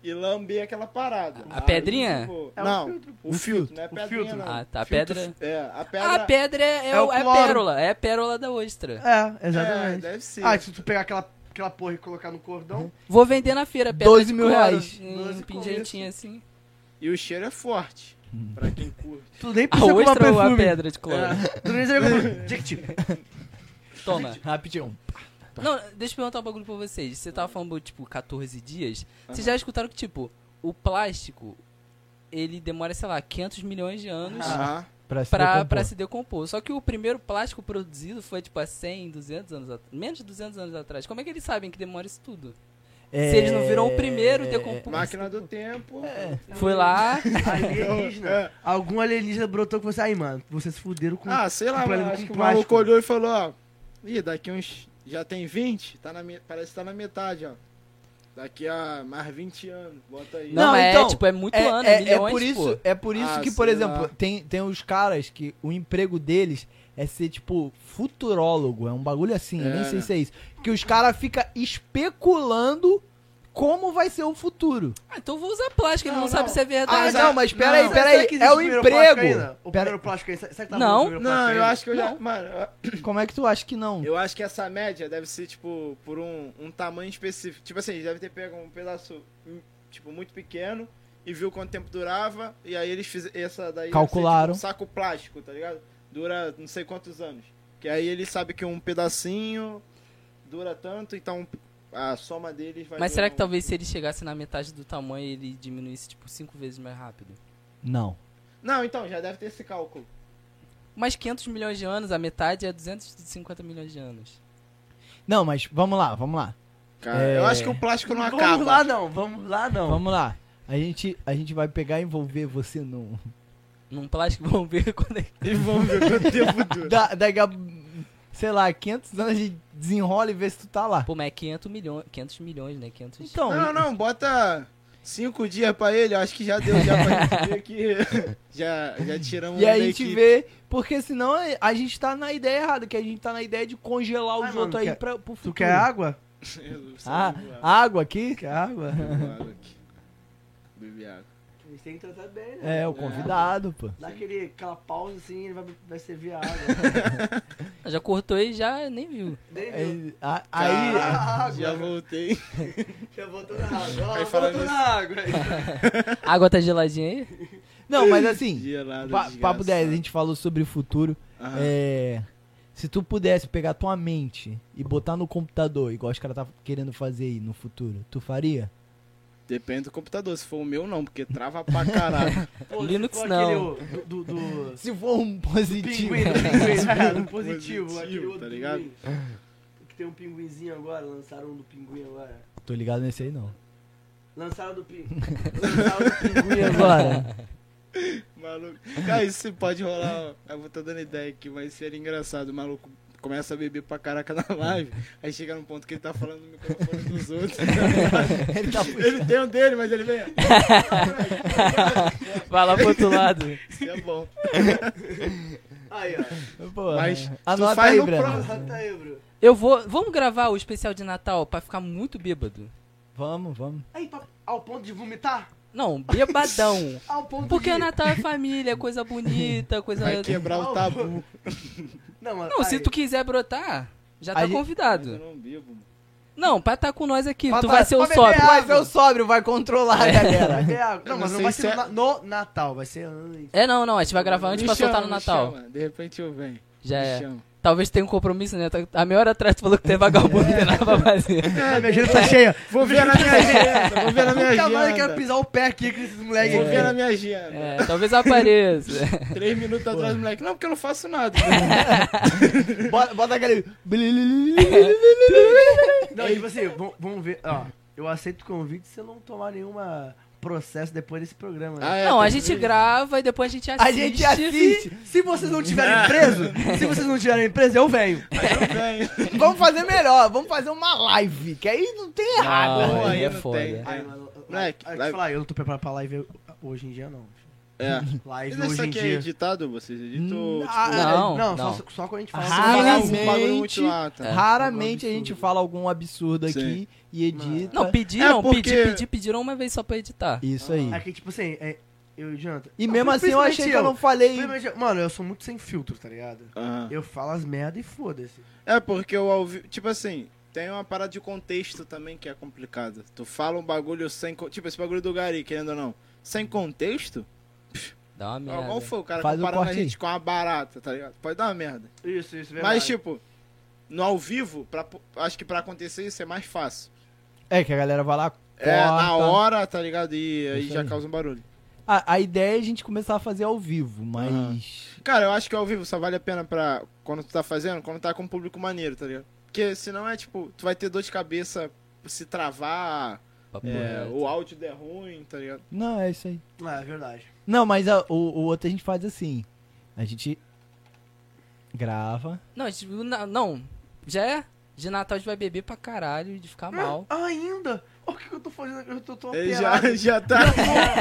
Speaker 4: e lamber aquela parada.
Speaker 3: A pedrinha?
Speaker 4: Pô,
Speaker 5: É o
Speaker 4: não,
Speaker 5: filtro.
Speaker 4: o filtro, não é
Speaker 5: O
Speaker 4: pedrinha,
Speaker 5: filtro.
Speaker 4: não.
Speaker 3: Ah, tá, a
Speaker 4: Filtro-
Speaker 3: pedra- Ah,
Speaker 4: É, a
Speaker 3: A
Speaker 4: pedra.
Speaker 3: pedra é,
Speaker 5: É o
Speaker 3: o- é a
Speaker 5: cloro.
Speaker 3: pérola, é a pérola da ostra.
Speaker 5: É,
Speaker 4: É,
Speaker 5: exatamente.
Speaker 4: deve ser.
Speaker 5: ah, se tu pegar aquela, aquela porra e colocar no cordão,
Speaker 3: Vou vender na feira, pedra
Speaker 2: 12
Speaker 3: de
Speaker 2: mil
Speaker 3: cloro,
Speaker 2: reais.
Speaker 3: em
Speaker 5: 12
Speaker 3: Um pingentinho assim.
Speaker 4: E o cheiro é forte.
Speaker 5: Hum.
Speaker 4: Pra quem curte.
Speaker 5: tu nem
Speaker 3: A
Speaker 5: precisa comprar
Speaker 3: ostra ou a
Speaker 5: é perfume. É.
Speaker 3: pedra de cloro?
Speaker 5: Tu nem precisa comprar Jequiti.
Speaker 3: Toma.
Speaker 2: Rapidinho.
Speaker 3: Não, deixa eu perguntar um bagulho pra vocês. Você tava falando, tipo, 14 dias. Vocês já escutaram que, tipo, o plástico, ele demora, sei lá, 500 milhões de anos
Speaker 4: Ah,
Speaker 2: Pra se
Speaker 3: pra,
Speaker 2: decompor.
Speaker 3: pra se decompor. Só que o primeiro plástico produzido foi, tipo, há 100, 200 anos atrás. Menos de 200 anos atrás. Como é que eles sabem que demora isso tudo?
Speaker 2: É,
Speaker 3: Se eles não viram o primeiro, decompor.
Speaker 4: máquina do tempo. É.
Speaker 3: Foi lá...
Speaker 5: Alienígena. Algum alienígena brotou com você. Aí, mano, vocês fuderam com.
Speaker 4: Ah, sei lá,
Speaker 5: Com
Speaker 4: mano.
Speaker 5: problema
Speaker 4: Acho
Speaker 5: com
Speaker 4: que o maluco
Speaker 5: plástico.
Speaker 4: olhou e falou, ó. Ih, daqui uns. Já tem 20? Tá na, me- parece que tá na metade, ó. Daqui a mais 20 anos. Bota aí.
Speaker 3: Não,
Speaker 2: Não,
Speaker 3: mas
Speaker 2: então,
Speaker 3: é, tipo, é muito
Speaker 2: É,
Speaker 3: ano,
Speaker 2: é-
Speaker 3: é,
Speaker 2: é
Speaker 3: milhões,
Speaker 2: por isso,
Speaker 3: pô.
Speaker 2: é por isso
Speaker 4: Ah,
Speaker 2: que, por
Speaker 4: sei
Speaker 2: exemplo,
Speaker 4: lá.
Speaker 2: tem, tem os caras que o emprego deles é ser, tipo, futurólogo. É um bagulho assim, eu
Speaker 4: É,
Speaker 2: nem sei
Speaker 4: né?
Speaker 2: se é isso. Que os caras ficam especulando como vai ser o futuro.
Speaker 3: Ah, então eu vou usar plástico, ele não,
Speaker 4: Não,
Speaker 3: sabe
Speaker 4: não.
Speaker 3: se é
Speaker 2: Ah,
Speaker 3: verdade.
Speaker 2: não, mas pera aí,
Speaker 5: tá, Não,
Speaker 2: pera
Speaker 5: será
Speaker 2: aí.
Speaker 5: que
Speaker 2: É
Speaker 5: existe
Speaker 2: o
Speaker 5: primeiro
Speaker 2: emprego.
Speaker 5: plástico ainda? O
Speaker 2: Pera-
Speaker 5: primeiro plástico aí. Será será que tá
Speaker 3: Não.
Speaker 5: bom o primeiro
Speaker 4: Não, eu
Speaker 5: plástico ainda?
Speaker 4: acho que eu já. Mano, eu-
Speaker 2: Como é que tu acha que não?
Speaker 4: eu acho que essa média deve ser, tipo, por um, um tamanho específico. Tipo assim, eles devem ter pego um pedaço, hum, tipo, muito pequeno e viu quanto tempo durava. E aí eles fizeram. Essa daí. deve ser,
Speaker 2: Calcularam.
Speaker 4: tipo, um saco plástico, tá ligado? Dura não sei quantos anos. Que aí ele sabe que um pedacinho dura tanto, então a soma deles vai.
Speaker 3: Mas
Speaker 4: durar
Speaker 3: será que
Speaker 4: um-
Speaker 3: talvez se ele chegasse na metade do tamanho, ele diminuísse, tipo, cinco vezes mais rápido?
Speaker 2: Não.
Speaker 4: Não, então, já deve ter esse cálculo.
Speaker 3: Mas 500 milhões de anos, a metade é 250 milhões de anos.
Speaker 2: Não, mas vamos lá, vamos lá.
Speaker 4: Cara,
Speaker 2: É.
Speaker 4: eu acho que o plástico não
Speaker 5: Vamos
Speaker 4: acaba.
Speaker 5: lá, não. Vamos lá, não.
Speaker 2: Vamos lá. A gente, a gente vai pegar e envolver você num.
Speaker 3: Num plástico, vamos ver quando é.
Speaker 4: E vamos ver quanto tempo dura.
Speaker 2: Da, daqui a, sei lá, 500 anos de desenrola e vê se tu tá lá.
Speaker 3: Pô, mas é 500 milhões, 500 milhões, né? 500...
Speaker 2: Então,
Speaker 4: Não, não, bota cinco dias pra ele, eu acho que já deu já pra gente ver que já, já tiramos
Speaker 2: E
Speaker 4: um
Speaker 2: aí
Speaker 4: da
Speaker 2: a gente
Speaker 4: equipe.
Speaker 2: vê, porque senão a gente tá na ideia errada, que a gente tá na ideia de congelar os
Speaker 5: Ai, mano,
Speaker 2: outros aí
Speaker 5: quer-
Speaker 2: pra, pro futuro.
Speaker 5: Ah, Tu quer água?
Speaker 4: Eu sou
Speaker 2: Ah,
Speaker 4: do lado,
Speaker 2: água aqui?
Speaker 5: Quer água?
Speaker 4: do lado aqui. Bebi água.
Speaker 5: A gente tem que tratar bem, né?
Speaker 2: É, o convidado, pô.
Speaker 5: Dá aquele, aquela pausa assim, ele vai, vai servir a água.
Speaker 3: Já cortou e já nem viu.
Speaker 5: Nem viu.
Speaker 2: Aí, É, a- aí-
Speaker 5: Ah,
Speaker 4: já
Speaker 5: água.
Speaker 4: voltei.
Speaker 5: Já botou na água. Ó,
Speaker 4: Aí
Speaker 5: botou
Speaker 4: falando
Speaker 5: na
Speaker 4: isso.
Speaker 5: água.
Speaker 3: A água tá geladinha aí?
Speaker 2: não, mas assim,
Speaker 4: Gelado,
Speaker 2: pa- papo 10, a
Speaker 4: desgraçado. Ah.
Speaker 2: gente falou sobre o futuro.
Speaker 4: Aham.
Speaker 2: É, se tu pudesse pegar tua mente e botar no computador, igual os caras tá querendo fazer aí no futuro, tu faria?
Speaker 4: Depende do computador, se for o meu não, porque trava pra caralho.
Speaker 5: Pô,
Speaker 3: Linux
Speaker 5: ficou
Speaker 3: não.
Speaker 5: aquele o- Do, do, do...
Speaker 2: Se for um positivo.
Speaker 5: Pinguim, do pinguim, é, do positivo.
Speaker 4: Positivo,
Speaker 5: aquele outro
Speaker 4: tá ligado?
Speaker 5: pinguim. Que tem um pinguinzinho agora, lançaram um do pinguim agora.
Speaker 2: Tô ligado nesse aí não.
Speaker 5: Lançaram do pinguim. Lançaram do pinguim agora.
Speaker 2: Agora,
Speaker 4: Maluco. Cara, isso pode rolar. ó. Eu tô dando ideia aqui, mas seria engraçado. O maluco começa a beber pra caraca na live, aí chega num ponto que ele tá falando no microfone dos outros.
Speaker 2: ele tá puxando.
Speaker 4: ele tem um dele, mas ele vem.
Speaker 3: Vai lá pro outro lado.
Speaker 4: Isso é bom.
Speaker 5: Aí, ó.
Speaker 2: Pô,
Speaker 4: Mas
Speaker 2: anota
Speaker 4: tu faz
Speaker 2: aí,
Speaker 4: no
Speaker 2: Breno.
Speaker 4: próximo.
Speaker 5: Bota aí, bro.
Speaker 3: Eu vou... Vamos gravar o especial de Natal pra ficar muito bêbado?
Speaker 2: Vamos, vamos.
Speaker 5: Aí, pra- ao tá ponto de vomitar?
Speaker 3: Não, bebadão.
Speaker 5: Ao ponto
Speaker 3: Porque
Speaker 5: de...
Speaker 3: o Natal é família, coisa bonita, coisa.
Speaker 4: Vai quebrar o tabu.
Speaker 5: Não, mas-
Speaker 3: Não, se
Speaker 5: aí,
Speaker 3: tu quiser brotar, já
Speaker 2: Aí-
Speaker 3: tá
Speaker 4: Mas eu
Speaker 3: convidado.
Speaker 4: não bebo, mano.
Speaker 3: Não, pra estar com nós aqui,
Speaker 2: Pra
Speaker 3: tu
Speaker 2: tá-
Speaker 3: vai ser o
Speaker 5: pra beber
Speaker 3: sóbrio.
Speaker 5: água.
Speaker 2: Mas eu sóbrio, vai controlar, galera.
Speaker 5: vai ter água. Não,
Speaker 4: É. Eu
Speaker 5: mas
Speaker 4: não
Speaker 5: não vai
Speaker 4: sei
Speaker 5: ser
Speaker 4: se é
Speaker 5: no, na- no Natal, vai ser antes.
Speaker 3: É, não, não, a gente vai gravar antes
Speaker 4: Me
Speaker 3: pra soltar
Speaker 4: chama,
Speaker 3: no
Speaker 4: me
Speaker 3: Natal.
Speaker 4: chama. De repente eu venho.
Speaker 3: Já
Speaker 4: Me
Speaker 3: é.
Speaker 4: chama.
Speaker 3: Talvez tenha um compromisso, né? Tá- A meia hora atrás tu falou que tu é vagabundo e nada pra fazer.
Speaker 5: Ah, minha agenda tá cheia.
Speaker 4: Vou ver na minha agenda. Vou ver na minha
Speaker 5: Nunca mais eu quero
Speaker 4: agenda.
Speaker 5: pisar o pé aqui com esses moleques
Speaker 4: Vou ver
Speaker 5: aqui.
Speaker 4: na minha agenda.
Speaker 3: É, talvez apareça.
Speaker 4: Três minutos atrás, moleque. Não, porque eu não faço nada.
Speaker 2: bota, bota aquele.
Speaker 5: Não, tipo assim, vamos vamos ver. Ó, eu aceito o convite se eu não tomar nenhuma processo depois desse programa. né?
Speaker 4: Ah, é,
Speaker 3: Não, a
Speaker 4: tem
Speaker 3: gente
Speaker 4: que ver.
Speaker 3: grava e depois a gente assiste.
Speaker 2: A gente assiste.
Speaker 5: Se vocês não tiverem preso, se vocês não tiverem preso, eu venho.
Speaker 4: Eu venho.
Speaker 2: Vamos fazer melhor, vamos fazer uma live, que aí não tem errado.
Speaker 3: Ah,
Speaker 4: Boa,
Speaker 3: aí
Speaker 4: aí
Speaker 3: é
Speaker 4: não
Speaker 3: foda.
Speaker 4: tem.
Speaker 5: Ai, mano,
Speaker 4: Moleque,
Speaker 5: ah, deixa eu
Speaker 4: live-
Speaker 5: falar, eu não tô preparado pra live hoje em dia, não.
Speaker 4: É.
Speaker 5: Live
Speaker 4: Mas isso
Speaker 5: hoje em
Speaker 4: aqui é
Speaker 5: dia. Ah, é,
Speaker 4: editado? Vocês editam? tipo,
Speaker 3: Não,
Speaker 5: não,
Speaker 3: não.
Speaker 5: Só, só quando a gente
Speaker 2: Ah,
Speaker 4: você
Speaker 5: fala.
Speaker 4: fala
Speaker 5: sobre live.
Speaker 2: Raramente.
Speaker 4: um bagulho muito lá, tá?
Speaker 2: Raramente a
Speaker 5: Algum
Speaker 2: gente
Speaker 5: absurdo.
Speaker 2: fala algum absurdo aqui
Speaker 4: Sim.
Speaker 2: e edita.
Speaker 3: Não, pediram,
Speaker 4: É porque-
Speaker 3: pedi, pedi, pediram uma vez só pra editar.
Speaker 2: Isso aí.
Speaker 5: É que, tipo assim, é, eu e o Jonathan.
Speaker 2: E
Speaker 5: Não,
Speaker 2: mesmo assim eu
Speaker 5: principalmente
Speaker 2: achei que eu não falei.
Speaker 5: principalmente- Mano, eu sou muito sem filtro, tá ligado?
Speaker 4: Aham.
Speaker 5: Eu falo as merda e foda-se.
Speaker 4: Ah. É porque eu ao vivo. Tipo assim, tem uma parada de contexto também que é complicada. Tu fala um bagulho sem. co- Tipo, esse bagulho do Gari, querendo ou não. Sem contexto?
Speaker 3: Dá uma merda.
Speaker 4: Igual foi o cara
Speaker 2: Faz um
Speaker 4: comparando a
Speaker 2: corte aí.
Speaker 4: gente com uma barata, tá ligado? Pode dar uma merda.
Speaker 5: Isso, isso,
Speaker 4: Mas, tipo, no ao vivo, pra, acho que pra acontecer isso é mais fácil.
Speaker 2: É que a galera vai lá.
Speaker 4: É, na
Speaker 2: corta.
Speaker 4: hora, tá ligado? E aí
Speaker 2: Isso
Speaker 4: já
Speaker 2: aí.
Speaker 4: causa um barulho.
Speaker 2: A, a ideia é a gente começar a fazer ao vivo, mas.
Speaker 4: Cara, eu acho que ao vivo só vale a pena pra. Quando tu tá fazendo, quando tá com um público maneiro, tá ligado? Porque senão é tipo, tu vai ter dor de cabeça se travar,
Speaker 3: Papo
Speaker 4: é,
Speaker 3: reto.
Speaker 4: o áudio der ruim, tá ligado?
Speaker 2: Não, é isso aí.
Speaker 5: Ah, é verdade.
Speaker 2: Não, mas a- o, o outro a gente faz assim. A gente grava.
Speaker 3: Não, a gente, na- não, já é. De Natal a gente vai beber pra caralho e de ficar mal.
Speaker 5: Ah, ainda? Olha o que que eu tô fazendo aqui, eu tô, tô
Speaker 4: Ele já,
Speaker 5: operado.
Speaker 4: já tá.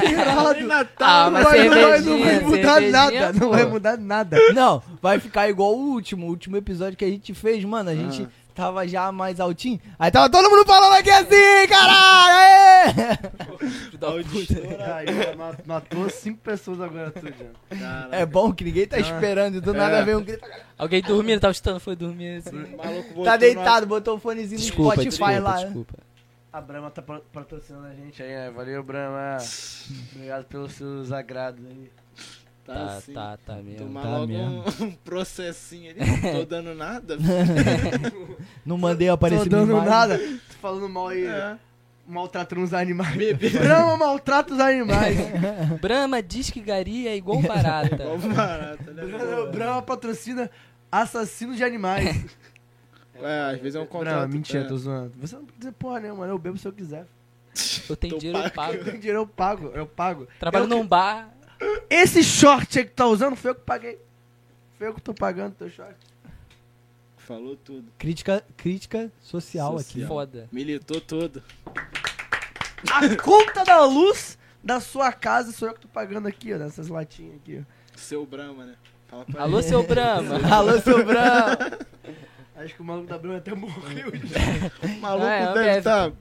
Speaker 4: Nem
Speaker 3: Ah,
Speaker 4: Natal,
Speaker 3: mas
Speaker 4: tá, não vai-
Speaker 3: cerveja-
Speaker 5: vai-
Speaker 3: cervejinha, cervejinha, é
Speaker 5: não
Speaker 3: pô.
Speaker 5: mudar nada.
Speaker 2: Não, vai ficar igual o último, o último episódio que a gente fez, mano.
Speaker 3: Ah.
Speaker 2: A gente tava já mais altinho. Aí tava todo mundo falando aqui assim, caralho! aê!
Speaker 3: Filho da
Speaker 4: áudio
Speaker 3: puta.
Speaker 4: estourado.
Speaker 5: Ai, já ma- matou cinco pessoas agora, tu, Jean.
Speaker 4: Caraca,
Speaker 2: É bom que ninguém tá
Speaker 5: Ah.
Speaker 2: esperando, e do nada
Speaker 4: É.
Speaker 2: vem um grito.
Speaker 3: Alguém dormindo, tava chutando, foi dormir assim.
Speaker 4: o maluco
Speaker 2: Tá
Speaker 4: botou
Speaker 2: deitado, botou o fonezinho no
Speaker 3: Desculpa,
Speaker 2: Spotify
Speaker 3: desculpa,
Speaker 2: lá.
Speaker 4: né?
Speaker 3: desculpa.
Speaker 5: A Brahma tá pro- patrocinando a gente aí, né? Valeu, Brahma. Obrigado pelos seus agrados aí.
Speaker 4: no- Tá,
Speaker 3: Tá,
Speaker 4: assim.
Speaker 3: tá, tá mesmo.
Speaker 4: Tomar
Speaker 2: tá
Speaker 4: logo
Speaker 2: mesmo.
Speaker 4: um, um processinho ali, não tô dando nada. filho.
Speaker 2: Não mandei
Speaker 5: Tô
Speaker 2: aparecer
Speaker 5: dando
Speaker 2: minha imagem.
Speaker 5: nada. Tô falando mal aí.
Speaker 4: É.
Speaker 5: Maltratando os animais.
Speaker 4: Bebê.
Speaker 5: Brahma maltrata os animais.
Speaker 3: Brahma diz que Gari é igual barata.
Speaker 4: Igual barato, né?
Speaker 5: Brahma patrocina assassinos de animais.
Speaker 4: É, às vezes é um contrato.
Speaker 5: Brahma, mentira,
Speaker 4: é.
Speaker 5: tô zoando. Você não precisa porra nenhuma, né? Eu bebo se eu quiser.
Speaker 3: eu tenho
Speaker 4: Tô
Speaker 3: dinheiro, eu pago.
Speaker 5: Tem dinheiro, eu pago, eu pago.
Speaker 3: Trabalho
Speaker 5: Eu
Speaker 3: num bar.
Speaker 5: Esse short aí que tá usando foi eu que paguei. Foi eu que tô pagando teu short.
Speaker 4: Falou tudo.
Speaker 2: Crítica, crítica social,
Speaker 4: Social.
Speaker 3: Foda.
Speaker 4: Militou tudo.
Speaker 5: A conta da luz da sua casa sou eu que tô pagando aqui, ó, nessas latinhas aqui. ó.
Speaker 4: Seu Brahma, né? Fala pra
Speaker 3: Alô, seu Brahma.
Speaker 2: aqui. Alô, seu Brão!
Speaker 5: Acho que o maluco da Bruna até morreu.
Speaker 4: ele. O maluco
Speaker 3: Ah, é,
Speaker 4: deve
Speaker 3: Ambev.
Speaker 4: tá.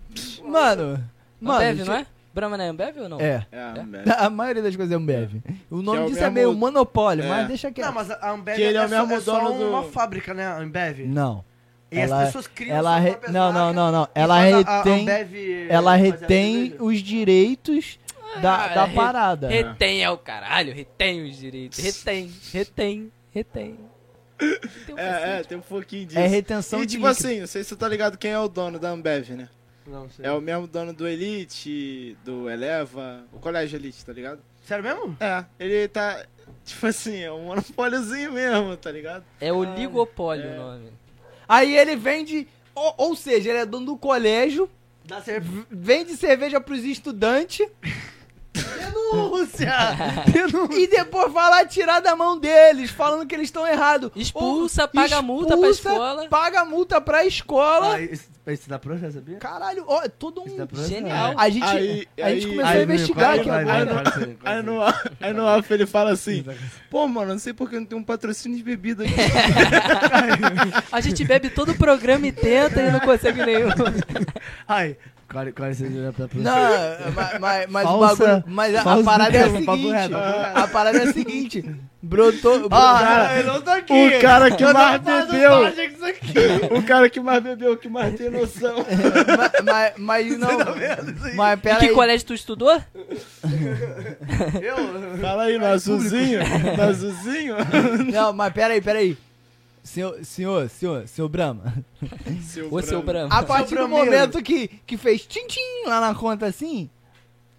Speaker 2: Mano, mano.
Speaker 3: Ambev, não é? Brahma não é Ambev ou não?
Speaker 2: É.
Speaker 4: É, Ambev.
Speaker 2: A maioria das coisas é Ambev. O nome
Speaker 4: Que é o
Speaker 2: disso é
Speaker 4: mesmo-
Speaker 2: meio monopólio,
Speaker 4: É.
Speaker 2: mas deixa quieto.
Speaker 5: Não, mas a Ambev
Speaker 4: Que ele é o
Speaker 5: é, só,
Speaker 4: mesmo
Speaker 5: é só
Speaker 4: dono do-
Speaker 5: uma fábrica, né, a Ambev?
Speaker 2: Não.
Speaker 5: E
Speaker 2: Ela-
Speaker 5: as pessoas criam
Speaker 2: Ela
Speaker 5: sua
Speaker 2: re...
Speaker 5: própria
Speaker 2: Não, não,
Speaker 5: marca
Speaker 2: não, não.
Speaker 5: e
Speaker 2: Ela
Speaker 5: tá faz a- a um
Speaker 2: retém,
Speaker 5: Ambev
Speaker 2: ela
Speaker 5: fazer a
Speaker 2: retém
Speaker 5: é cerveja.
Speaker 2: os direitos da,
Speaker 3: Ah,
Speaker 2: da
Speaker 3: re-
Speaker 2: parada.
Speaker 3: Retém é o caralho, retém os direitos. Retém, retém, retém. Então, Retém o
Speaker 4: É, é,
Speaker 3: cacete.
Speaker 4: tem um pouquinho disso.
Speaker 2: É retenção
Speaker 4: e
Speaker 2: de
Speaker 4: tipo
Speaker 2: líquido.
Speaker 4: assim, não sei se tu tá ligado quem é o dono da Ambev, né?
Speaker 5: Não, sei.
Speaker 4: É o mesmo dono do Elite, do Eleva, o Colégio Elite, tá ligado?
Speaker 5: Sério mesmo?
Speaker 4: É, ele tá, tipo assim, é um monopóliozinho mesmo, tá ligado?
Speaker 3: É oligopólio o nome.
Speaker 2: Aí ele vende, ou, ou seja, ele é dono do colégio,
Speaker 5: Dá cerveja.
Speaker 2: v- vende cerveja pros estudantes
Speaker 5: é Denúncia! É.
Speaker 2: e depois vai lá tirar da mão deles, falando que eles estão errados.
Speaker 3: Expulsa, paga a multa pra escola.
Speaker 2: Paga a multa pra escola.
Speaker 5: Ah, isso, isso dá processo, sabia?
Speaker 2: Caralho, ó, é todo
Speaker 5: Isso
Speaker 2: um.
Speaker 5: dá processo.
Speaker 3: Genial.
Speaker 2: A gente,
Speaker 4: Aí-
Speaker 2: a gente
Speaker 4: aí-
Speaker 2: começou
Speaker 5: Aí,
Speaker 2: a
Speaker 5: Bruno,
Speaker 2: investigar
Speaker 5: para,
Speaker 2: aqui
Speaker 5: vai, vai,
Speaker 2: agora.
Speaker 5: para, para, para.
Speaker 4: Aí no, aí no off ele fala assim, pô, mano, não sei porque não tem um patrocínio de bebida aqui.
Speaker 3: A gente bebe todo o programa e tenta e não consegue nenhum.
Speaker 5: Ai,
Speaker 1: Claro, claro, vocês olham pra pra-
Speaker 2: Não, ma- ma- mas,
Speaker 1: Falsa-
Speaker 2: o bagulho. Mas a- a,
Speaker 1: falso
Speaker 2: parada é a
Speaker 1: mesmo, papo
Speaker 2: seguinte.
Speaker 1: reto.
Speaker 2: A parada é a seguinte. Brotou.
Speaker 1: Ah,
Speaker 4: eu não tô aqui.
Speaker 1: O cara que
Speaker 4: Eu
Speaker 1: mais
Speaker 4: não faço
Speaker 1: bebeu.
Speaker 4: parte disso aqui. O cara que mais bebeu, que mais tem noção.
Speaker 2: mas, mas, mas não.
Speaker 1: tá
Speaker 2: Mas
Speaker 3: Em
Speaker 2: pera
Speaker 3: que
Speaker 2: aí.
Speaker 3: colégio tu estudou?
Speaker 4: Fala aí, Nazuzinho. Nazuzinho.
Speaker 1: é?
Speaker 2: Não, mas pera aí, pera aí. Senhor, senhor, senhor, senhor Brahma.
Speaker 4: Seu
Speaker 3: Ô, seu branco.
Speaker 2: A partir do
Speaker 5: Brameiro.
Speaker 2: momento que, que fez tim-tim lá na conta assim,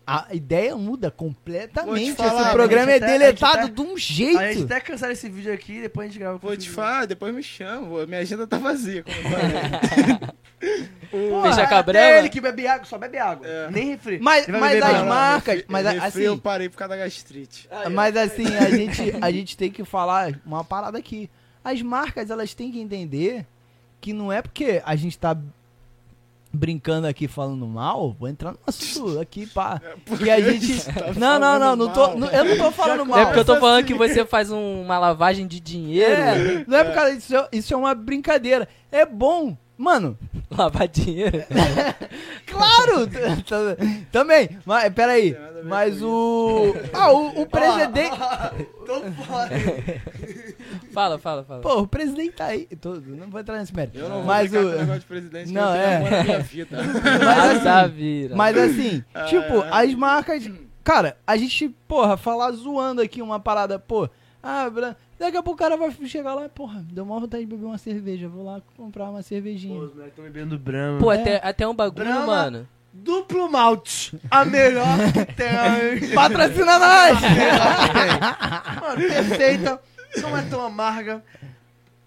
Speaker 2: a ideia muda completamente.
Speaker 4: Vou te falar,
Speaker 2: Esse
Speaker 4: a
Speaker 2: programa é
Speaker 5: gente até- a gente
Speaker 2: deletado
Speaker 5: até-
Speaker 2: de um
Speaker 5: A gente
Speaker 2: jeito.
Speaker 5: até cancela esse vídeo aqui e depois a gente grava. com
Speaker 4: Vou
Speaker 5: esse
Speaker 4: te
Speaker 5: vídeo.
Speaker 4: falar, depois me chama. Minha agenda tá vazia. Como eu falei.
Speaker 5: Porra,
Speaker 3: Deixa a
Speaker 5: até
Speaker 3: cabrela.
Speaker 5: ele que bebe água, só bebe água.
Speaker 4: É.
Speaker 5: Nem refri.
Speaker 2: Mas,
Speaker 5: Ele vai
Speaker 2: mas
Speaker 5: beber
Speaker 2: as
Speaker 5: água.
Speaker 2: marcas, mas
Speaker 4: Refri, eu
Speaker 2: assim,
Speaker 4: parei por causa da gastrite.
Speaker 2: mas assim, a gente, a gente tem que falar uma parada aqui. As marcas, elas têm que entender que não é porque a gente tá brincando aqui falando mal, vou entrar no assunto aqui, pá.
Speaker 4: É
Speaker 2: Que a gente...
Speaker 4: tá
Speaker 2: Não, não, não, não tô, não- eu não tô falando mal.
Speaker 3: É porque eu tô falando que você faz um- uma lavagem de dinheiro.
Speaker 2: É, não é por causa disso, isso é uma brincadeira. É bom. Mano,
Speaker 3: Lavar dinheiro?
Speaker 2: claro! t- t- também, mas peraí.
Speaker 4: Tem nada a ver
Speaker 2: Mas
Speaker 4: com
Speaker 2: o. Ah, o, o presidente.
Speaker 5: Tô fora.
Speaker 3: Fala, fala, fala.
Speaker 2: Pô, o presidente tá aí. Tô- não vou entrar nesse mérito.
Speaker 4: Eu não vou
Speaker 2: mas,
Speaker 4: brincar
Speaker 2: o-
Speaker 4: com negócio de presidente,
Speaker 2: Não,
Speaker 4: não,
Speaker 2: é.
Speaker 4: é. na minha vida.
Speaker 3: Mas
Speaker 2: assim, mas assim,
Speaker 4: Ah,
Speaker 2: tipo,
Speaker 4: é.
Speaker 2: as marcas. Cara, a gente, porra, falar zoando aqui uma parada, pô. Ah, bra- daqui a pouco o cara vai chegar lá, porra, deu uma vontade de beber uma cerveja. Vou lá comprar uma
Speaker 5: Pô,
Speaker 2: cervejinha.
Speaker 5: os moleques tão bebendo Brahma.
Speaker 2: é.
Speaker 3: Pô, até, até um bagulho,
Speaker 5: Brahma.
Speaker 3: mano.
Speaker 5: Duplo malte. A melhor que tem.
Speaker 2: Patrocina nós!
Speaker 5: Mano, perfeita. Não é tão amarga.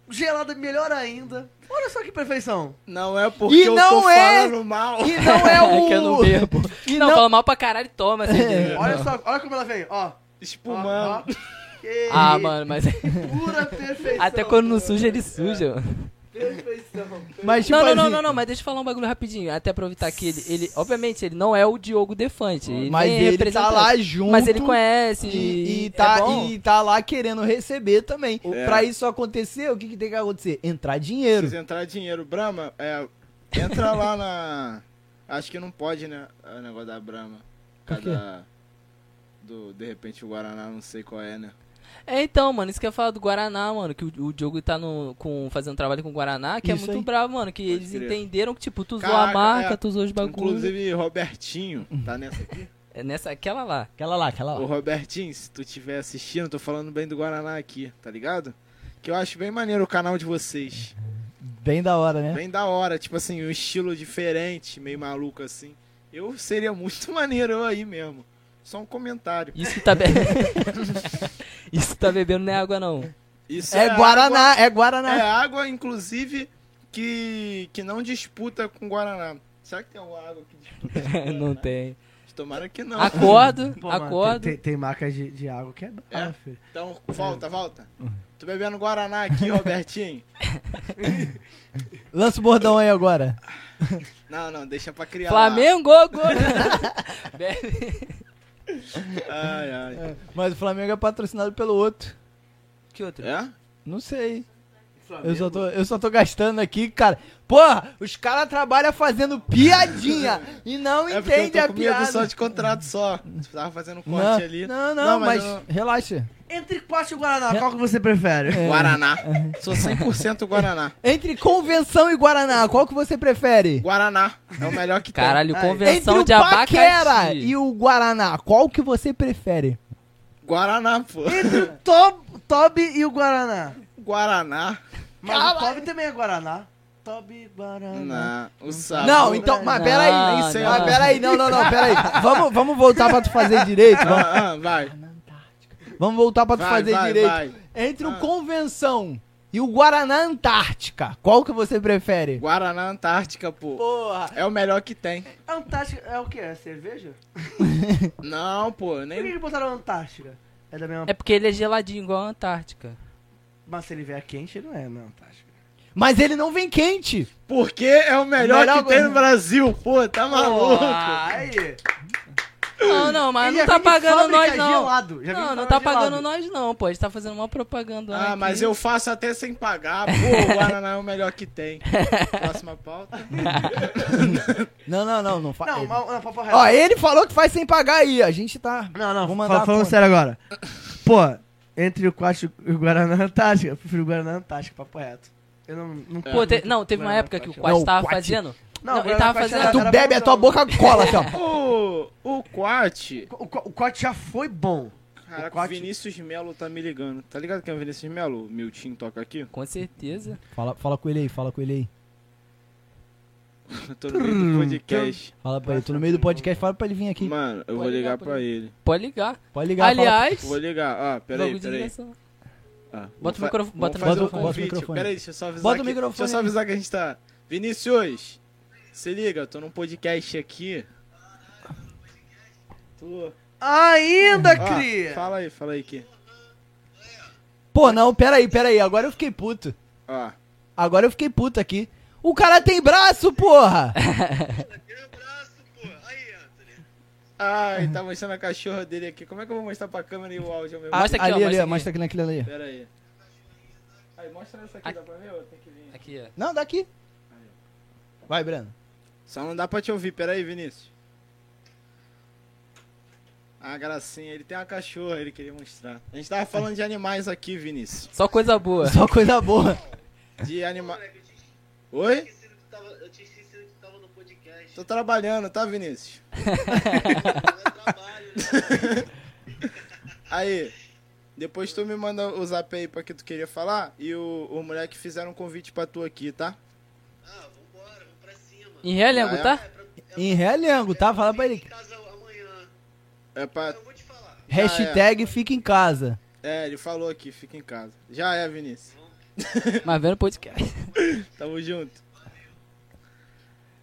Speaker 5: Gelada, melhor ainda. Olha só que perfeição.
Speaker 4: Não é porque
Speaker 2: E
Speaker 4: eu
Speaker 2: não
Speaker 4: tô
Speaker 2: é-
Speaker 4: falando mal.
Speaker 2: E não é o.
Speaker 3: É que eu não bebo.
Speaker 2: E
Speaker 3: Não,
Speaker 2: não- É.
Speaker 3: fala mal pra caralho, toma. assim.
Speaker 5: Olha só, olha como ela vem. Ó. ó, ó.
Speaker 4: Espumando.
Speaker 5: Que
Speaker 3: Ah, mano, mas
Speaker 5: Pura perfeição.
Speaker 3: até quando não
Speaker 5: mano.
Speaker 3: suja, ele suja. mano.
Speaker 5: Perfeição.
Speaker 2: Mas, tipo,
Speaker 3: Não, não, não,
Speaker 2: assim,
Speaker 3: não, não, mas deixa eu falar um bagulho rapidinho. Até aproveitar que ele, ele obviamente, ele não é o Diogo Defante. Ele
Speaker 2: Mas
Speaker 3: nem
Speaker 2: ele tá
Speaker 3: representante.
Speaker 2: lá junto.
Speaker 3: Mas ele conhece.
Speaker 2: E, e
Speaker 3: é
Speaker 2: tá,
Speaker 3: bom.
Speaker 2: e tá lá querendo receber também.
Speaker 4: É.
Speaker 2: Pra isso acontecer, o que, que tem que acontecer? Entrar dinheiro.
Speaker 4: Precisa entrar dinheiro. Brahma, é, entra lá na... Acho que não pode, né? O negócio da Brahma.
Speaker 2: Por quê?
Speaker 4: Cada... Do, de repente o Guaraná, não sei qual é, né?
Speaker 3: É, então, mano, isso que eu ia falar do Guaraná, mano, que o, o Diogo tá no, com, fazendo trabalho com o Guaraná, que
Speaker 2: Isso
Speaker 3: é muito
Speaker 2: aí.
Speaker 3: bravo, mano, que eles
Speaker 4: crer.
Speaker 3: entenderam que, tipo, tu usou a
Speaker 4: Caraca,
Speaker 3: marca,
Speaker 4: é.
Speaker 3: tu usou os bagulhos.
Speaker 4: Inclusive, Robertinho, tá nessa aqui?
Speaker 3: É nessa, aquela lá.
Speaker 2: Aquela lá, aquela
Speaker 4: Ô, Robertinho, se tu estiver assistindo, tô falando bem do Guaraná aqui, tá ligado? Que eu acho bem maneiro o canal de vocês.
Speaker 2: Bem da hora, né?
Speaker 4: Bem da hora, tipo assim, um estilo diferente, meio maluco assim. Eu seria muito maneiro eu aí mesmo. Só um comentário.
Speaker 3: Isso que tá bebendo. isso que tá bebendo não é água, não.
Speaker 4: Isso
Speaker 2: É, Guaraná, é
Speaker 4: Água,
Speaker 2: Guaraná.
Speaker 4: é água, inclusive, que, que não disputa com Guaraná. Será que tem alguma água que disputa?
Speaker 2: É,
Speaker 4: com Guaraná?
Speaker 3: não tem.
Speaker 4: Tomara que não.
Speaker 3: Acordo,
Speaker 5: Pô, mano,
Speaker 3: acordo.
Speaker 5: Tem, tem, tem marca de, de água que é brava,
Speaker 4: É?
Speaker 5: filho.
Speaker 4: Então, volta, volta. Tô bebendo Guaraná aqui, Robertinho.
Speaker 2: Lança o bordão aí agora.
Speaker 4: Não, não, deixa pra criar. lá.
Speaker 3: Flamengo, gol! Bebe.
Speaker 4: Ai, ai.
Speaker 2: Mas o Flamengo é patrocinado pelo outro.
Speaker 3: Que outro?
Speaker 4: É?
Speaker 2: Não sei. Eu só, tô, eu só tô gastando aqui, cara. Porra, os caras trabalham fazendo piadinha e não
Speaker 4: É porque eu
Speaker 2: entendem
Speaker 4: tô
Speaker 2: a
Speaker 4: com medo
Speaker 2: piada.
Speaker 4: só de contrato só. Tava fazendo um corte
Speaker 2: não,
Speaker 4: ali.
Speaker 2: não, não,
Speaker 4: Não,
Speaker 2: mas,
Speaker 4: mas eu-
Speaker 2: relaxa.
Speaker 5: Entre Quatro e
Speaker 3: É.
Speaker 5: Guaraná, qual que você prefere?
Speaker 4: Guaraná. Sou 100% Guaraná.
Speaker 2: Entre convenção e Guaraná, qual que você prefere?
Speaker 4: Guaraná. É o melhor que
Speaker 3: Caralho,
Speaker 5: Ai.
Speaker 3: convenção
Speaker 2: Entre o
Speaker 3: de abacaxi.
Speaker 2: Paquera e o Guaraná, qual que você prefere?
Speaker 4: tem. Guaraná, pô.
Speaker 5: Entre o Tob, Tob e o Guaraná.
Speaker 4: Guaraná.
Speaker 5: Mas o Tob também é Guaraná. Tob, Guaraná.
Speaker 4: Ah, Não, né? o sabor.
Speaker 2: não, então, mas
Speaker 3: Não,
Speaker 2: peraí.
Speaker 3: não.
Speaker 2: Mas peraí, não, não, não, peraí. Vamos, vamos voltar pra tu fazer direito. Vamos,
Speaker 4: Ah, ah, vai.
Speaker 2: vamos voltar pra tu
Speaker 4: Vai,
Speaker 2: fazer
Speaker 4: vai,
Speaker 2: direito.
Speaker 4: vai.
Speaker 2: Entre o
Speaker 4: Ah.
Speaker 2: Convenção e o Guaraná Antártica, qual que você prefere?
Speaker 4: Guaraná Antártica, pô.
Speaker 2: Porra.
Speaker 4: É o melhor que tem.
Speaker 5: Antártica é o quê? É cerveja?
Speaker 4: Não, pô,
Speaker 5: Por que,
Speaker 4: nem.
Speaker 5: que botaram Antártica? É da mesma...
Speaker 3: É porque ele é geladinho, igual a Antártica.
Speaker 5: Mas se ele vier quente, ele não é, não, Antártica.
Speaker 2: Mas ele não vem quente.
Speaker 4: Porque é o melhor,
Speaker 2: Melhor
Speaker 5: ah,
Speaker 4: que tem no Brasil, pô, tá maluco.
Speaker 5: Aí.
Speaker 3: Não, não, mas
Speaker 5: Ele
Speaker 3: não
Speaker 5: é já
Speaker 3: tá
Speaker 5: vem de
Speaker 3: pagando
Speaker 5: fábrica
Speaker 3: nós, não.
Speaker 5: Gelado. Já vem
Speaker 3: Não,
Speaker 5: de
Speaker 3: não
Speaker 5: fábrica
Speaker 3: tá
Speaker 5: é gelado.
Speaker 3: pagando nós, não, pô. A gente tá fazendo uma propaganda.
Speaker 4: Ah,
Speaker 3: aqui.
Speaker 4: mas eu faço até sem pagar. Pô, o Guaraná é o melhor que tem. Próxima pauta.
Speaker 2: Não, não, não, não faz.
Speaker 5: Não, mas, não, papo reto.
Speaker 2: Ó, ele falou que faz sem pagar aí, a gente tá.
Speaker 5: Não, não,
Speaker 2: Vou
Speaker 5: fa-
Speaker 2: mandar a
Speaker 5: falando
Speaker 2: conta.
Speaker 5: sério agora. Pô, entre o Quatro e o Guaraná Antártica, eu prefiro o Guaraná Antártica, papo reto. Eu não. não
Speaker 3: É, Pô, te- não, teve uma
Speaker 5: Não,
Speaker 3: época que o
Speaker 5: Quati-
Speaker 3: Quat
Speaker 2: Não,
Speaker 3: tava
Speaker 2: Quati-
Speaker 3: fazendo. Não,
Speaker 5: Não, o
Speaker 3: ele
Speaker 5: Guaraná
Speaker 3: tava
Speaker 5: Antártica
Speaker 3: fazendo-
Speaker 2: Tu
Speaker 5: era
Speaker 2: bebe, a
Speaker 5: bom,
Speaker 2: tua
Speaker 5: não.
Speaker 2: boca cola, assim, ó.
Speaker 4: O, o Quart.
Speaker 5: O, co- o Quatro já foi bom.
Speaker 4: Caraca,
Speaker 5: O Quart-
Speaker 4: o Vinícius Melo tá me ligando. Tá ligado quem é o Vinícius Melo? O Miltinho toca aqui?
Speaker 3: Com certeza.
Speaker 2: Fala, fala com ele aí, fala com ele aí.
Speaker 4: Eu tô no
Speaker 2: Hum,
Speaker 4: meio do podcast.
Speaker 2: Fala pra ele. Tu no meio do podcast, fala pra ele vir aqui.
Speaker 4: Mano, eu vou
Speaker 3: Pode ligar
Speaker 4: ligar
Speaker 3: pra
Speaker 4: pra ele.
Speaker 3: Pode ligar.
Speaker 2: Pode ligar. fala...
Speaker 3: Aliás,
Speaker 4: Vou ligar. Ah, peraí,
Speaker 3: bagulho de
Speaker 4: peraí.
Speaker 3: ligação.
Speaker 4: Ah,
Speaker 3: Bota o
Speaker 4: vamos fa-
Speaker 3: microfone- bota o
Speaker 4: vamos fazer um
Speaker 2: microfone. Bota o
Speaker 4: convite.
Speaker 2: microfone.
Speaker 4: Peraí, deixa eu só avisar.
Speaker 2: Bota o
Speaker 4: que-
Speaker 2: microfone
Speaker 4: Deixa eu só
Speaker 2: aí.
Speaker 4: avisar que a gente tá. Vinícius, se liga, eu tô num podcast aqui. Tô.
Speaker 5: Ainda,
Speaker 4: Ah,
Speaker 5: cria!
Speaker 4: fala aí, fala aí aqui.
Speaker 2: Pô, não, pera aí, pera aí. Agora eu fiquei puto.
Speaker 4: Ó.
Speaker 2: Agora eu fiquei puto aqui. O cara tem braço, porra!
Speaker 4: Ai, tá mostrando a cachorra dele aqui. Como é que eu vou mostrar pra câmera e o áudio ao mesmo
Speaker 3: Ah, Mostra aqui,
Speaker 2: ali, ali,
Speaker 3: ó, mostra aqui.
Speaker 2: mostra Ah, aqui naquele ali.
Speaker 4: Pera aí. Aí, mostra essa aqui,
Speaker 3: Ai.
Speaker 4: dá pra ver? Ou tem que vir?
Speaker 3: Aqui, ó.
Speaker 2: Não, daqui. Vai, Breno.
Speaker 4: Só não dá pra te ouvir, pera aí, Vinícius. Ah, gracinha, ele tem uma cachorra, ele queria mostrar. A gente tava falando de animais aqui, Vinícius.
Speaker 3: Só coisa boa.
Speaker 2: Só coisa boa.
Speaker 4: De animais. Oi?
Speaker 6: Eu tinha esquecido que tava no podcast.
Speaker 4: Tô trabalhando, tá, Vinícius?
Speaker 6: né?
Speaker 4: Aí, depois tu me manda o zap aí pra que tu queria falar e o, o moleque fizeram um convite pra tu aqui, tá?
Speaker 6: Ah, vambora, vamos pra cima.
Speaker 3: Em relengo,
Speaker 4: Ah, é?
Speaker 3: tá?
Speaker 2: Em Relengo, tá? Fala pra ele.
Speaker 6: Em casa amanhã.
Speaker 4: É pra.
Speaker 6: Eu vou te falar.
Speaker 2: Hashtag
Speaker 4: Ah,
Speaker 2: fica em casa.
Speaker 4: É, ele falou aqui, fica em casa. Já é, Vinícius.
Speaker 3: Mas vendo podcast.
Speaker 4: Tamo junto.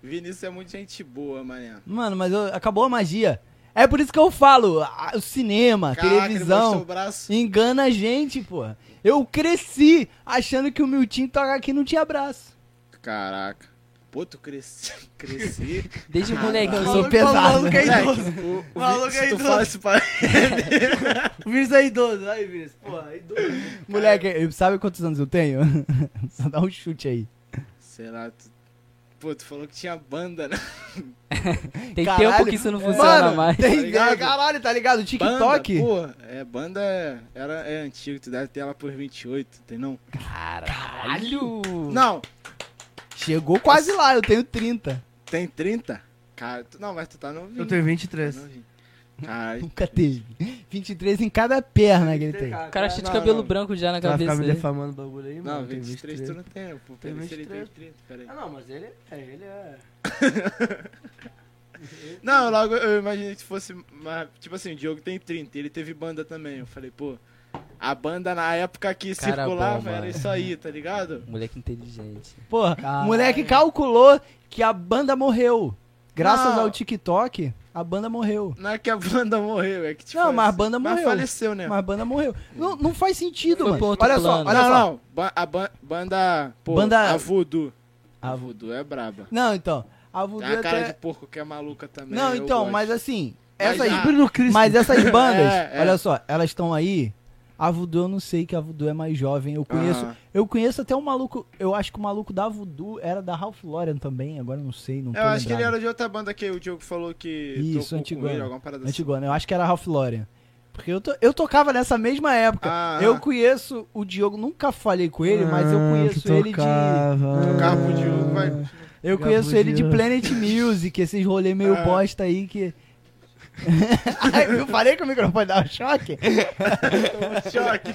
Speaker 4: Vinícius é muito gente boa, mané.
Speaker 2: Mano, mas eu- acabou a magia. É por isso que eu falo, a- o cinema, a
Speaker 4: Caraca, ele mostrou o
Speaker 2: televisão,
Speaker 4: braço.
Speaker 2: engana a gente, porra. Eu cresci achando que o Miltinho toca aqui não tinha braço.
Speaker 4: Caraca. Pô, tu cresci. cresci.
Speaker 3: Desde
Speaker 2: Eu
Speaker 3: molequinho.
Speaker 2: sou pesado.
Speaker 5: maluco é
Speaker 2: né?
Speaker 5: idoso.
Speaker 4: Moleque, o, o
Speaker 5: Maluco
Speaker 4: Vinícius,
Speaker 5: é
Speaker 4: tu
Speaker 5: idoso.
Speaker 4: fala isso pra
Speaker 5: O Vinícius é idoso. Aí, Vinícius. Pô, é idoso.
Speaker 2: Moleque, eu- sabe quantos anos eu tenho? Só dá um chute aí.
Speaker 4: Sei lá, tu... Pô, tu falou que tinha banda, né?
Speaker 3: Tem
Speaker 2: Caralho.
Speaker 3: tempo que isso não funciona
Speaker 2: Mano,
Speaker 3: mais.
Speaker 2: Tem
Speaker 4: Tá ligado?
Speaker 2: Caralho, tá ligado? TikTok?
Speaker 4: Banda, pô, é, banda é, era, é antigo, tu deve ter ela por 28, tem não?
Speaker 3: Caralho!
Speaker 4: Não,
Speaker 2: Chegou quase lá, eu tenho 30.
Speaker 4: tem 30? Cara, tu, não, mas tu tá novinho.
Speaker 5: Eu tenho 23.
Speaker 4: novinho. Caralho,
Speaker 2: Nunca teve. 23 em cada perna que ele tem.
Speaker 3: O cara cheio de
Speaker 4: Não,
Speaker 3: cabelo
Speaker 4: não.
Speaker 3: branco já na
Speaker 5: Vai ficar
Speaker 3: cabeça.
Speaker 5: me
Speaker 3: dele.
Speaker 5: defamando o bagulho aí, mano.
Speaker 4: não,
Speaker 5: eu tenho
Speaker 4: 23, tu não tem, pô,
Speaker 5: Tem
Speaker 4: peraí, se ele tem 30,
Speaker 5: 23.
Speaker 4: peraí.
Speaker 5: Ah, não, mas ele é. Ele é.
Speaker 4: Não, logo eu imaginei que fosse. mais- Tipo assim, o Diogo tem 30, ele teve banda também. Eu falei, pô, a banda na época que
Speaker 3: Cara
Speaker 4: circulava
Speaker 3: bom,
Speaker 4: era
Speaker 3: mano.
Speaker 4: isso aí, tá ligado?
Speaker 3: Moleque inteligente.
Speaker 2: Porra, o moleque calculou que a banda morreu. Graças
Speaker 3: Ah.
Speaker 4: Não.
Speaker 2: ao TikTok, a banda morreu.
Speaker 4: Não é que a banda morreu, é que tipo.
Speaker 2: Não, mas a
Speaker 4: assim,
Speaker 2: banda morreu.
Speaker 4: faleceu, né?
Speaker 2: Mas a banda morreu. Não, não faz sentido,
Speaker 3: Foi pro
Speaker 2: mano.
Speaker 3: outro
Speaker 2: Olha só,
Speaker 3: plano.
Speaker 2: olha
Speaker 4: não,
Speaker 2: só.
Speaker 4: não. ba- a ban- banda. Pô,
Speaker 2: Banda-
Speaker 4: a Voodoo.
Speaker 2: A
Speaker 4: A
Speaker 2: Voodoo.
Speaker 4: Voodoo é braba.
Speaker 2: Não, então. A
Speaker 4: Tem
Speaker 2: Voodoo
Speaker 4: a cara
Speaker 2: até...
Speaker 4: de porco que é maluca também.
Speaker 2: Não,
Speaker 4: eu
Speaker 2: então,
Speaker 4: gosto.
Speaker 2: mas assim,
Speaker 4: Mas
Speaker 2: essas,
Speaker 4: a-
Speaker 5: Bruno Cristo.
Speaker 2: mas essas bandas,
Speaker 4: É, é.
Speaker 2: olha só, elas estão aí. A Voodoo eu não sei que a Voodoo é mais jovem. Eu conheço,
Speaker 4: Ah.
Speaker 2: eu conheço até um maluco, eu acho que o maluco da Voodoo era da Ralph Lauren também, agora eu não sei, não tô
Speaker 4: Eu acho que
Speaker 2: lembrado.
Speaker 4: ele era de outra banda que o Diogo falou que.
Speaker 2: Isso,
Speaker 4: tocou com
Speaker 2: antigona.
Speaker 4: ele, alguma parada assim.
Speaker 2: Antigona, né? eu acho que era Ralph Lauren. Porque eu, to- eu tocava nessa mesma época.
Speaker 4: Ah,
Speaker 2: eu
Speaker 4: ah.
Speaker 2: conheço o Diogo, nunca falei com ele, mas
Speaker 5: Ah,
Speaker 2: eu conheço ele de. um,
Speaker 4: O carro pro Diogo vai.
Speaker 2: Eu
Speaker 5: Gabo
Speaker 2: conheço ele de
Speaker 5: Diogo.
Speaker 2: Planet Music, esses rolê meio
Speaker 4: Ah.
Speaker 2: bosta aí que. É. Ai, eu falei que o microfone dava choque?
Speaker 4: Choque.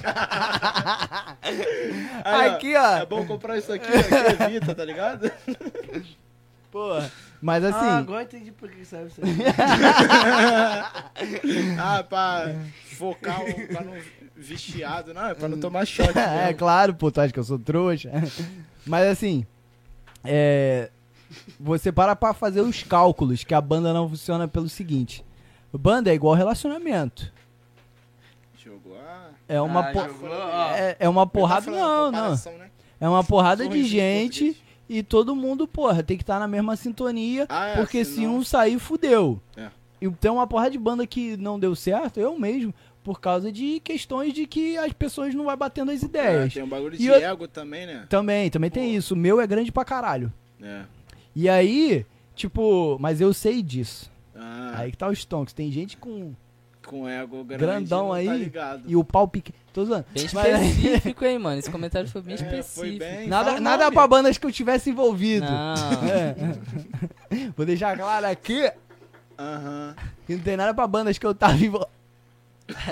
Speaker 4: Aí, ó,
Speaker 2: Aqui, ó.
Speaker 4: É bom comprar isso aqui, ó, que evita, tá ligado?
Speaker 2: Porra. Mas assim.
Speaker 5: Ah, agora eu entendi por que serve isso aí.
Speaker 4: Ah, pra focar, o- pra não viciado, não, é pra não tomar choque.
Speaker 2: é
Speaker 4: mesmo.
Speaker 2: claro, pô, tu acha que eu sou trouxa? Mas assim, é, você para pra fazer os cálculos que a banda não funciona pelo seguinte: banda é igual relacionamento.
Speaker 4: Jogou a-
Speaker 2: É uma,
Speaker 5: Ah,
Speaker 2: po-
Speaker 5: jogou, ó.
Speaker 2: é, é uma porrada,
Speaker 4: Ele tá falando
Speaker 2: não, não.
Speaker 4: comparação, né?
Speaker 2: É uma porrada
Speaker 4: Sou
Speaker 2: de
Speaker 4: ruim
Speaker 2: gente
Speaker 4: português.
Speaker 2: e todo mundo, porra, tem que estar na tá mesma sintonia,
Speaker 4: Ah, é,
Speaker 2: porque se
Speaker 4: senão-
Speaker 2: um sair, fudeu.
Speaker 4: É.
Speaker 2: E tem uma porrada de banda que não deu certo, eu mesmo, por causa de questões de que as pessoas não vai batendo as
Speaker 4: É,
Speaker 2: ideias.
Speaker 4: tem um bagulho
Speaker 2: E
Speaker 4: de
Speaker 2: eu-
Speaker 4: ego também, né?
Speaker 2: Também, também tem isso. O meu é grande pra caralho.
Speaker 4: É.
Speaker 2: E aí, tipo, mas eu sei disso.
Speaker 4: Ah,
Speaker 2: Aí que tá os tonks. Tem gente com.
Speaker 4: com ego grande,
Speaker 2: Grandão
Speaker 4: não Tá
Speaker 2: aí,
Speaker 4: ligado.
Speaker 2: E o pau pique. Tô zoando.
Speaker 3: Bem
Speaker 2: Mas-
Speaker 3: específico, hein, mano? Esse comentário foi bem
Speaker 4: É, foi
Speaker 3: específico.
Speaker 4: bem-
Speaker 2: Nada,
Speaker 4: Fala
Speaker 2: nada
Speaker 4: nome.
Speaker 2: pra bandas que eu tivesse envolvido.
Speaker 3: Não.
Speaker 2: É. Vou deixar claro aqui
Speaker 4: Aham.
Speaker 2: que não tem nada pra bandas que eu tava envolvido.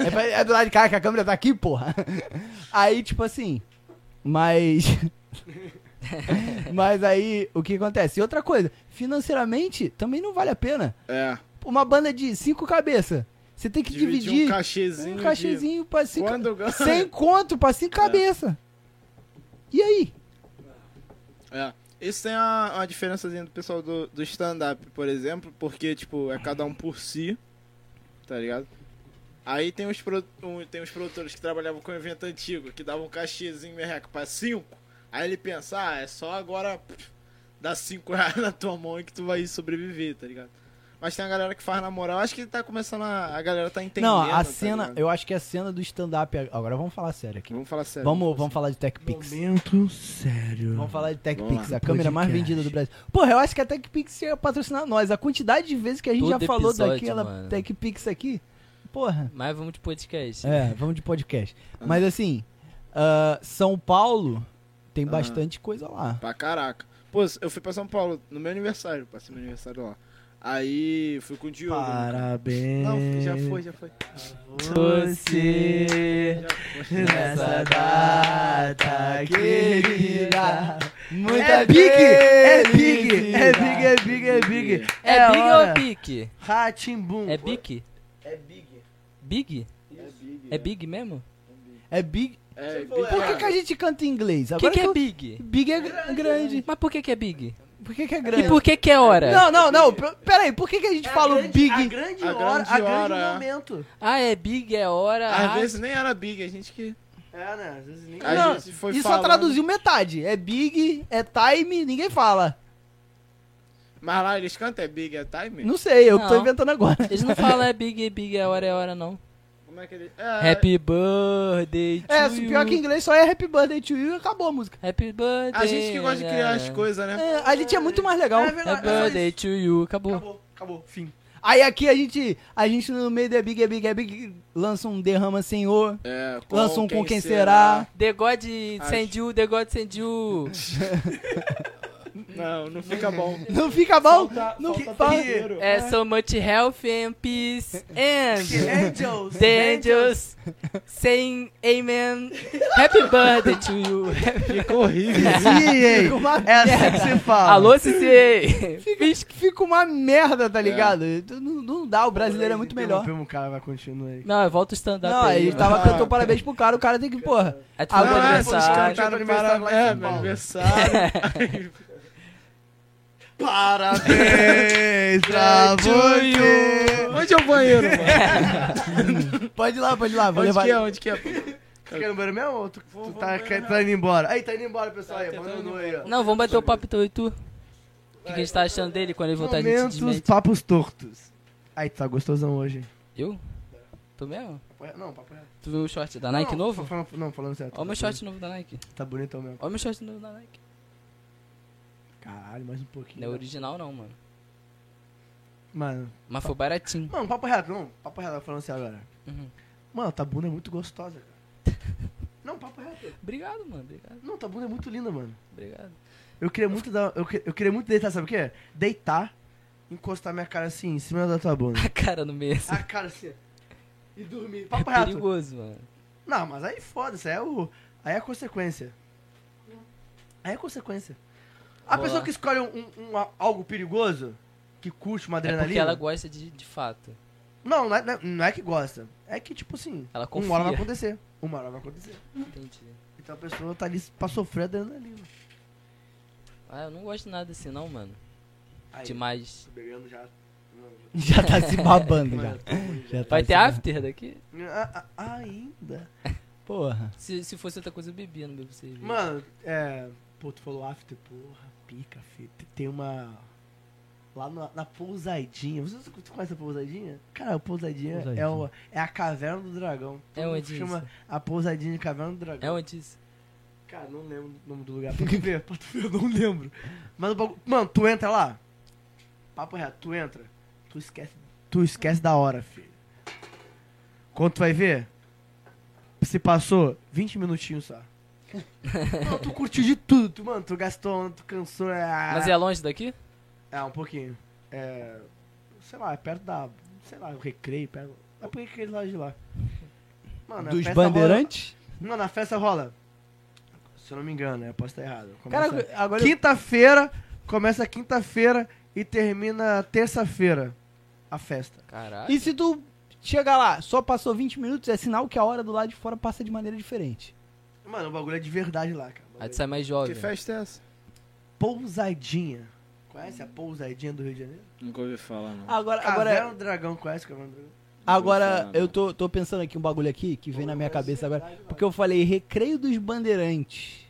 Speaker 2: É, pra- é do lado de cá que a câmera tá aqui, porra. Aí, tipo assim. Mas. mas aí, o que acontece? E outra coisa, financeiramente também não vale a pena.
Speaker 4: É.
Speaker 2: Uma banda de cinco cabeças. Você tem que
Speaker 4: Dividir,
Speaker 2: dividir
Speaker 4: um cachezinho.
Speaker 2: um
Speaker 4: de-
Speaker 2: cachezinho pra cinco.
Speaker 4: Quando ganha.
Speaker 2: Sem conto pra cinco
Speaker 4: É.
Speaker 2: cabeças. E aí?
Speaker 4: É. Isso tem uma, uma diferençazinha do pessoal do, do stand-up, por exemplo, porque, tipo, é cada um por si, tá ligado? Aí tem os, produ- um- tem os produtores que trabalhavam com evento antigo, que davam um cachezinho merreca pra cinco. Aí ele pensa, ah, é só agora pff, dar cinco reais na tua mão e que tu vai sobreviver, tá ligado? Mas tem a galera que faz na moral, acho que tá começando a. A galera tá entendendo.
Speaker 2: Não, a
Speaker 4: tá
Speaker 2: cena,
Speaker 4: ligado?
Speaker 2: eu acho que a cena do stand-up. Agora vamos falar sério aqui.
Speaker 4: Vamos falar sério.
Speaker 2: Vamos, vamos falar de TechPix.
Speaker 1: Momento sério.
Speaker 2: Vamos falar de
Speaker 4: Vamos
Speaker 2: TechPix,
Speaker 4: lá.
Speaker 2: a câmera mais
Speaker 1: Podcast.
Speaker 2: vendida do Brasil. Porra, eu acho que a TechPix ia patrocinar nós. A quantidade de vezes que a gente
Speaker 3: Todo
Speaker 2: já falou
Speaker 3: episódio,
Speaker 2: daquela
Speaker 3: mano.
Speaker 2: TechPix aqui. Porra.
Speaker 3: Mas vamos de podcast.
Speaker 2: É, vamos de podcast. Mas assim, ah, São Paulo tem
Speaker 3: Ah.
Speaker 2: bastante coisa lá.
Speaker 4: Pra caraca. Pô, eu fui pra São Paulo no meu aniversário, passei meu aniversário lá. Aí fui com o Diogo. né?
Speaker 1: Parabéns.
Speaker 4: Não, já foi, já foi.
Speaker 1: Você
Speaker 4: Já foi.
Speaker 1: nessa
Speaker 3: Ah, tá,
Speaker 1: data querida.
Speaker 2: Muita
Speaker 1: é big, é big, é big, é big, é big.
Speaker 3: É,
Speaker 1: É a
Speaker 3: Big
Speaker 1: hora.
Speaker 3: ou Big?
Speaker 5: Ratimbum.
Speaker 3: É Big?
Speaker 5: É big.
Speaker 3: Big?
Speaker 4: É big.
Speaker 3: É Big mesmo?
Speaker 2: É big.
Speaker 4: É big.
Speaker 2: Por que, que a gente canta em inglês?
Speaker 3: O que,
Speaker 2: Agora
Speaker 3: que
Speaker 2: eu-
Speaker 3: é Big?
Speaker 2: Big é gr- grande.
Speaker 3: Mas por que, que é Big?
Speaker 2: Por que, que é
Speaker 3: E
Speaker 2: grande?
Speaker 3: por que, que é hora?
Speaker 2: Não, não, não. p- Pera aí, por que, que a gente fala o big?
Speaker 5: É A grande
Speaker 4: A
Speaker 5: hora,
Speaker 4: grande
Speaker 5: a grande
Speaker 4: hora.
Speaker 5: momento.
Speaker 3: Ah, é Big, é hora.
Speaker 4: Às
Speaker 3: ah,
Speaker 4: vezes nem era big, a gente que.
Speaker 5: É, né? Às vezes nem...
Speaker 4: A
Speaker 2: Não,
Speaker 4: gente foi
Speaker 2: e só
Speaker 4: falando,
Speaker 2: traduziu metade. É big, é time, ninguém fala.
Speaker 4: Mas lá eles cantam é big, é time?
Speaker 2: Não sei, eu que tô
Speaker 3: Não.
Speaker 2: inventando agora.
Speaker 3: Eles não falam é Big, Big, é hora, é hora, não.
Speaker 4: Como é que ele. É,
Speaker 3: Happy birthday to
Speaker 2: É,
Speaker 3: you.
Speaker 2: pior que em inglês só é Happy Birthday to you e acabou a música.
Speaker 3: Happy birthday.
Speaker 4: A gente que gosta de criar as coisas, né?
Speaker 2: É, a gente é muito mais legal.
Speaker 5: É verdade.
Speaker 3: Happy birthday to you. Acabou.
Speaker 5: Acabou, acabou, fim.
Speaker 2: Aí aqui a gente, a gente no meio da Big, é Big, é Big, lança um derrama senhor,
Speaker 4: É,
Speaker 2: lança um com quem será.
Speaker 3: The God send
Speaker 4: Acho.
Speaker 3: you, the God send you.
Speaker 4: Não, não fica bom.
Speaker 2: Não fica bom?
Speaker 5: Ah,
Speaker 2: Não
Speaker 4: Falta
Speaker 2: fala.
Speaker 4: terceiro.
Speaker 3: É so much health and peace and...
Speaker 5: Angels.
Speaker 3: The angels saying amen. Happy birthday to you.
Speaker 4: Fica horrível.
Speaker 5: Sim, é assim que você fala.
Speaker 3: Alô, Cici.
Speaker 2: Fica, fica uma merda,
Speaker 4: É.
Speaker 2: tá ligado? Não, não dá, o brasileiro é muito melhor.
Speaker 5: Um cara vai continuar aí.
Speaker 3: Não, volta o stand-up.
Speaker 2: Não,
Speaker 3: aí,
Speaker 2: ele
Speaker 3: mano.
Speaker 2: tava
Speaker 4: Ah,
Speaker 2: cantando parabéns pro cara, o cara tem que, porra.
Speaker 3: Aí tu
Speaker 2: Ah,
Speaker 3: foi
Speaker 4: Não,
Speaker 3: pro
Speaker 4: é, vocês
Speaker 3: aniversário.
Speaker 5: cara-
Speaker 4: cantaram
Speaker 5: Meu aniversário lá em
Speaker 4: para- é,
Speaker 5: São
Speaker 4: meu
Speaker 5: Paulo.
Speaker 4: aniversário.
Speaker 5: Parabéns pra você.
Speaker 4: Onde é o banheiro, mano?
Speaker 2: Pode ir lá, pode ir lá, vou
Speaker 4: Onde
Speaker 2: levar.
Speaker 4: que é? Onde que é? pô?
Speaker 5: Tu quer no banheiro mesmo ou tu, tu
Speaker 4: vou
Speaker 5: tá,
Speaker 4: no
Speaker 5: quer-
Speaker 4: banheiro
Speaker 5: tá indo embora? Aí, tá indo embora, pessoal. Aí,
Speaker 4: tentando
Speaker 5: abandonou
Speaker 4: indo
Speaker 5: aí, ó.
Speaker 3: Não, vamos bater o papo tu e tu. O que, que a gente tá achando dele quando ele voltar de
Speaker 5: Momentos, papos tortos. Aí, tu tá gostosão hoje. hein?
Speaker 3: Eu? Tu mesmo?
Speaker 5: Papo reto? Não, papo reto.
Speaker 3: Tu viu o short da Nike
Speaker 5: Não,
Speaker 3: novo?
Speaker 5: fa- fa- Não, falando certo.
Speaker 3: Olha o meu
Speaker 5: Tá
Speaker 3: short novo da Nike.
Speaker 5: bonito- Tá bonitão mesmo.
Speaker 3: Olha o meu short novo da Nike.
Speaker 5: Caralho, mais um pouquinho.
Speaker 3: Não é original não, mano.
Speaker 5: Mano,
Speaker 3: Mas foi baratinho.
Speaker 5: mano, papo reto, não. Papo reto, falando assim agora.
Speaker 3: Uhum.
Speaker 5: Mano, tua bunda é muito gostosa, cara. Não, papo reto.
Speaker 3: Obrigado, mano. Obrigado,
Speaker 5: Não, tua bunda é muito linda, mano.
Speaker 3: obrigado.
Speaker 5: Eu queria muito dar. Eu, que- eu queria muito deitar, sabe o quê? Deitar, encostar minha cara assim em cima da tua bunda.
Speaker 3: A cara no meio assim.
Speaker 5: A cara assim. E dormir. Papo
Speaker 3: É
Speaker 5: reto.
Speaker 3: perigoso, mano.
Speaker 5: Não, mas aí foda-se, aí é o. Aí é a consequência. Aí é a consequência. A
Speaker 3: Vou
Speaker 5: pessoa
Speaker 3: lá.
Speaker 5: que escolhe um, um- um- algo perigoso, que curte uma
Speaker 3: É
Speaker 5: adrenalina.
Speaker 3: porque ela gosta de, de fato.
Speaker 5: Não, não é, não é- não é que gosta. É que, tipo assim,
Speaker 3: Ela
Speaker 5: uma hora vai
Speaker 3: confia.
Speaker 5: acontecer. Uma hora vai acontecer.
Speaker 3: Entendi.
Speaker 5: Então a pessoa tá ali pra sofrer adrenalina.
Speaker 3: Ah, eu não gosto de nada assim não, mano.
Speaker 5: Aí,
Speaker 3: Demais.
Speaker 5: tô bebendo já. Não,
Speaker 2: Já tá se babando já.
Speaker 5: mano, tô ruim já.
Speaker 2: Já tá
Speaker 3: Vai
Speaker 2: se
Speaker 3: ter
Speaker 1: né?
Speaker 2: babando.
Speaker 3: after daqui?
Speaker 5: Ah, ah, ainda.
Speaker 2: Porra.
Speaker 3: Se, se fosse outra coisa, eu bebia, não bebo cerveja.
Speaker 5: Mano, é. Pô, tu falou after, porra, pica, filho. Tem uma. Lá na, na Pousadinha. Vocês conhecem a Pousadinha? Cara, a Pousadinha,
Speaker 2: Pousadinha.
Speaker 5: É, o, é a Caverna do Dragão.
Speaker 3: É
Speaker 5: mundo
Speaker 3: onde
Speaker 5: chama
Speaker 3: isso?
Speaker 5: a Pousadinha de Caverna do
Speaker 3: É
Speaker 5: Dragão.
Speaker 3: onde isso?
Speaker 5: Cara, não lembro o nome do lugar. Tem que ver, pra tu ver, eu não lembro. Mas o bagulho. Mano, tu entra lá. Papo reto, tu entra. Tu esquece. Tu esquece da hora, filho. Quando tu vai ver? Se passou 20 minutinhos só. Não, tu curtiu de tudo, tu, mano. Tu gastou, tu cansou. É...
Speaker 3: Mas é longe daqui?
Speaker 5: É, um pouquinho. É. Sei lá, é perto da. Sei lá, o recreio, perto. É por que lá de lá? Mano, a
Speaker 2: Dos
Speaker 5: festa né?
Speaker 2: bandeirantes?
Speaker 5: Rola... Mano, a festa rola. Se eu não me engano, né? Eu posso estar errado. Começa...
Speaker 2: Cara, agora eu-
Speaker 5: Quinta-feira, começa quinta-feira e termina terça-feira a festa.
Speaker 3: Caraca.
Speaker 2: E se tu chegar lá, só passou 20 minutos, é sinal que a hora do lado de fora passa de maneira diferente.
Speaker 5: Mano, o bagulho é de verdade lá, cara. O
Speaker 3: Aí tu
Speaker 5: bagulho é
Speaker 3: sai mais jovem.
Speaker 4: Que festa é essa?
Speaker 5: Pousadinha. Conhece a pousadinha do Rio de Janeiro?
Speaker 4: Nunca ouvi falar, não.
Speaker 2: Agora,
Speaker 5: Caverna
Speaker 2: agora,
Speaker 5: do Dragão, conhece a Caverna do Dragão?
Speaker 2: agora eu tô, tô pensando aqui um bagulho aqui que vem na minha cabeça agora. Porque eu falei recreio dos bandeirantes.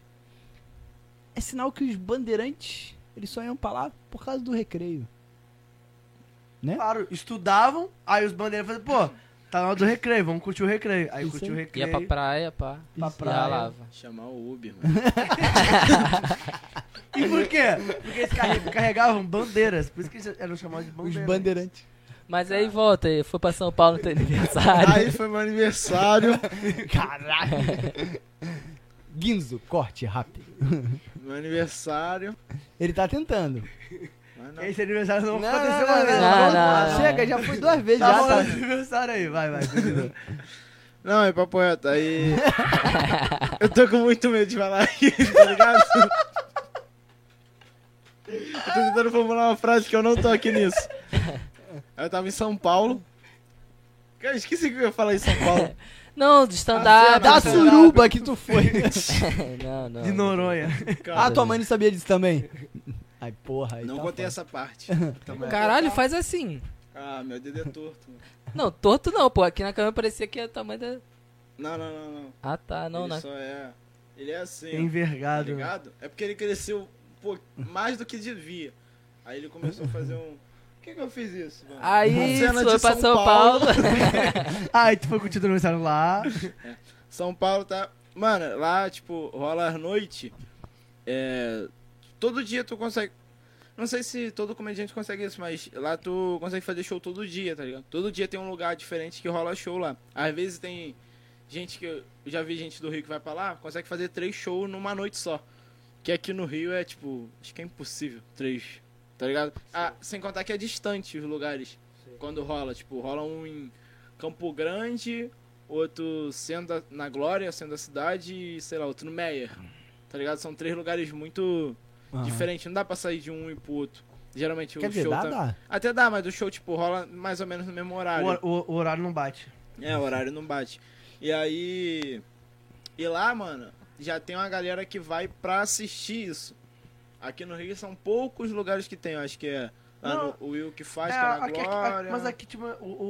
Speaker 2: É sinal que os bandeirantes, eles só iam pra lá por causa do recreio.
Speaker 5: Claro, estudavam, aí os bandeiras falavam, pô, tá na hora do recreio, vamos curtir o recreio. Aí
Speaker 2: Isso
Speaker 5: curtiu o
Speaker 2: aí.
Speaker 5: recreio.
Speaker 3: Ia pra praia, pá.
Speaker 5: Pra
Speaker 3: E
Speaker 5: praia.
Speaker 3: ralava.
Speaker 4: Chamar o Uber, mano.
Speaker 5: E por quê? Porque eles carre- carregavam bandeiras, por isso que eles eram chamados de bandeiras.
Speaker 2: Os bandeirantes.
Speaker 3: Mas aí volta, aí foi pra São Paulo no teu aniversário.
Speaker 4: Aí foi meu aniversário.
Speaker 2: Caralho. Guinzo, corte rápido.
Speaker 4: Meu aniversário.
Speaker 2: Ele tá tentando.
Speaker 4: Mas não.
Speaker 5: Esse aniversário não,
Speaker 2: Não,
Speaker 5: aconteceu
Speaker 2: não,
Speaker 5: mais
Speaker 2: não,
Speaker 5: vezes.
Speaker 3: não, não,
Speaker 5: Vamos lá.
Speaker 3: não.
Speaker 2: Chega, já foi duas vezes.
Speaker 5: Tá
Speaker 2: já,
Speaker 5: bom, Tá
Speaker 2: tá.
Speaker 5: aniversário aí, vai, vai. continua.
Speaker 4: Não, é papo reto. Aí. eu tô com muito medo de falar isso, tá ligado? eu tô tentando formular uma frase que eu não tô aqui nisso. Aí eu tava em São Paulo. Cara, eu esqueci que eu ia falar em São Paulo.
Speaker 3: Não, do stand-up.
Speaker 2: Da
Speaker 4: Tá
Speaker 3: do
Speaker 4: surdo.
Speaker 2: suruba que tu foi.
Speaker 3: stand-up. não, não.
Speaker 5: De Noronha.
Speaker 2: Ah,
Speaker 4: Cara,
Speaker 2: tua mãe não sabia disso também? Ai, porra. Aí
Speaker 4: não
Speaker 2: tá
Speaker 4: botei
Speaker 2: foda.
Speaker 4: essa parte.
Speaker 3: Caralho, faz assim.
Speaker 4: Ah, meu dedo é torto. mano.
Speaker 3: Não, torto não, pô. Aqui na câmera parecia que é o tamanho da.
Speaker 4: Não, não, não, não.
Speaker 3: Ah, tá. Não,
Speaker 4: ele
Speaker 3: na...
Speaker 4: só é. Ele é assim. ó. Tá
Speaker 5: Envergado.
Speaker 4: ligado? É porque ele cresceu pô, mais do que devia. Aí ele começou a fazer um. Por que, que eu fiz isso, mano?
Speaker 3: Aí
Speaker 4: Cena
Speaker 3: foi
Speaker 4: de
Speaker 3: pra
Speaker 4: São
Speaker 3: São Paulo.
Speaker 4: Paulo.
Speaker 5: Ai, tu foi curtir o aniversário lá.
Speaker 4: São Paulo tá. Mano, lá, tipo, rola à noite. É. Todo dia tu consegue. Não sei se todo comediante consegue isso, mas lá tu consegue fazer show todo dia, tá ligado? Todo dia tem um lugar diferente que rola show lá. Às vezes tem gente que. Eu eu já vi gente do Rio que vai pra lá, consegue fazer três shows numa noite só. Que aqui no Rio é, tipo, acho que é impossível. Três. Tá ligado? Ah, sem contar que é distante os lugares. Quando rola, tipo, rola um em Campo Grande, outro sendo a- na Glória, sendo a cidade, e sei lá, outro no Meyer. Tá ligado? São três lugares muito
Speaker 2: Aham.
Speaker 4: diferentes, não dá pra sair de um e pro outro. Geralmente
Speaker 2: Quer
Speaker 4: o
Speaker 2: dizer,
Speaker 4: show
Speaker 2: dá,
Speaker 4: tá...
Speaker 2: dá.
Speaker 4: Até dá, mas o show, tipo, rola mais ou menos no mesmo
Speaker 5: O,
Speaker 4: horário.
Speaker 5: o- o horário não bate.
Speaker 4: É, o horário não bate. E aí. E lá, mano, já tem uma galera que vai pra assistir isso. Aqui no Rio são poucos lugares que tem, eu acho que é. Lá
Speaker 5: Não.
Speaker 4: no- o Will que faz,
Speaker 5: É,
Speaker 4: que é na
Speaker 5: aqui- aqui-
Speaker 4: Glória.
Speaker 5: mas aqui, tipo, o,